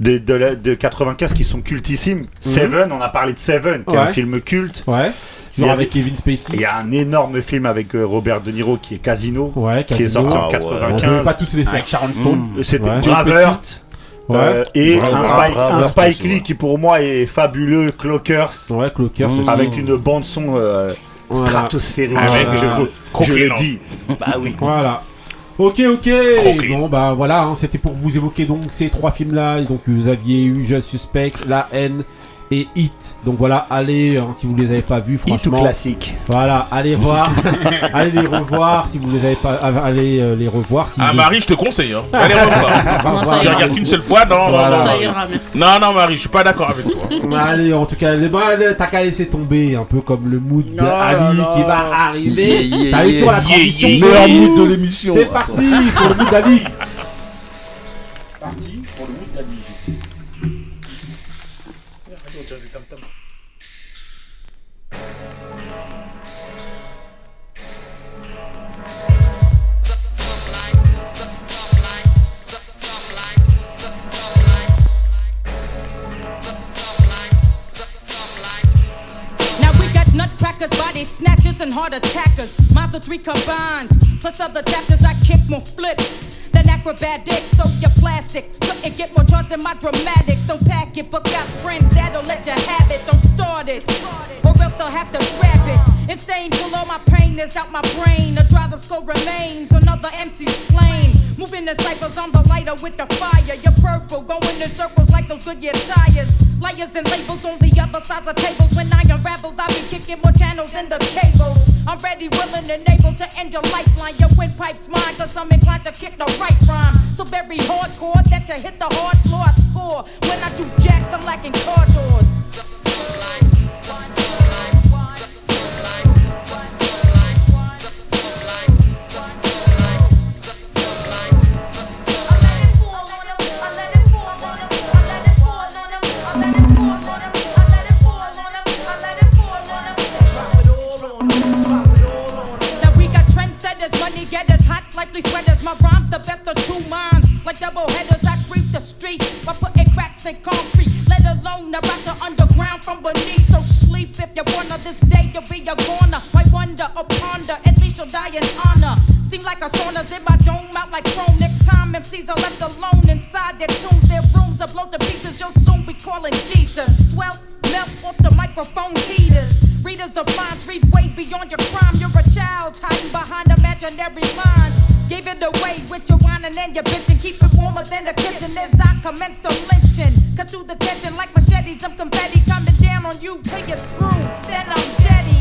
De, de la- de 95 qui sont cultissimes. Seven, on a parlé de Seven, qui est un
Mhm. Ouais.
film culte.
Ouais.
Il y
Genre
a-
avec Kevin Spacey.
Il y a un énorme film avec euh, Robert De Niro qui est Casino,
Ouais,
qui est
Casino.
sorti
Ah
en
ouais.
95.
On pouvait pas tous les faire. Avec Sharon Stone.
Mm. C'était
Ouais.
Braveheart.
Ouais.
euh, et
Braveheart.
un, Spike, un
Braveheart
Spike
aussi,
Lee qui pour moi est fabuleux, Clockers.
Ouais, Clockers aussi.
Avec une bande son euh,
Voilà.
stratosphérique.
Avec,
je,
euh,
je l'ai
Croquelin.
dit. Bah oui.
Voilà. Ok, ok. Bon, bah voilà, hein, c'était pour vous évoquer donc ces trois films-là. Et Donc vous aviez eu Je suspect, La haine et Hit. Donc voilà, allez, hein, si vous les avez pas vus, franchement.
classique.
Voilà, allez voir, allez les revoir. Si vous les avez pas, allez euh, les revoir. Si
Ah
vous-
Marie, je te conseille. Hein. Allez, revoir.
Non, ça
Tu
ira.
regardes qu'une seule fois. Non, non,
Voilà.
non.
Ça
ira, merci.
Non, non, Marie, je suis pas d'accord avec toi.
Bah, Allez, en tout cas, les balles, t'as qu'à laisser tomber, un peu comme le mood
Oh là
d'Ali
là.
qui va arriver.
Yeah, yeah,
T'as eu toujours la
yeah,
transition.
yeah, yeah. Meilleur mood de
l'émission.
C'est parti pour le mood d'Ali.
Parti pour le mood d'Ali.
Just
shooters and heart attackers. Mazda 3 combined. Plus other chapters, I kick more flips than acrobatics. So you're plastic. Couldn't get more charged than my dramatics. Don't pack it, but got friends that'll let you have it. Don't start it, or else they'll have to grab it. Insane, pull all my pain is out my brain. The driver soul remains. Another MC slain. Moving the cyphers, I'm the lighter with the fire. You're purple, going in circles like those Goodyear tires. Liars and labels on the other sides of tables. When I unravel, I be kicking more channels than the cables. I'm ready, willing, and able to end your lifeline. Your windpipe's mine, cause I'm inclined to kick the right rhyme. So very hardcore that you hit the hard floor I score. When I do jacks, I'm lacking car doors. Now we got trendsetters, money getters, hot lively sweaters. My rhymes the best of two minds. Like double headers, I creep the streets by putting cracks in concrete. Let alone about the underground from beneath. So sleep if you wanna. This day you'll be a goner. Might wonder or ponder. At least you'll die in honor. Steam like a sauna, zip my dome out like chrome. Next time MCs are left alone inside their tombs, their rooms are blown to pieces. You'll soon be calling Jesus. Swell, melt off the microphone heaters. Readers of minds read way beyond your crime. You're a child hiding behind imaginary lines. Give it away with your whining and your bitching. Keep it warmer than the kitchen as I commence the lynching. Cut through the tension like machetes. I'm confetti coming down on you till you're through. Then I'm jetty.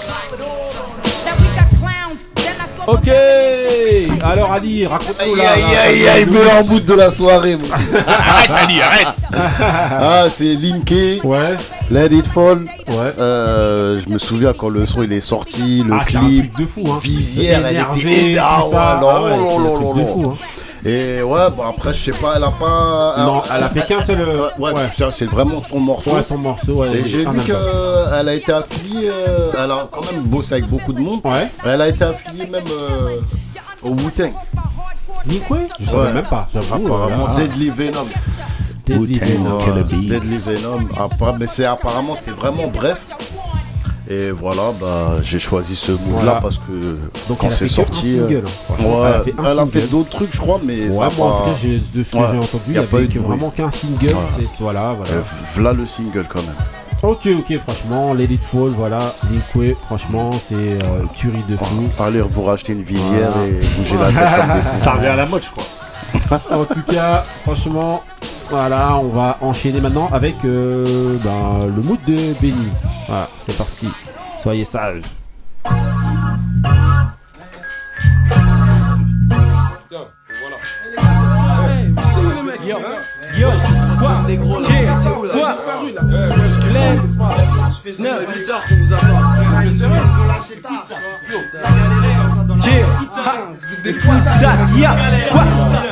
Now we got clowns. Then I slow
Ok Alors Ali, raconte-nous
Aïe
là.
aïe
là,
aïe aïe,
nous-
meilleur bout de la soirée. mon.
Arrête, Ali, arrête.
Ah, c'est Linky.
Ouais.
Let It Fall. Ouais. Euh, je me souviens quand le son il est sorti, le
Ah, c'est un
clip,
truc de fou, hein.
visière, elle
Énervé,
était énorme.
tout ça.
non,
Ah ouais,
non,
c'est un
non,
truc
non,
de
non.
fou, hein.
Et ouais, bon après je sais pas, elle a pas.
Non, elle a fait qu'un seul.
euh,
euh,
Ouais, ça, c'est vraiment son morceau.
Ouais, son morceau, ouais.
Et j'ai
un
vu
album.
qu'elle a été affiliée, euh, elle a quand même bossé avec beaucoup de monde. Elle a été affiliée même euh, au Wu-Tang.
Nicoué Je savais même pas, j'avoue,
Apparemment,
euh,
Deadly Venom.
Deadly
Wu-Tang,
Venom.
ouais,
Killer Bees.
Deadly Venom. Appa- mais c'est apparemment, c'était vraiment bref. Et voilà, bah, j'ai choisi ce move-là
Voilà.
parce que
Donc,
quand
elle a
c'est
fait
sorti,
qu'un
euh,
single, hein. Franchement,
ouais,
elle a fait un
elle a fait
single.
d'autres trucs, je crois, mais
Ouais,
ça
moi,
m'a-
en tout cas, j'ai- de ce que
Ouais.
j'ai entendu, il n'y
Y a pas eu
avait
de
que
bruit.
vraiment qu'un single.
Ouais.
c'est- Voilà, voilà.
Euh, voilà le single quand même.
Ok, ok, franchement, l'Elite Fall, voilà, Linkway, franchement, c'est euh, tuerie de fou.
Allez, vous racheter une visière
Ah.
Voilà.
et bouger la tête comme des fous.
Ça revient à la mode, je crois. en tout cas, franchement, voilà, on va enchaîner maintenant avec euh, ben, le mood de Benny. Voilà, c'est parti. Soyez sages.
Yo, yo, quoi, yeah, quoi, lève, neuf, yeah, ha, pizza, yeah, quoi,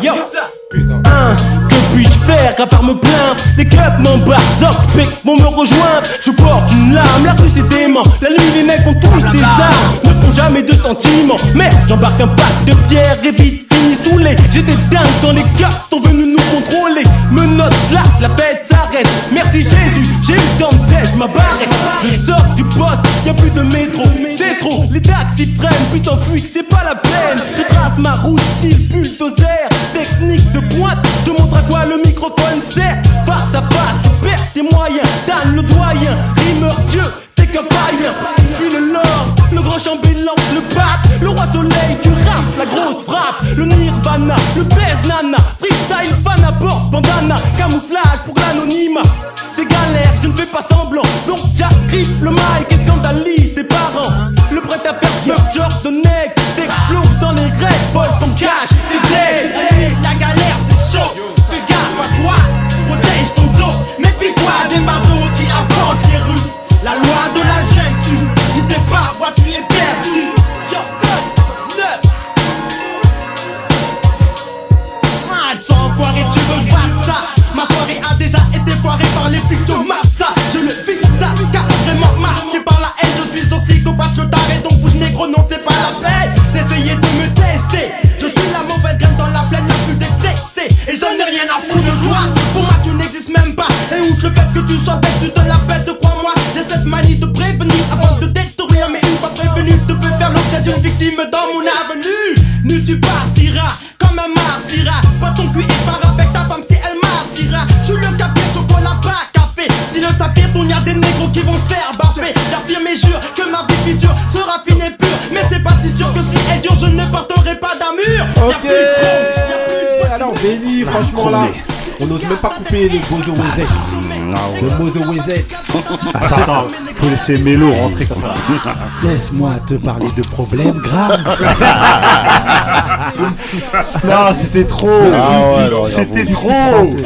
yo.
Hein, que puis-je faire à part me plaindre Les keufs m'embarquent, Zorspec vont me rejoindre Je porte une lame, la rue c'est dément La nuit les mecs ont tous des armes Ne font jamais de sentiments Mais j'embarque un pack de pierres et vite fini saoulé J'étais dingue quand les gars sont venus nous contrôler Menottes là, la bête s'arrête Merci Jésus, j'ai eu tant de tête, ma barrette Je sors du poste, y a plus de métro C'est trop, les taxis freinent Puis s'enfuient que c'est pas la peine Je trace ma route style bulldozer Technique de pointe, je montre à quoi le microphone sert Face à face, tu perds tes moyens Dan le doyen, rimeur Dieu, t'es qu'un païen Je suis le lord, le grand chambellan, le pape Le roi soleil du rap, la grosse frappe Le nirvana, le baise nana Freestyle fan à bord, bandana Camouflage pour l'anonymat C'est galère, je ne fais pas semblant Donc j'agrippe le mic et scandalise tes parents Le prêt à faire York Jordaneg T'exploses dans les grèves, vole ton cash, t'es dead La galère c'est chaud, fais gaffe à toi Protège ton dos, méfie-toi des marauds qui inventent les rues La loi de la gêne tue, si t'es pas, moi tu les perds tu Ah,
tester. Je suis la mauvaise gamme dans la plaine la plus détestée. Et j'en ai rien à foutre de toi. Pour moi, tu n'existes même pas. Et outre le fait que tu sois bête, tu te la pètes, crois-moi. J'ai cette manie de prévenir avant de détruire. Mais une fois prévenu, tu peux faire l'objet d'une victime dans mon avenue. Nu, tu partiras comme un martyra. Vois ton cul et pars avec ta femme si elle martyra. Je suis le café, chocolat, pas café. Si le saphir tourne, y a des négros qui vont se faire baffer. J'affirme et jure que ma vie future sera fine et pure. Mais c'est pas si sûr que si elle dure, je ne porterai pas d'amure. Y a plus de chrome, y a plus de
Alors Benny, franchement là, on n'ose même pas couper le Bozo Wezek. Le Bozo Wezek.
Attends, attends, faut laisser Mélo rentrer comme ça.
Laisse-moi te parler de problèmes graves.
Non, c'était trop.
Ah ouais,
alors,
c'était
j'avoue.
trop.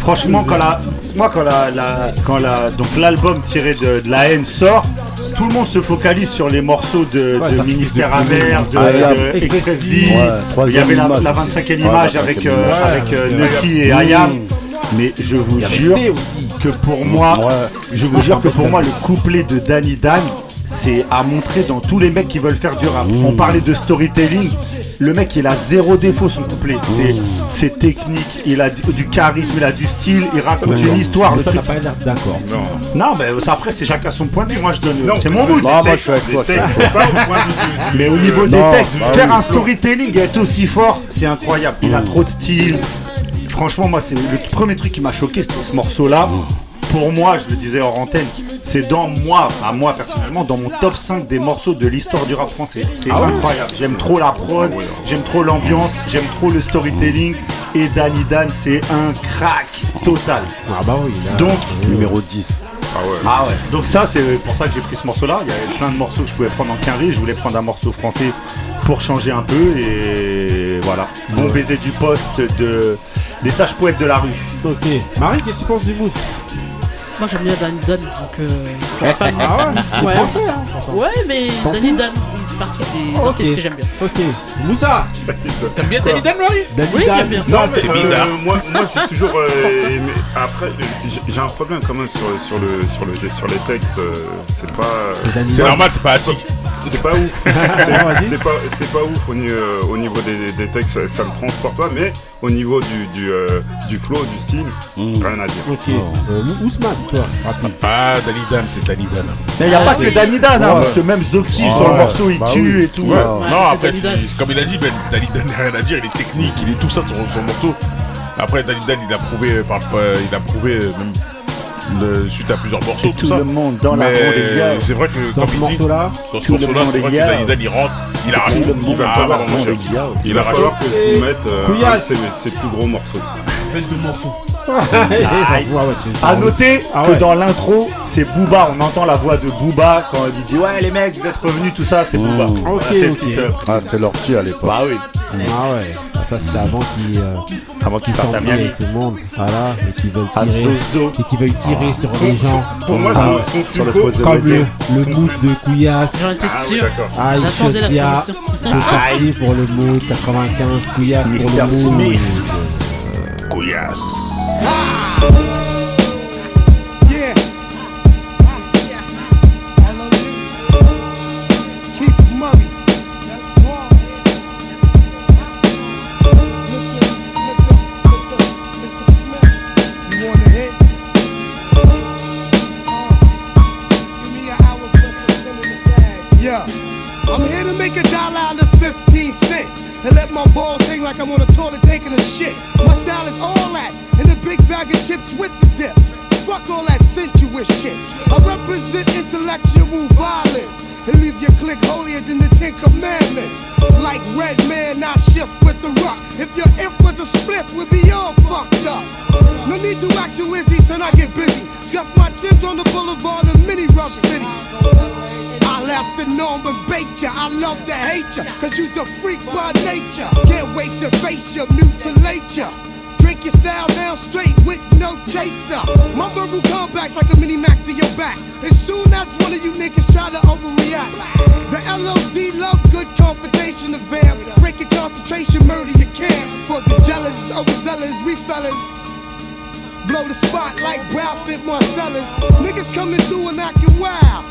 Franchement, quand la, moi, quand la, la- quand la, donc l'album tiré de, de la haine sort, tout le monde se focalise sur les morceaux de,
Ouais,
de
ça-
Ministère
de-
Amer, de,
Ah, là,
euh,
de Express D.
Ouais,
il y avait la,
troisième
la
image
25e
aussi.
image
Ouais,
avec,
25e
euh,
image.
avec euh,
Ouais.
Naughty et
Mmh.
Ayam. Mais je vous
Il y a
jure
Sté
que pour moi, je vous
Ouais,
jure que pour
complètement.
moi, le couplet de Danny Dan, c'est à montrer dans tous les mecs qui veulent faire du rap. On parlait de storytelling. Le mec, il a zéro défaut son couplet. C'est- C'est technique. Il a du, du charisme, il a du style. Il raconte
Ouais.
une histoire.
Mais
le
ça,
truc-
t'as pas l'air d'accord.
Non, mais ça, après, c'est chacun son point de vue. Moi, je donne. C'est mon mood.
mood. moi, je suis avec toi. je suis avec toi.
Mais au niveau des
Non,
textes,
bah
faire
oui.
un storytelling et être aussi fort, c'est incroyable. Il a trop de style. Franchement, moi, c'est le premier truc qui m'a choqué, c'était ce morceau-là. Pour moi, je le disais hors antenne, c'est dans moi, à moi personnellement, dans mon top 5 des morceaux de l'histoire du rap français. C'est
Ah ouais
incroyable. J'aime trop la prod,
Ah hein.
j'aime trop l'ambiance, j'aime trop le storytelling. Et Danny Dan, c'est un crack total.
Ah bah oui.
Donc,
numéro 10.
Ah ouais. Ah ouais. Donc ça c'est pour ça que j'ai pris ce morceau là. Il y avait plein de morceaux que je pouvais prendre en quinri. Je voulais prendre un morceau français pour changer un peu et voilà. Bon baiser du poste de des sages poètes de la rue.
Ok. Marie, qu'est-ce que tu penses du mood
Moi j'aime bien Danny Dan, donc. Euh,
Ah ouais, c'est
ouais.
français, hein.
Ouais, mais
T'en
Danny Dan, il fait partie des
Ok.
artistes que j'aime bien.
Ok. Moussa
T'aimes bien
Danny Dan, Laurie Danny Oui, Dan. j'aime bien.
Non, mais
C'est
euh,
bizarre.
moi, moi j'ai toujours. euh, aimé- Après, j'ai- j'ai un problème quand même sur, sur, le, sur, le, sur les textes. euh, C'est pas.
C'est normal, c'est pas attique.
C'est pas ouf. C'est- C'est pas, c'est pas ouf au, ni- euh, au niveau des, des textes, ça, ça me transporte pas, mais au niveau du, du, euh, du flow, du style,
Mm.
rien à dire.
Ok. Euh, Ousmane, toi, rapide.
Ah, Dalidan, c'est Ah, Dalidan.
Mais il n'y
Ah,
a pas que Danny Dan, hein,
Ouais.
parce que même Zoxy
Ah
sur le
ouais,
morceau il
bah
tue
oui.
et tout.
Ouais. non, après,
Danny Dan.
c'est- c'est comme il a dit, ben, Dalidan n'a rien à dire, il est technique, il est tout ça sur son morceau. Après, Dalidan, il a prouvé, euh, par, euh, il a prouvé euh, même le- suite à plusieurs morceaux,
Et
tout,
tout
ça.
le monde dans la
Mais
ronde est gay.
C'est vrai que,
Dans
comme
ce
il dit,
morceau-là,
dans ce
tout le
morceau-là,
monde
c'est
est
vrai que
gay.
Dalidan, il rentre, il arrache
Tout le
tout.
monde
Ah,
dans la
vraiment,
ronde
cher.
est gay.
Il
Il
va
arrache
falloir que
tout.
je vous mette euh,
Couillasse.
un de ses, ses plus gros morceaux.
Bête de morceau.
Aïe. À noter que dans l'intro, c'est Booba. On entend la voix de Booba quand il dit ouais les mecs, vous êtes revenus, tout ça, c'est Booba.
Mmh.
Voilà, c'est le petit, euh,
Ah, c'était leur petit à l'époque.
Bah oui.
Ah ouais, ça c'était avant qu'ils euh,
avant qu'ils
qu'ils
partent à
s'embrouillent
Miami.
avec tout le monde. Voilà, et qu'ils veulent
Ah,
tirer,
Zozo.
et qu'ils veulent tirer
Ah.
sur
Son-
les
son-
gens.
pour moi,
Ah,
son- son
sur le
plus beau-
poste de comme
Brésil.
le, le mood de Couillasse.
J'en étais Ah oui, sûr. d'accord.
Aïe,
J'attendais la
Shotia,
transition.
c'est parti pour le mood 95 Couillasse pour
Mr.
le mood.
Couillasse.
Yeah. Keith Murray. That's wrong. Mr. Mr. Mr. Mr. Smith. You want to hit? Uh, give me an hour plus a minute of that. Yeah. I'm here to make a dollar out of 15 cents and let my balls hang like I'm on a toilet taking a shit. My style is all that and the big bag of chips with the dip. Fuck all that sensuous shit. I represent intellectual violence and leave your clique holier than the Ten Commandments. Like Red Man, I shift with the rock. If your if was a split, we'd be all fucked up. No need to wax you izzy, son, I get busy. Scuff my tips on the boulevard in many rough cities. I left the norm and bait ya. I love to hate ya, cause you's a freak by nature. Can't wait to face ya, mutilate ya. Drink your style down straight with no chaser. My verbal comebacks like a mini Mac to your back. As soon as one of you niggas try to overreact, the LOD love good confrontation of vamp. Break your concentration, murder your camp. For the jealous, overzealous, we fellas. Blow the spot like Ralph and Marcellus. Niggas coming through and acting wild.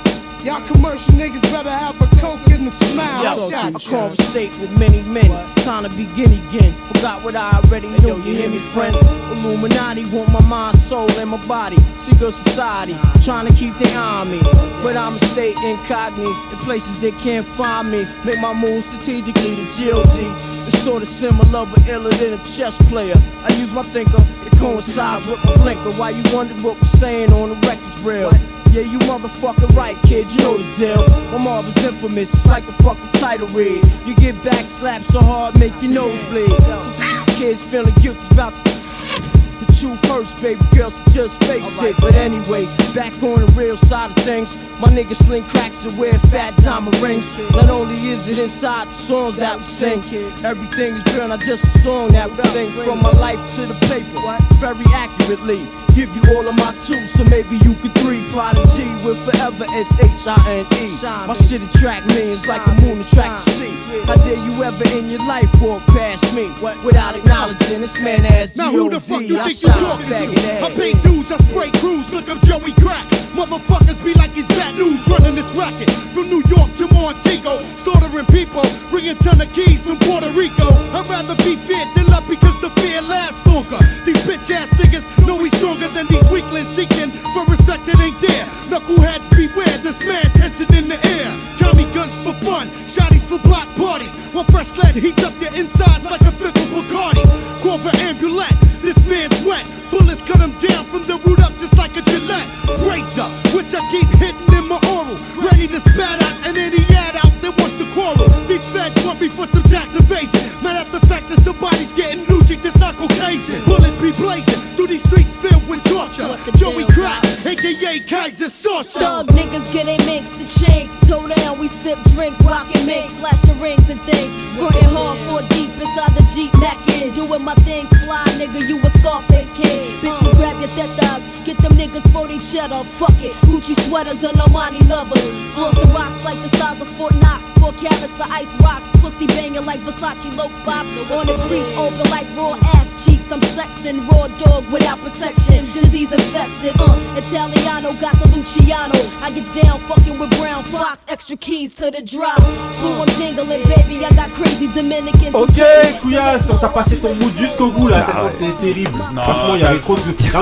Y'all commercial niggas better have a coke in the smile
Yo, I
shot.
conversate with many men. It's time to begin again. Forgot what I already knew. You hear me, friend? Illuminati want my mind, soul, and my body. Secret society trying to keep the eye on me, but I'ma stay incognito in places they can't find me. Make my move strategically. The GOD is sort of similar but iller than a chess player. I use my thinker. It coincides with my blinker. Why you wonder what we're saying on the records rail? Yeah, you motherfucking right, kid, you know the deal. My mob is infamous, it's like the fucking title read. You get back slapped so hard, make your nose bleed. Some fucking kids feeling guilty about to hit you first, baby girl, so just face it. But anyway, back on the real side of things, my niggas sling cracks and wear fat diamond rings. Not only is it inside the songs that we sing, everything is real, not just a song that we sing. From my life to the paper, very accurately. Give you all of my two, so maybe you could three. Prodigy with forever S H I N E. My shit attract millions like a moon attract the sea. How dare you ever in your life walk past me without acknowledging this man as G O
Now who the fuck
D?
you
I
think you
shot a
talking
faggot
to? I
ass.
pay dues, I spray crews, look up Joey Crack. Motherfuckers be like he's bad news running this racket. From New York to Montego, slaughtering people, bringing ton of keys from Puerto Rico. I'd rather be feared than loved because the fear lasts longer. These bitch ass niggas know we stronger than these weaklings seeking for respect that ain't there. Knuckleheads beware, this mad tension in the air. Tommy guns for fun, shotties for block parties. While fresh lead heats up your insides like a fifth of Bacardi. Call for ambulance, this man's wet. Bullets cut him down from the root up just like a Gillette razor, which I keep hitting in my oral. Ready to spat out and any ad out that wants to quarrel. These feds want me for some tax evasion. Mad at the fact that somebody's getting logic that's not Caucasian. Bullets be blazing through these streets filled with torture. Joey Crack, aka Kaiser Saucer.
Thug niggas getting mixed and shakes. Toe down, we sip drinks, rockin' mix, flashing rings and things. Frontin' hard, four deep inside the Jeep, neckin'. Doing my thing, fly nigga, you a Scarface kid. Bitches grab your tettas, get them niggas 40 cheddar, fuck it. Gucci sweaters and Armani lovers. Flossing rocks like the size of Fort Knox. Four carrots, the ice rocks. Pussy banging like Versace Loke Bop. On the creek, open like raw ass cheeks. I'm flexing raw dog without protection. Disease infested, uh. Italiano got the Luciano. I gets down fucking with brown fox. Extra keys to the drop. Blue, I'm jingling, baby. I got crazy Dominicans.
Ok, Couillasse, on t'a passé ton mood jusqu'au bout
Ah
là, tellement c'était terrible. Franchement, il y avait trop de.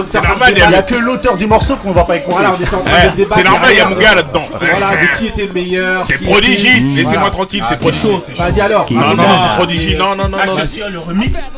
C'est normal, il y a que l'auteur du morceau qu'on va pas écouter.
Voilà, on était en train de débattre. derrière. Voilà, de qui était meilleur.
C'est
qui
Prodigy.
était-
Laissez-moi
Voilà.
tranquille,
Ah,
c'est Prodigy.
Vas-y alors.
Non, non, c'est Prodigy, non, non, non. non. Mm.
Achatia, Ah, le remix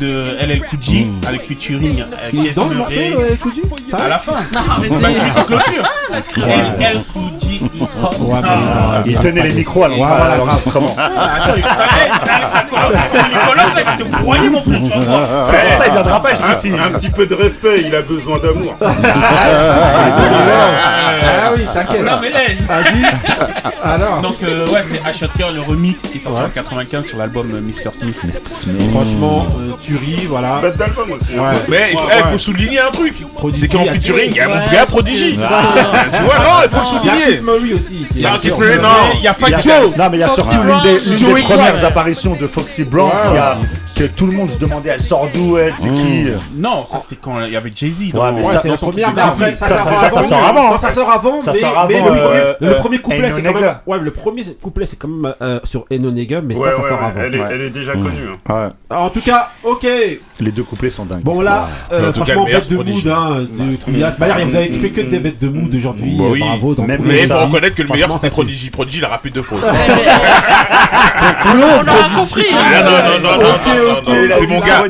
de LL Cool J avec featuring avec
Il est dans le
SMRE.
morceau, le Cool J Ça
À
va
la fin.
Non, arrêtez.
Bah, celui qui clôture. LL Cool J is hot. Ah.
Il tenait les micros à l'en- à l'enregistrement.
Attends, il fallait- Alex, ça commence à- Nicolas, ça va te broyer, mon frère, tu vas voir.
Ah,
pour ça, il viendra pas, je
Un-
suis
ah, Un petit peu de respect, il a besoin d'amour.
Ah oui, t'inquiète.
Non, mais là,
Vas-y. Alors.
Donc, euh, ouais, c'est Ashot Girl, le remix qui est sorti en 95 sur l'album euh, Mr. Smith.
Franchement, euh, tu ris, voilà.
Bête
d'album aussi.
Ouais.
Mais il faut, eh, faut souligner un truc, c'est qu'en featuring, il y a mon
Ouais,
gars Prodigy.
c'est ça.
tu vois, non, il faut le
Il y a
souligner.
Chris Murray aussi.
Il y a
qui est-
Chris Murray, non.
Il y a pas
Il
que Joe.
Non, mais il y a
Foxy
surtout l'une des, l'une des
Joey
premières
Brown.
apparitions de Foxy Brown
Ouais.
qui a- que tout le monde se demandait elle sort d'où, elle, c'est qui euh.
Non, ça c'était quand il y avait Jay-Z.
Ouais, mais ça,
c'est la première, mais en fait, ça,
Ça,
sort
ça, ça, ça
avant.
sort avant.
Non, Ah ça sort avant,
Ça
mais,
sort
mais
avant,
le, premier,
euh,
le
euh,
premier couplet,
Ain't
c'est
No
quand même.
Nigga.
Ouais, le premier couplet, c'est quand même euh, sur Enonega, mais ça,
Ouais,
ça
ouais,
sort
ouais,
avant.
Elle est,
Ouais.
elle est déjà connue. hein.
Alors, en tout cas, ok.
Les deux couplets sont dingues.
Bon là,
Ah.
Ouais.
euh,
En tout cas,
franchement,
le meilleur,
bête de
c'est
mood
Prodigy.
hein, de Trouillas. Bah, derrière, vous avez fait que des bêtes de mood aujourd'hui.
Bah
euh,
oui.
Bravo, dans tous les
mais il faut
services.
reconnaître que le meilleur
Franchement,
c'était
ça tue.
Prodigy. Prodigy il a rappelé deux fois.
On
aura
compris.
Ah, non, non, non, non, non, non, non, c'est mon gars.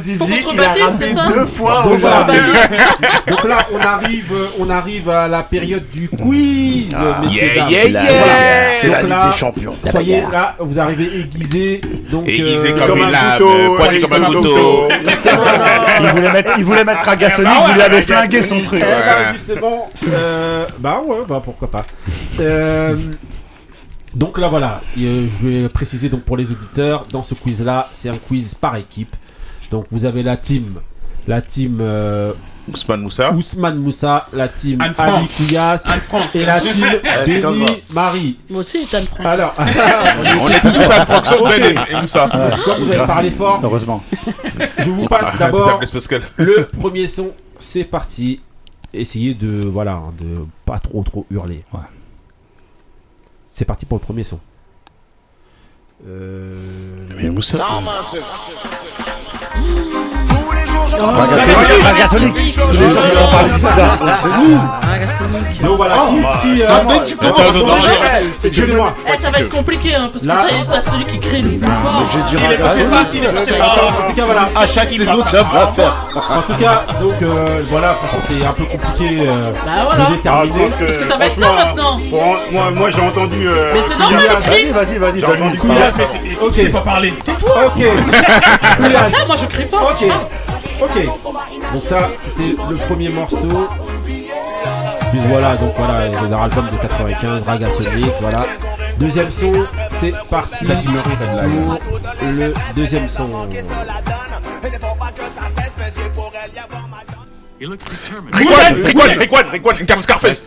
contrebassiste, c'est ça deux fois
Donc, voilà.
aujourd'hui.
Donc là, on arrive, euh, on arrive à la période du quiz,
Ah,
messieurs,
yeah,
dames.
yeah,
Voilà.
yeah. C'est la
Donc
Ligue
là,
des champions.
Soyez
La bagarre.
là, vous arrivez aiguisé, donc
Aiguisé
euh,
comme une lame, pointé comme un couteau.
Il voulait mettre, il voulait mettre Agassoni,
Eh ben
vous lui
ouais,
avez
Agassoni.
flingué son truc.
Eh ben, justement, euh, bah ouais, bah pourquoi pas. Euh, donc là voilà, Et, euh, je vais préciser donc pour les auditeurs, dans ce quiz là, c'est un quiz par équipe. Donc vous avez la team, la team euh,
Ousmane Moussa,
Ousmane Moussa, la team
Franck.
Ali Kouyas et la team
Ouais, c'est comme ça.
Denis Marie.
Moi aussi, j'étais Anne Frank.
Alors,
On était tous Anne Frank, sauf
Ok.
Ben et- et Moussa.
Quand vous avez parlé fort,
Heureusement.
je vous passe
Ah,
d'abord
t'appelles Pascal.
le premier son. C'est parti. Essayez de voilà de pas trop trop hurler. C'est parti pour le premier son. Euh... Ah,
Ragasonic.
Donc voilà, qui, qui, euh,
Excusez-moi. Eh, ça va être compliqué, hein, parce que ça y est, t'as celui qui crée le plus fort.
Je
dirais pas, c'est pas, c'est pas, c'est pas.
En tout cas, voilà.
À chaque saison,
club va faire. En tout cas, donc euh, voilà, franchement, c'est un peu compliqué euh,
Bah voilà.
de déterminer.
Parce que, ça va être ça maintenant.
Bon, moi, moi j'ai entendu. euh,
Mais c'est normal,
Kylian.
il crie.
Vas-y, vas-y,
Vas-y,
vas-y.
Kylian, c'est- c'est- c'est- c'est pas parler. Ok.
C'est pas ça, moi je crie pas. Ah.
Ok. Ok. Donc ça, c'était le premier morceau. Puis voilà, donc voilà, euh, leur album de 95, Raga Sonic, voilà. Deuxième son, c'est parti
T'as dit me rire, t'as dit la
pour le deuxième son.
Rayquan, Rayquan, Rayquan, Rayquan, il incarne Scarface.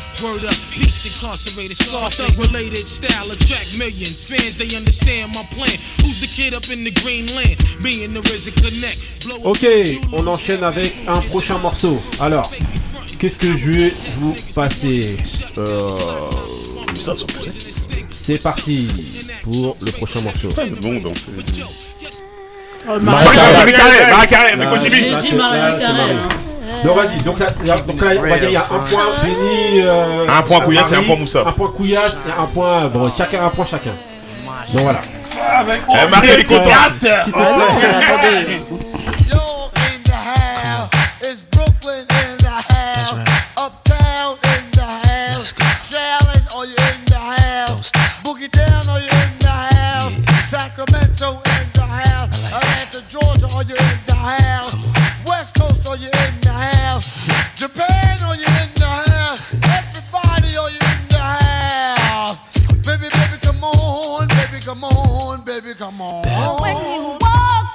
Word up, beats incarcerated, star thug related style attract millions. Fans they understand my plan. Who's the kid up in the green land? Being the RZA connect.
Ok, on enchaîne avec un prochain morceau. Alors, qu'est-ce que je vais vous passer Euh, C'est parti pour le prochain morceau.
Bon, donc.
Oh,
Marie
Marie-Carré, Marie-Carré,
Carré, Marie Carré,
Marie-Carré,
mais
mais
continue.
continue. J'ai dit Marie-Carré, hein.
Donc vas-y, donc là, il y a- donc là, on va dire il y a un point Benny, euh,
Un point
à
Couillasse et
Marie,
un point Moussa.
Un point Couillasse et un point bon, chacun un point chacun. Donc voilà.
Eh, Marie, elle est contente.
Petit extrait.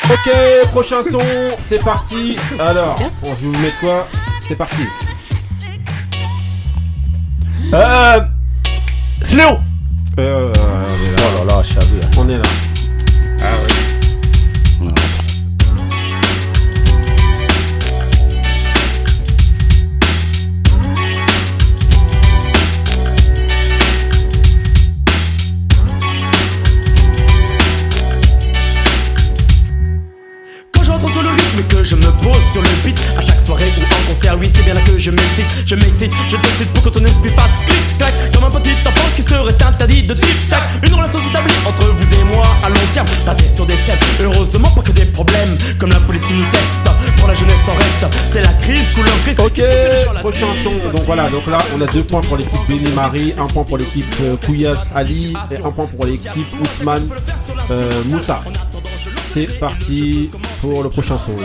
OK, prochain son, c'est parti. Alors, bon, je vais vous mettre quoi C'est parti. Euh Sléo Euh Oh là là, je savais. On est là. Ah
Quand j'entends sur le rythme que je me pose sur le beat À chaque soirée ou en concert, oui c'est bien là que je m'excite Je m'excite, je t'excite pour que ton esprit fasse clic clac Comme un petit enfant qui serait interdit de tic tac Une relation s'établit entre vous et moi à long terme Basée sur des thèmes, heureusement pas que des problèmes Comme la police qui nous teste, pour la jeunesse en reste C'est la crise, couleur crise, ok,
prochain son Donc voilà, donc là on a deux points pour l'équipe Benny Marie, un point pour l'équipe euh, Kouyas Ali et un point pour l'équipe Ousmane euh, Moussa. C'est parti pour le prochain son.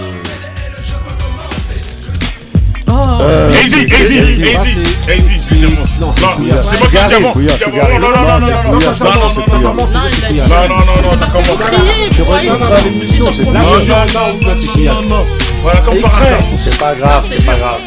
Euh,
Easy,
c'est-
easy,
c'est- c'est-
easy,
c'est-
easy, c'est
Non,
moi.
non,
Non,
Kouyas.
c'est moi qui ai dit avant. J'ai dit avant. Non, non, non, non,
c'est
non,
Kouyas.
non, non,
c'est
non,
Kouyas.
non, non,
Non, il a dit-
Non, non, non, non, ça commence.
Tu reviens dans l'émission, c'est
Non, non,
non, ça, c'est Kouyas.
Voilà, comme par hasard.
C'est pas grave, c'est pas grave.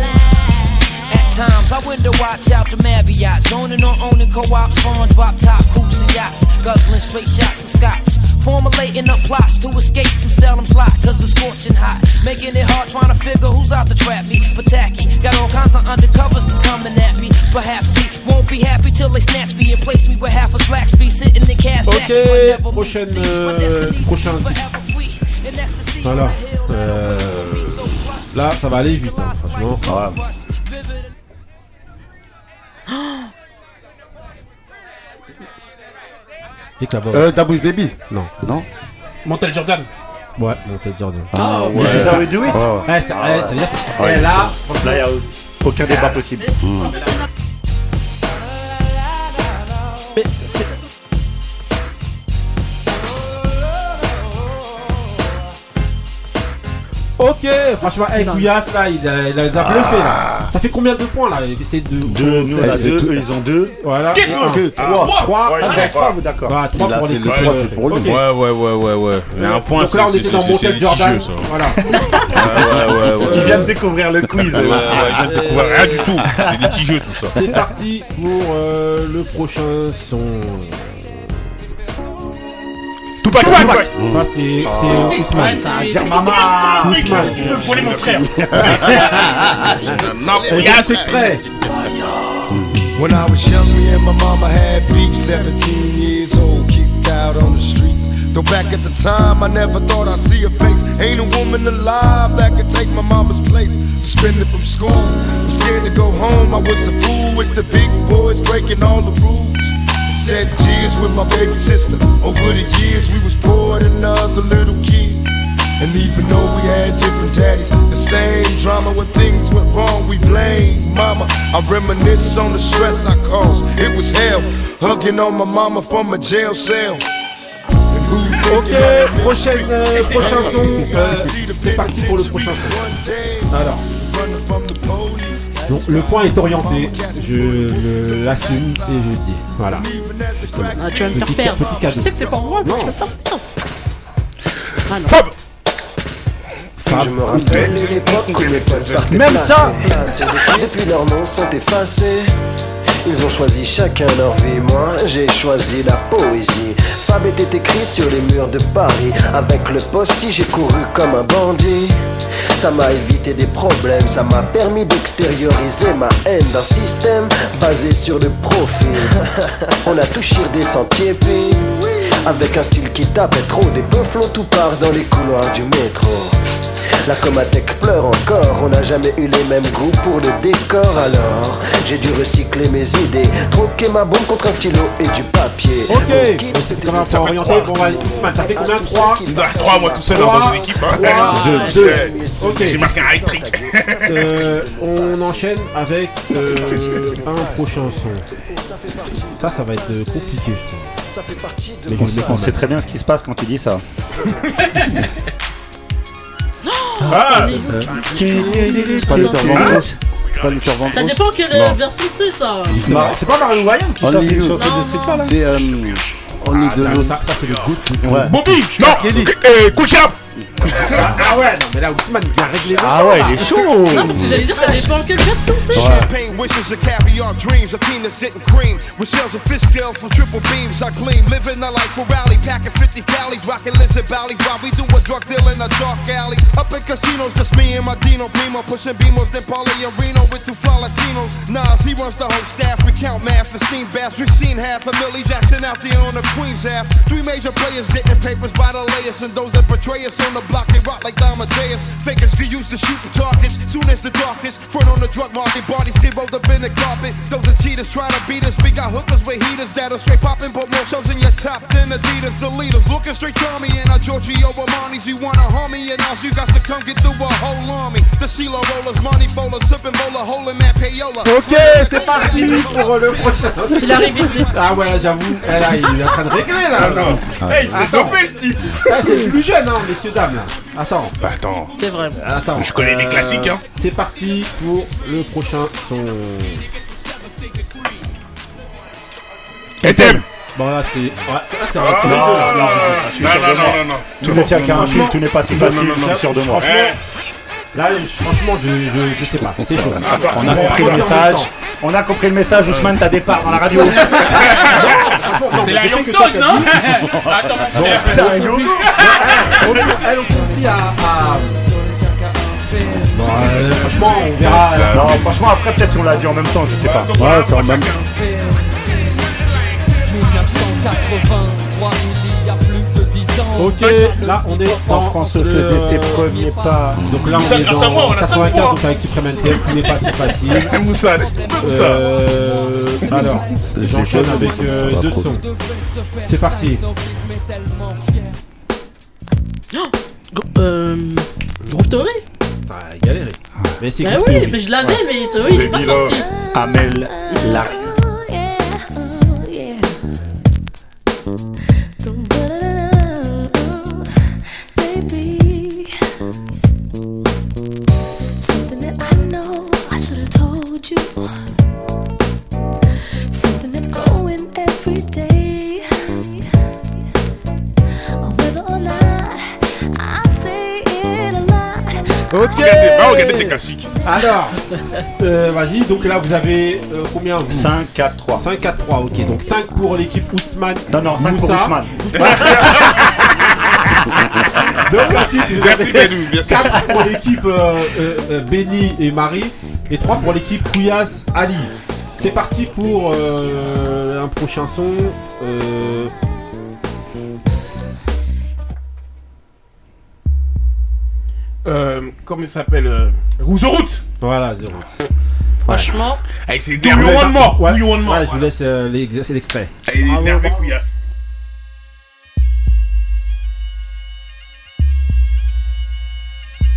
At times, I window watch out the Marriott, zoning on owning co-ops, foreign drop top coops and yachts, guzzling straight shots and scotch. Formulating up plots to escape from selling slot, cause it's scorching hot. Making it hard trying to figure who's out to trap me for tacky. Got all kinds of undercovers that's coming at me. Perhaps he won't be happy till they snatch me and place me with half a slack be sitting in cast
Ok, prochaine, euh, prochain Voilà. Euh, là, ça va aller vite, hein, franchement.
Ah
Nique la barre.
Euh, ta bouche baby
Non.
Non
Montel Jordan.
Ouais, mon tête Jordan.
Ah, ouais. This is how we do it
Ouais, ouais, ça,
Ah,
ouais, ça veut dire.
ouais.
Ouais, là,
Là, il y a aucun débat possible.
Mais c'est- Ok, franchement, hey, Couillasse, là, il a, il a- il a bluffé, là. Ça fait combien de points, là Essayez de.
Ah. Deux, nous, on a deux, eux, ils ont deux.
Voilà.
Qu'est-ce
Et
que-
un.
que-
Ah,
trois.
Trois.
Ouais,
Ah,
ils ont trois.
ouais, trois, vous d'accord. Voilà, Trois pour les
le trois,
Clippers.
c'est pour
Ok.
lui.
Ouais, ouais, ouais, ouais, ouais. Mais un point,
Donc là, on
c'est-
était
c'est-
dans
c'est-
mon
c'est
tel Jordan.
litigieux, ça.
Voilà.
Ouais, ouais, ouais, ouais.
Il vient de découvrir le quiz.
Ouais, ouais, ouais, je ne découvre rien du tout. C'est litigieux tout ça.
C'est parti pour euh, le prochain son.
Tupac, Tupac.
Ça, c'est c'est Ousmane.
Ouais, ça va dire
Ousmane.
maman.
Ousmane.
Je veux voler mon frère.
Non,
Et
yes.
c'est prêt.
Mm. When I was young, me and my mama had beef. 17 years old, kicked out on the streets. Though back at the time, I never thought I'd see her face. Ain't a woman alive that could take my mama's place. Suspended from school, I'm scared to go home. I was a fool with the big boys breaking all the rules. Shed tears with my baby sister. Over the years, we was poor than other little kids. And even though we had different daddies, the same drama when things went wrong, we blame mama. I reminisce on the stress I caused. It was hell, hugging on my mama from a jail cell.
Ok, prochaine, euh, prochain son. Euh, c'est parti pour le prochain son. Alors. Donc, le point est orienté, je le- l'assume et je le dis. Voilà. Justement.
Ah, tu vas me
Petit
faire
ca-
perdre.
petit cadeau.
Je sais que c'est pas moi, mais
Non.
je vais faire perdre. Ah non.
Fab.
Je me rappelle l'époque où mes potes partaient
Même
placer,
ça
placer. Depuis leurs noms sont effacés Ils ont choisi chacun leur vie Moi j'ai choisi la poésie Fab était écrit sur les murs de Paris Avec le possi j'ai couru comme un bandit ça m'a évité des problèmes, ça m'a permis d'extérioriser ma haine d'un système basé sur le profit. On a touché des sentiers puis avec un style qui tapait trop des flots tout part dans les couloirs du métro. La Comatec pleure encore, on n'a jamais eu les mêmes goûts pour le décor alors J'ai dû recycler mes idées, troquer ma bombe contre un stylo et du papier Mon
Ok,
kiff,
c'est comme un point orienté. Bon, on va aller Ousmane, ça fait combien 3
Bah, Trois, moi tout seul dans
Trois.
une équipe. hein.
Trois.
Deux.
Deux.
Ok. J'ai marqué un hat-trick.
Euh, on enchaîne avec euh, un prochain son. Ça, ça va être euh, compliqué, je trouve.
ça fait partie de
Mais
je
on,
sais
on sait très bien ce qui se passe quand tu dis ça.
Ah
Euh, C'est pas Luther Vandross C'est pas Luther
Ça
Vandross
dépend quelle
Non.
version c'est ça.
C'est pas- C'est pas Mario Ryan qui
On
sort
est
une
où
chanson de ce truc-là là
C'est. euh, On
Ah,
est de
ça-
l'autre.
ça- ça, c'est le good.
Ouais.
Bobby Non Eh, Cool Chap
Ah, ah ouais, non, mais là, Ousmane, il a réglé les
Ah ouais,
temps,
il
là.
est chaud
Non, parce que j'allais dire, ça dépend quelle version c'est.
Champagne wishes and caviar dreams. A team that's getting cream. With shells and fish scales from triple beams. I gleam. Living a life for rally. Packing 50 galleys. Rocking lizard valleys. While we do a drug deal in a dark alley. Up in casinos. Just me and my Dino Primo. Pushing Beamos. Then Pauly and Reno with two fly Latinos. Nas, he runs the whole staff. We count math and steam baths. We've seen half a Millie Jackson out there on the Queen's half. Three major players getting papers by the layers. And those that betray us on the block, they rock like Amadeus. Fakers get used to shooting targets. Soon as the darkness, front on the drug market, bodies get rolled up in the carpet. Those are cheaters trying to beat us. We got hookers with heaters that'll straight popping, but more shows in your top than Adidas. The leaders looking straight to me and our Giorgio Armani's. You wanna harm me and us, you got to come get through a whole army. The Sheila rollers, Monty bowlers, sipping bowler, holding that payola.
Ok, c'est parti pour le prochain.
Il a révisé.
Ah ouais, j'avoue, eh là, il est en train de régler là. Non.
Eh, il s'est dopé, le type.
c'est le plus jeune, hein, messieurs dames là. Attends.
Bah attends.
C'est vrai.
Attends. Euh,
Je connais les classiques, hein.
C'est parti pour le prochain son.
Et t'aimes
Bon là c'est. Ouais, ça c'est un
Ah,
peu- hein,
non,
non,
non,
je suis
non,
sûr de
non,
moi.
non, non, non.
Tout ne tient qu'à un fil,
Franchement-
tout n'est pas si
Non, non,
facile,
non,
je
non.
suis sûr de moi.
Eh,
Franchement, Là, franchement, je, je, je sais pas. C'est chaud.
Ah, bah, On a compris le message. On a compris le message, Ousmane, t'as des parts dans la radio.
C'est
la
Young
Dog, non Attends,
Bon, c'est un logo.
Elle, on confie à. à- Bon, euh, franchement, on verra.
euh, Non, franchement, après, peut-être si on l'a dit en même temps, je sais pas. Ouais, c'est en même temps.
1983, il y a plus de 10 ans.
Ok, là on est en France
faisait ses premiers pas.
Donc là on
Moussa,
est
grâce à moi, on
dans
a cinq
95
points.
donc avec Supreme NTM qui n'est pas si facile.
Moussa, laisse tomber Moussa.
Euh, alors, j'enchaîne avec euh, deux sons. C'est parti.
Gro- Euh. Groove Theory
Ah, galéré. Mais c'est
Bah
Groove
oui,
Theory.
mais je l'avais, mais Theory il est pas sorti. Ah.
Amel Lark.
Baby,
Ok.
Regardez, va regarder tes classiques.
Alors, euh, vas-y, donc là vous avez euh, combien
5, 4, 3.
5, 4, 3, ok. Donc 5 pour l'équipe Ousmane.
Non, non, 5 pour
Moussa.
Ousmane.
Ah,
donc ensuite, vous
Merci,
avez
Belou, merci.
4 pour l'équipe euh, euh, euh, Benny et Marie et 3 pour l'équipe Kouyas Ali. C'est parti pour euh, un prochain son. euh,
Euh, comment il s'appelle euh, Route
Voilà, Zéro.
Franchement.
Avec ses
Do
derniers
you want
mois.
more? Ouais, ouais, je vous laisse euh, l'exercice- l'extrait.
Il est énervé, couillasse.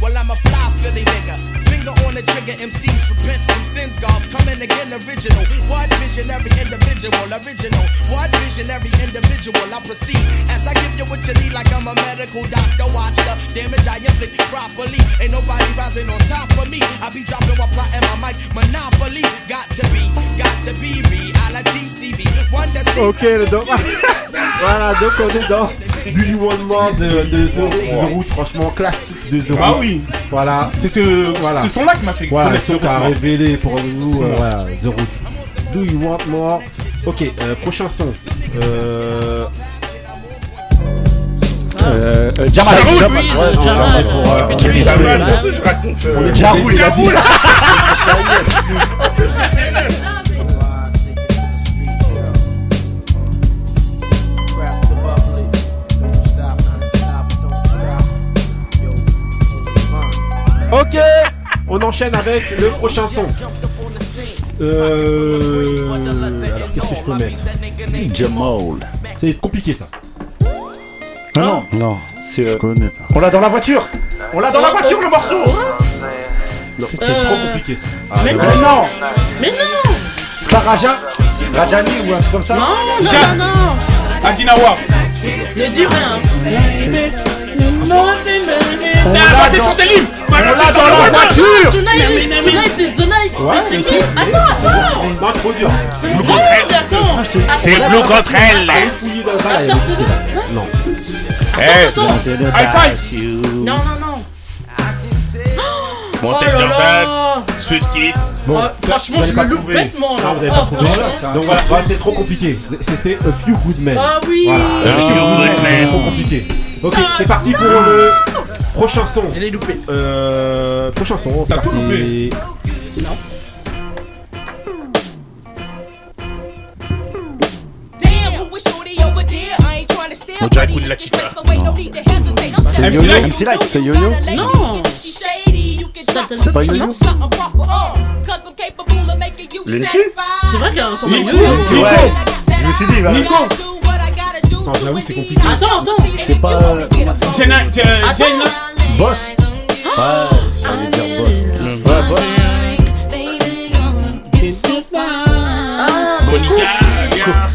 Well, I'm a fly Philly nigga. Finger on the trigger, MCs repent from sins, gods. Coming again, original. What visionary individual? Original. What visionary individual? I proceed as I give you what you need, like I'm a medical doctor. Watch the damage I inflict properly. Ain't nobody rising on top of me. I be dropping while plotting my mic. Monopoly. Got to be, got to be reality, Stevie. One that's
Ok, le don. voilà, donc on est dans du You Want More de, de The, The Roots, franchement classique de The Roots.
Ah oui.
Voilà.
C'est
Euh,
ce- ce son-là qui m'a fait
voilà,
connaître
ce
The
qu'a
Roots.
révélé pour nous, euh,
Ouais.
voilà, The Roots. Do You Want More Ok, euh, prochain son. Euh... Euh, euh, Jamal.
Jaroul,
Jamal.
oui,
Ouais,
le
non,
Jamal.
c'est pour, euh,
Et
Jamal.
puis tu-
Jamal.
Jamal,
Jamal.
je raconte, euh,
On est Jaroul, il a dit.
Jaroul.
Ok, on enchaîne avec le prochain son. Euh... Alors qu'est-ce que je peux mettre
Jamal.
C'est compliqué ça.
Ah Non, non. Non, c'est. Je connais pas. On l'a dans la voiture On l'a dans la voiture le morceau Ah,
C'est trop
Euh,
compliqué ça.
mais,
ouais.
non
Mais non
C'est pas Raja Rajani ou un truc comme ça
Non, non, non, non
Adinawa
Ne dis rien
On l'a
Ah, bah, c'est
dans-
chanté libre.
on l'a
Bah,
dans la
bah,
voiture.
Tonight is- tonight is the night
Ouais,
Mais c'est
le
qui
truc.
Attends, attends
Non, c'est trop dur. Ah,
Ouais, mais attends. Attends,
C'est
attends,
Blue
attends.
contre elle.
Attends,
Fouiller dans ça,
attends, c'est-
Non.
attends.
High
Non, non, non
Montez
Oh là
Jordan,
là. Ah,
Swiss Kiss.
Bon,
franchement,
vous avez
je
pas
le loupe
trouvé.
bêtement, là.
Ah, vous avez
Ah,
pas trouvé.
franchement.
Donc voilà, voilà, c'est trop compliqué. C'était A Few Good Men.
Ah oui.
Voilà,
A
A Few
Few
Good
Good
Men.
Men.
Trop compliqué. Ok,
Ah,
c'est parti
non.
pour le prochain son. Elle est loupée. Euh, prochain son, c'est
T'as tout
parti.
loupé.
Non.
Damn, who is shorty over there? I ain't trying to steal.
On dirait Queen Latifah.
So wait, no need to hesitate. I'm
C'est
sorry. You
Yo-Yo. MC
know
Light.
you
C'est
got
Yo-Yo.
a lady,
Non.
even if she shady, you can drop
c'est pas
something
Yo-Yo.
something proper, uh, 'cause I'm capable of making you
Lil' Kim.
satisfied.
C'est vrai qu'elle ressemble à
Nico.
Yo-Yo.
Nico.
And I guess that
Je me suis dit, il
I
va-
do
Nico.
what I gotta do
Non, j'avoue, c'est compliqué.
Attends, attends
C'est pas.
euh,
Jenna, Jenna, Jenna.
Boss.
Ouais, boss.
Ah,
Monica.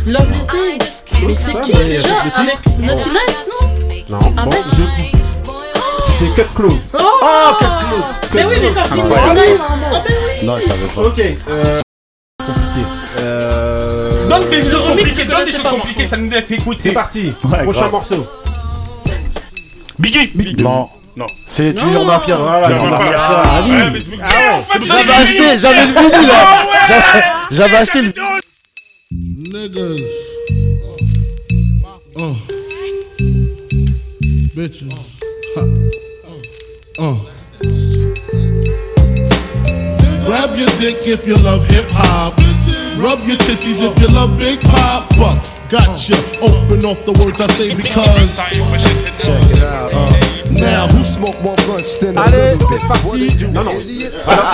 Love Little. Mais c'est qui
mais
déjà
Love
Avec Naughty Life, non
Non, bon, je. C'était Cut Close.
Ah, ben. Oh, Mais oui, mais par
Ah,
contre,
voilà.
Naughty Life. Ah, mais oui.
Non, je savais pas. Ok, euh. Compliqué. Euh.
Donne des choses
remix
compliquées,
que
donne
je
des choses
sais pas, moi.
compliquées, ça nous laisse écouter.
C'est parti, prochain
grave.
morceau.
Biggie
Non.
Non.
C'est
Non.
tu en mafia.
Voilà,
Tu en
tu en
mafia.
mafia.
Ah oui.
Ouais, mais je me-
Ah ouais.
en fait, vous
J'avais
avez
acheté,
gagné.
j'avais le vinyle là.
Ah ouais.
J'avais- J'avais acheté le.
Niggas. Uh. Bitches. Ha. Uh. Grab your dick if you love hip hop. Rub your titties if you love big pop. Fuck, gotcha. Open off the words I say because. Check it out. Now who smoke more blunts than a
Allez, c'est parti. Non, non. Alors,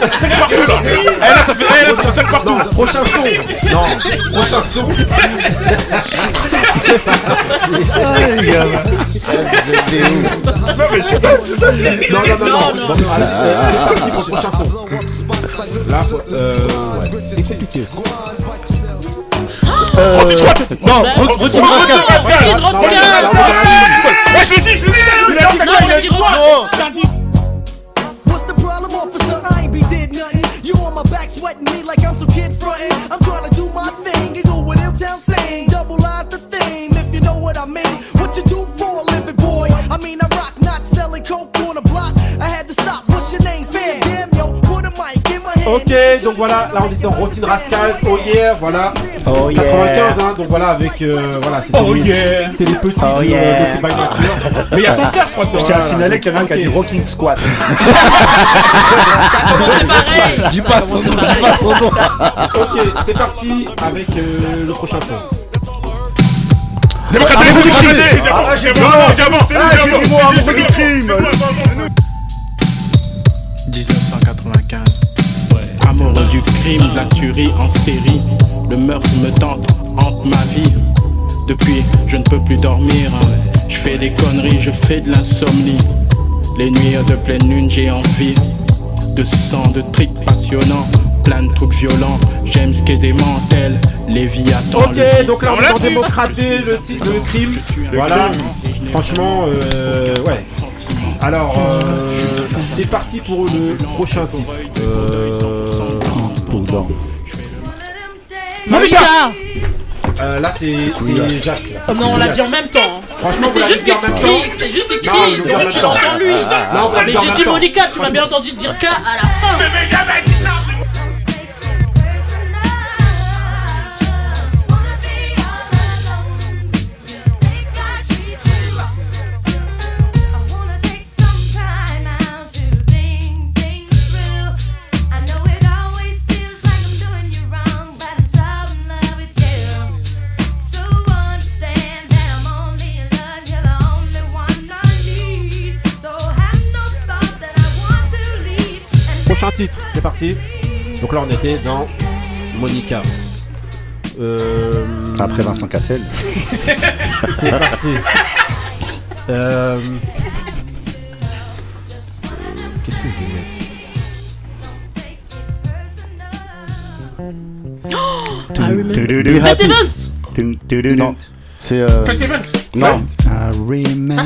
c'est parti. Cinq partout, là. Eh, là, ça fait- eh, là, ça fait cinq partout. Non, prochain son. Non, prochain son.
Non, mais je sais pas, je sais pas si-
Non, non, non, non. Bon, alors, euh, C'est parti pour le prochain son. Là, faut- euh, ouais. C'est compliqué.
Euh, Non,
Bah,
Bro- Brooklyn
Brooklyn
Rascal.
Rascal. Brooklyn Rascal.
Ouais, je l'ai dit, je l'ai dit. Non, il a dit quoi
What's the problem, officer? I ain't be did nothing. You on my back sweating me like I'm some kid frontin'. I'm trying to do my thing and do what them town saying. Double lies the theme, if you know what I mean. What you do for a living, boy? I mean, I rock, not selling coke on the block. I had
to stop. What's your name? Fam, damn yo, put a mic in my hand.
Ok, donc voilà, là on était dans Routine Rascal, oh yeah, voilà.
Oh yeah.
95, hein, donc voilà, avec. euh, voilà, c'était
Oh
les,
yeah.
c'était les petits.
Oh
euh,
yeah.
Naughty by Nature.
Mais il y a son père, je crois, dedans.
Je tiens à
Voilà.
signaler qu'il y en a un qui a dit Rocking Squat.
Dis
pas son nom, dis pas son nom.
ok, c'est parti avec euh, le prochain son.
Ah, j'ai dit non, Ah, j'ai dit moi, mon crime.
1995. Amoureux du crime, de la tuerie en série. Le meurtre me tente, hante ma vie. Depuis, je ne peux plus dormir. Je fais des conneries, je fais de l'insomnie. Les nuits de pleine lune, j'ai envie de sang, de tricks passionnants. Plein de trucs violents, j'aime ce qui est démentel,
Oh,
Léviathan.
Ok,
le
donc là on
vice.
est dans démocrater le, ti- le crime.
Le
Voilà,
crime.
franchement, euh, ouais. Alors, euh, c'est parti pour le prochain titre. Euh, Monica Euh, Là c'est c'est Jacques. là.
Oh non, on l'a dit en même temps. hein.
Franchement,
Mais
vous
c'est
l'avez
juste
dit en même temps.
écrit. C'est juste écrit.
Non, vous l'avez dit en
C'est
même
juste
temps.
dans lui.
Ah, non, vous l'avez
Mais
dit en
j'ai
même
dit
temps.
Monica, tu m'as bien entendu dire K à la fin.
Prochain titre, c'est parti. Donc là on était dans Monica. Euh,
Après Vincent Cassel.
c'est parti. Euh, Qu'est-ce que je vais mettre
Ted Evans
Non. C'est. euh,
Chris Evans.
Non.
Ah,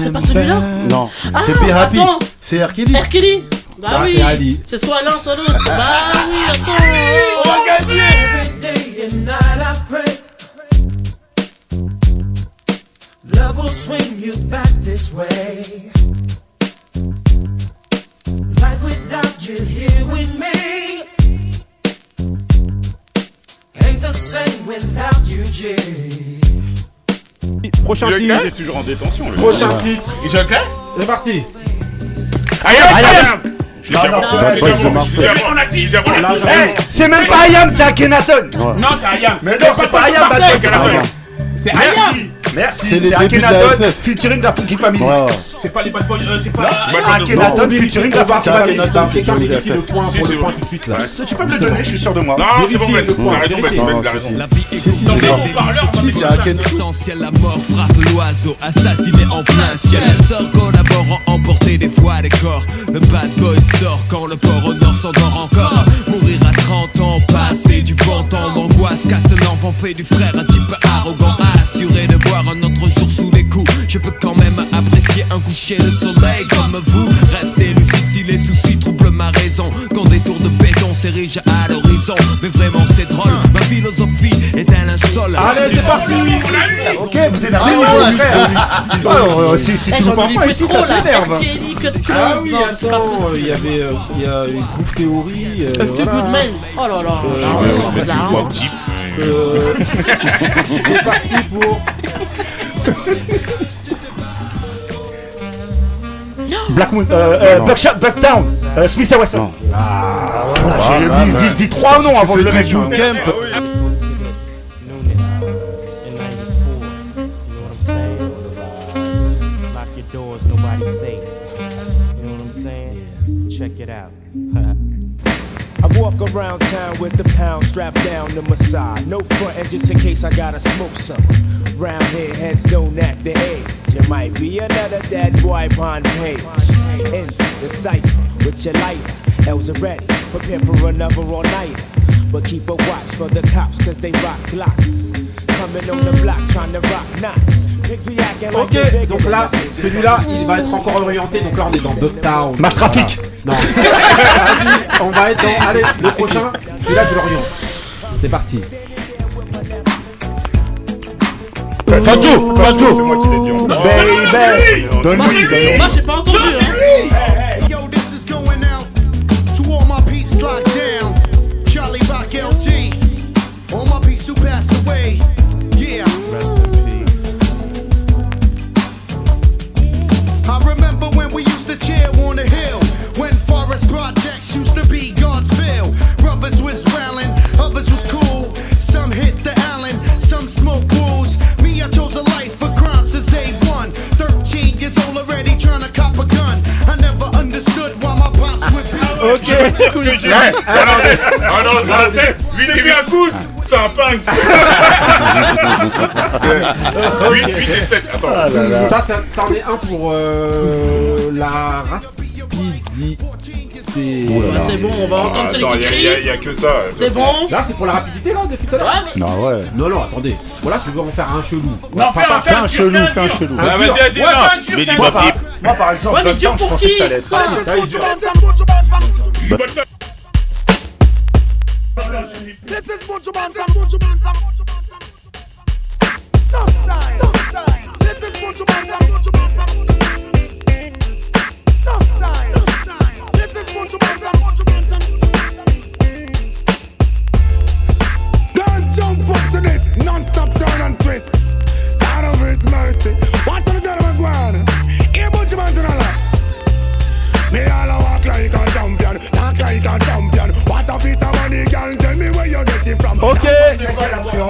c'est pas celui-là
Non.
Ah,
C'est P. Happy.
attends.
C'est R. Kelly.
R. Kelly Bah
Ah, c'est
oui
Ali.
C'est soit l'un, soit l'autre. Bah oui, attends On va
Every day and night I pray. Love will swing you back this way. Life without you here with me ain't the same without you, G.
Prochain
Joker
titre.
est toujours en détention. le
Prochain
gars.
titre.
Joker
C'est parti.
Aïe,
aïe, aïe.
Je l'ai déjà
non,
avancé, je l'ai
non,
déjà avancé, je l'ai déjà
On a dit, j'ai
avancé.
Hey, c'est même pas Ayam, c'est Akhenaton.
Non, c'est Ayam.
Mais non, c'est pas Ayam,
Marseille,
Bad Boy
Akhenaton.
Akhenaton.
C'est
Merci.
Ayam.
Merci,
C'est les
c'est
débuts de la
Akhenaton
FF.
featuring la Funky Family.
C'est pas les Bad Boys, euh, c'est pas.
Akhenaton featuring la Funky Family.
Si, c'est vrai.
Tu peux me le donner, je suis sûr de moi.
Non,
Vérifiez
c'est bon, Ben.
le point,
Arrête, Ben,
vérifiez.
Ben, il a
Non, non,
raison.
c'est-
La
Si,
vie
si,
Dans
c'est
des
ça.
haut-parleurs,
Si,
dans des
c'est
haut-parleurs.
Akhenaton.
Substantiel, la mort frappe l'oiseau, assassiné en plein ciel. Les sort collaborant, emporter des fois des corps. Le bad boy sort quand le port au nord s'endort encore. Mourir à 30 ans, passer du bon temps, l'angoisse casse un enfant, fait du frère un type arrogant. Assuré de boire un autre jour sous les coups. Je peux quand même apprécier un coucher de soleil comme vous. Restez lucide si les soucis troublent ma raison. Quand des tours de béton s'érigent à l'horizon. Mais vraiment, c'est drôle, ma philosophie est un linceul.
Allez, c'est parti Ok, vous êtes
Ah,
sérieux,
ouais,
frère
ouais.
Alors, euh, si si
Eh,
tu
j'en
nous parles
oublie
pas
plus
ici,
trop,
ça
là.
s'énerve.
R. Kelly, Cut
Ah
Close,
oui,
non, c'est pas
attends,
possible.
il y avait euh, il y a eu Groove Theory.
Of the Good Man. Oh là là.
Euh, C'est parti pour.
Black Moon, euh, euh, Buckshot- Bucktown, euh, Smith and Wesson. Ah, voilà, j'ai
Ah,
mis-
bah,
dis-
bah.
dis trois
Si
noms
tu
avant
fais Ah
de le
du
mettre.
boot
hein.
camp.
Lock your doors, nobody's safe. You know what I'm saying? Check it out. I walk around town with the pound strapped down to my side. No front end just in case I gotta smoke some. Round here, heads don't act the age. There might be another dead boy upon page. Into the cipher with your lighter. L's already prepare for another all nighter. But keep a watch for the cops, cause they rock glocks. Coming on the block, trying to rock knots. Pick the acting like they
Ok,
bigger
donc
than
là,
us.
celui-là, il va être encore orienté. Donc là, on est dans Bucktown.
Marche Trafic.
Voilà. Non. Vas-y, on va être dans. Allez, le prochain. Celui-là, je l'oriente. C'est parti.
Fadjo, Fadjo.
Non,
Baby, donne-lui, donne-lui.
Moi, j'ai pas entendu. hein.
je veux dire que j'ai.
Ouais.
Alors, ah non, dans la scène, lui, il est un coude. C'est un punk. 8, 8 et 7. Attends.
Ça, ça, ça en est un pour euh, la rapidité.
Ouh Oh là
Ouais,
là.
c'est bon, on va
Ah,
entendre
Attends,
les
il y a-
cris.
il y a- il y a que ça.
C'est bon Là, c'est pour la rapidité, là, depuis tout à l'heure
Non, ouais.
Non, non, attendez. Voilà, je veux en faire un chelou.
Non, fais un- fais un dur, fais un dur.
chelou.
Ah, vas-y,
dur.
vas-y, non. Mais dis
Moi,
Bob
par-
Pip.
Moi, par
Ouais,
exemple,
mais
comme
dur
ça, je
pour
pensais
qui
que ça allait être
Ah,
ça. Ça, il est dur.
God's jump up to this non-stop turn and twist. God of His mercy. Watch on the God of God. Here, bunch of man to the left. Me all a walk like a champion, talk like a champion. What a piece of money, girl. Tell me where you get it from.
Ok.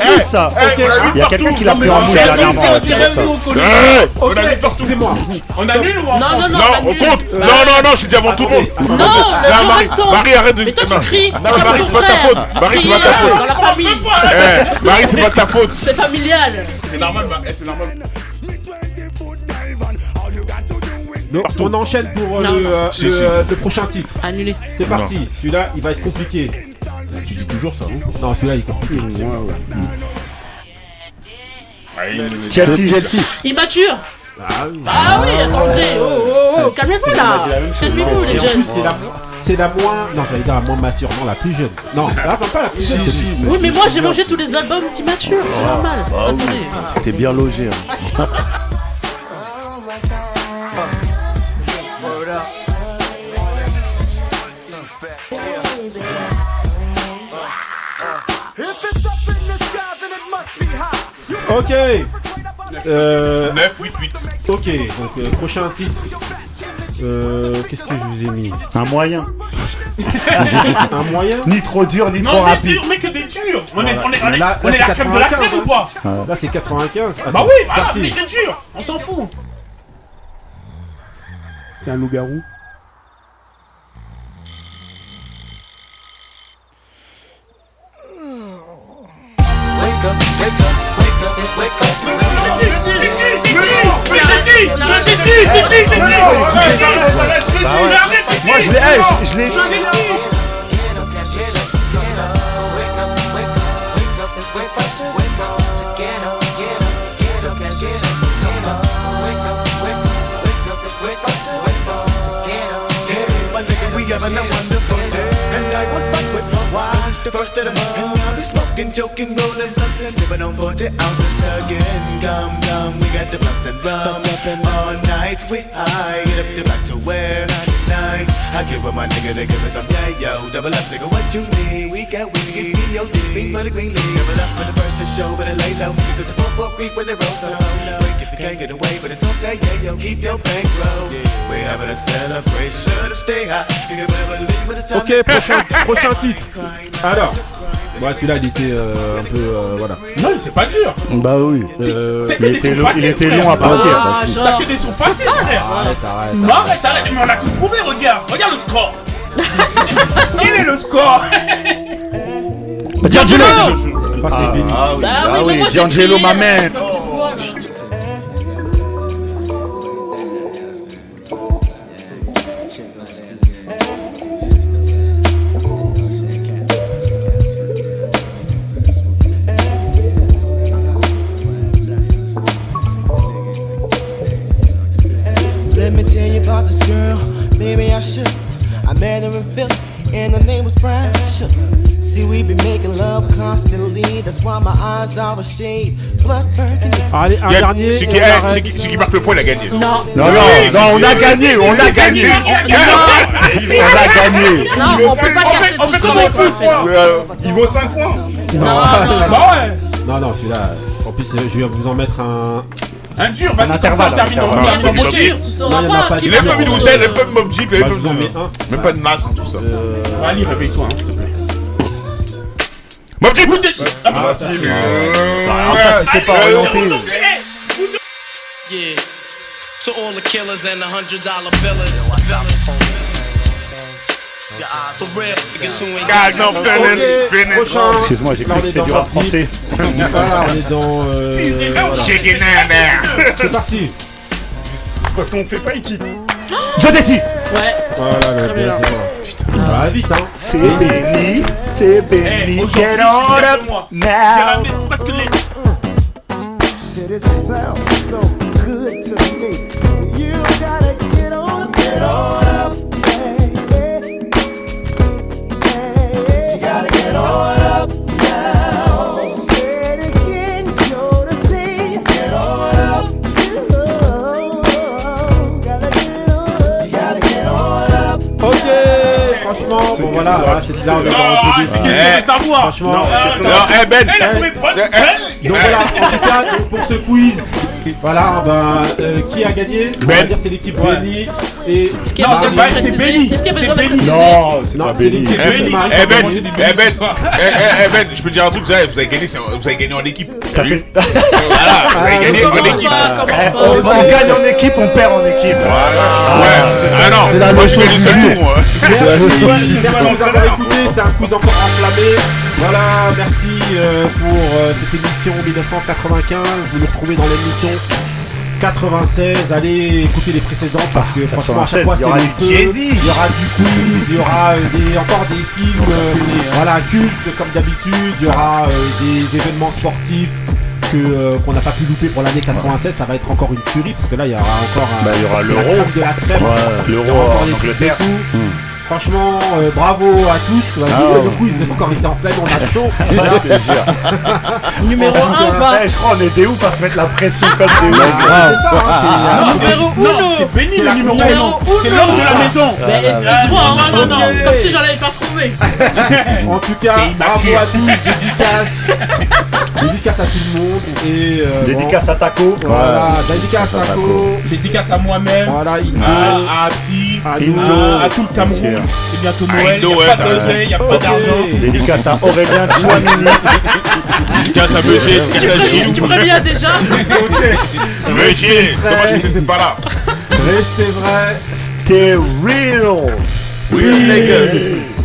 Eh,
ça.
eh, on l'a vu
Il y a quelqu'un
partout.
qui l'a
Non,
pris
mais
en
on
bouche
sait,
dernièrement.
on dirait
avec ça.
nous qu'on
Ouais.
On annule partout. C'est moi. On annule ou on
Non,
compte
non, non, on
on
annule.
compte.
Bah,
Non, non, non, je suis dit avant tout le monde.
Non,
Là,
le jour
Marie,
restante.
Marie, arrête de.
Mais toi, tu
Non.
cries.
Non,
T'as
mais Marie,
ton
c'est pas de ta
frère.
faute. Marie, c'est pas de ta
Crier,
faute.
dans la famille.
Eh, Marie, c'est pas de ta faute.
C'est familial.
C'est normal, bah, eh, c'est normal.
Donc, on enchaîne pour euh,
Non.
le, euh,
Si,
le,
si.
euh, le prochain titre.
Annulé.
C'est parti.
Non.
Celui-là, il va être compliqué. Tu dis toujours ça, non celui-là, il est compliqué. Ouais, ouais.
Chelsea, Chelsea.
Immature
Ah
Ah oui, attendez, oh oh oh, calmez-vous là Calmez-vous les
En
jeunes
plus, c'est la- C'est la moins. Non, j'allais dire la moins mature, non, la plus jeune. Non, là, pas la plus jeune. c'est-
Oui, mais moi j'ai mangé tous les albums d'immature, c'est normal
Ah oui.
Attendez
T'es bien logé. hein.
Ok. Euh... 9, 8, 8. Ok, donc euh, prochain titre. Euh, Qu'est-ce que je vous ai mis
Un moyen.
Un moyen
Ni trop dur, ni
Non,
trop
mais
rapide.
dur,
Mais que des durs On est,
Voilà.
on est, on est,
Là,
on
là,
est la
c'est
crème de la
95,
crème ou pas
hein. Là, c'est 95.
Bah
Attends,
oui,
c'est
voilà,
parti.
mais que dur On s'en fout
C'est un loup-garou.
Wake up, wake up, wake up, it's wake up.
Moi, je l'ai. eh, je- Je l'ai.
Smoking, joking, rolling, bustin', sippin' on 40 ounces, thuggin', gum, gum. We got the blunts and rum all night. We high, get up the back to where nine. I give up my nigga, they give me some yeah, yo. Double up, nigga, what you need? We can't wait to give me your dick. Bing for the green leaf, give it up for the first and show, but it lay low. Cause the pump up creep when it rolls so low. Break if you can't get away, but it toast that yeah, yo. Keep your bankroll. We having a celebration, Let's stay high. You can better believe it, it's time
Ok, prochain, prochain titre. Alors. Ouais, celui-là, il était euh, un peu. euh, voilà.
Non, il était pas dur
Bah oui.
Euh,
T'as que des sons faciles, frère. Ah, genre. T'as que des sons faciles, frère
Arrête, arrête.
Non, arrête, arrête, mais on l'a tous trouvé, regarde Regarde le score Quel est le score
D'Angelo
Ah,
ah oui,
Bah
ah
oui, mais
oui,
moi, j'ai euh,
D'Angelo,
crié.
ma main
Let me tell you about this girl, maybe I should. I met her in Philly, and her name was Brian Shook. See, we be making love constantly, that's why my eyes are a shade. Blood burgundy.
Allez, un
Y'a-
dernier.
Celui
et
qui,
on
eh,
arrête.
celui qui- celui qui marque le point, il a gagné.
Non.
Non, non, non, on a gagné, on a gagné. Ah,
On a gagné.
Non, on peut pas casser
On fait
tout
comment on
comme
hein,
fait
ça, en fait.
Euh, Il vaut 5 points.
Non,
Non, non.
Bah
non, non, non, celui-là. En plus, euh, je vais vous en mettre un.
Un dur, vas-y,
intervalle,
comme ça, on
un
termine,
intervalle.
on termine. Il y a pas de dur, tu sauras
Non, il y en a
pas qui
de
Il a
dur.
pas mis de hôtel, il a pas mis de mob jeep, il a
Bah,
pas
je vous en mets un.
Même pas de masse et tout ça.
Ali, réveille-toi, hein, s'il te plaît.
Mob jeep Ah,
ça, si c'est pas orienté.
Yeah. To all the killers and the hundred dollar billers. For real, niggas who ain't
Got no feelings, feelings.
Excuse-moi, j'ai cru que c'était du rap français.
Voilà, Ah, on est dans. euh,
Oh,
voilà.
Chicken and air.
C'est parti.
Parce qu'on fait pas équipe.
Je décide.
Ouais.
Voilà, bien, c'est bon. Ça va vite, hein.
C'est béni, c'est béni.
Aujourd'hui,
Get on
j'ai
up
de moi. J'ai
now.
ramené presque les.
Shit, it sounds so good to me. You gotta get on up, get on up, baby. You gotta get on up now. Say it again, you're the same. Get on up. You gotta get on up. You gotta get on up.
Ok, franchement, bon voilà, hein, c'est là on est dans un peu déçu.
qu'est-ce que Ah, savoir
Franchement,
Non,
qu'est-ce
non,
qu'on-
eh ben,
Eh,
elle a trouvé une bonne
eh,
blague.
Donc voilà, en tout cas, donc, pour ce quiz, voilà, ben, euh, qui a gagné On
Ben.
va dire c'est l'équipe Béni et.
qu'il y a besoin de
Marie.
préciser Est-ce qu'il y a besoin de préciser
Non, c'est l'équipe
Eh ben,
Béni. Marie,
eh
qui a
ben,
mangé des
eh ben, eh, eh, eh ben, je peux dire un truc, vous savez, vous avez gagné, c'est- vous avez gagné en équipe. T'as vu Voilà, vous
Ah,
avez gagné en équipe.
Eh, On on gagne en équipe, on perd en équipe.
Ah non,
C'est la
moi, je
leçon
fais du
du
seul
jour.
tour, moi.
Merci,
C'est la leçon
merci
du
de
jour.
nous avoir écoutés. C'était un quiz encore enflammé. Voilà, merci euh, pour euh, cette émission 1995. Vous nous retrouvez dans l'émission 96. Allez écouter les précédentes parce que franchement, à
96,
chaque fois,
Ah, il y
c'est
aura
les
du
feux.
Jay-Z.
Il y aura du quiz, il y aura euh, des, encore des films euh, voilà, cultes comme d'habitude. Il y aura euh, des événements sportifs. Que, euh, qu'on n'a pas pu louper pour l'année 96, ça va être encore une tuerie parce que là il y aura encore un-
Bah, il y aura
c'est la
l'Euro.
crème de la crème.
Ouais,
Il y aura
l'Euro
encore
en
des trucs de
Angleterre.
fou. Franchement, euh, bravo à tous. Vas-y,
Ah ouais.
le quiz est encore été en flamme, on a chaud.
je te jure.
Numéro 1 ou pas
Eh, Je crois on est des oufs à se mettre la pression comme des oufs.
grave. c'est ça, hein,
Non, numéro uno. Ah, C'est béni le numéro uno. C'est
uno.
l'homme de la maison.
Ah. Mais excuse-moi, hein.
Non, non, non.
Comme si j'en avais pas trouvé.
En tout cas, bravo à tous, dédicace. dédicace à tout le monde. Et, euh,
Dédicace
bon,
à Taco.
Voilà, dédicace à Taco.
Dédicace à moi-même.
Voilà, Indo.
À Psy. À,
Indo.
à- à tout le
Bien sûr.
Cameroun. C'est bientôt Noël.
Indo,
Il a
ouais,
pas
bah,
d'oseille, il a pas d'argent.
Dédicace à Aurélien Chouamini.
Dédicace à Beugé, dédicace à Gilou.
Tu préviens déjà
Beugé, dommage que t'étais pas là.
Restez vrais.
Stay real.
Oui, les gars.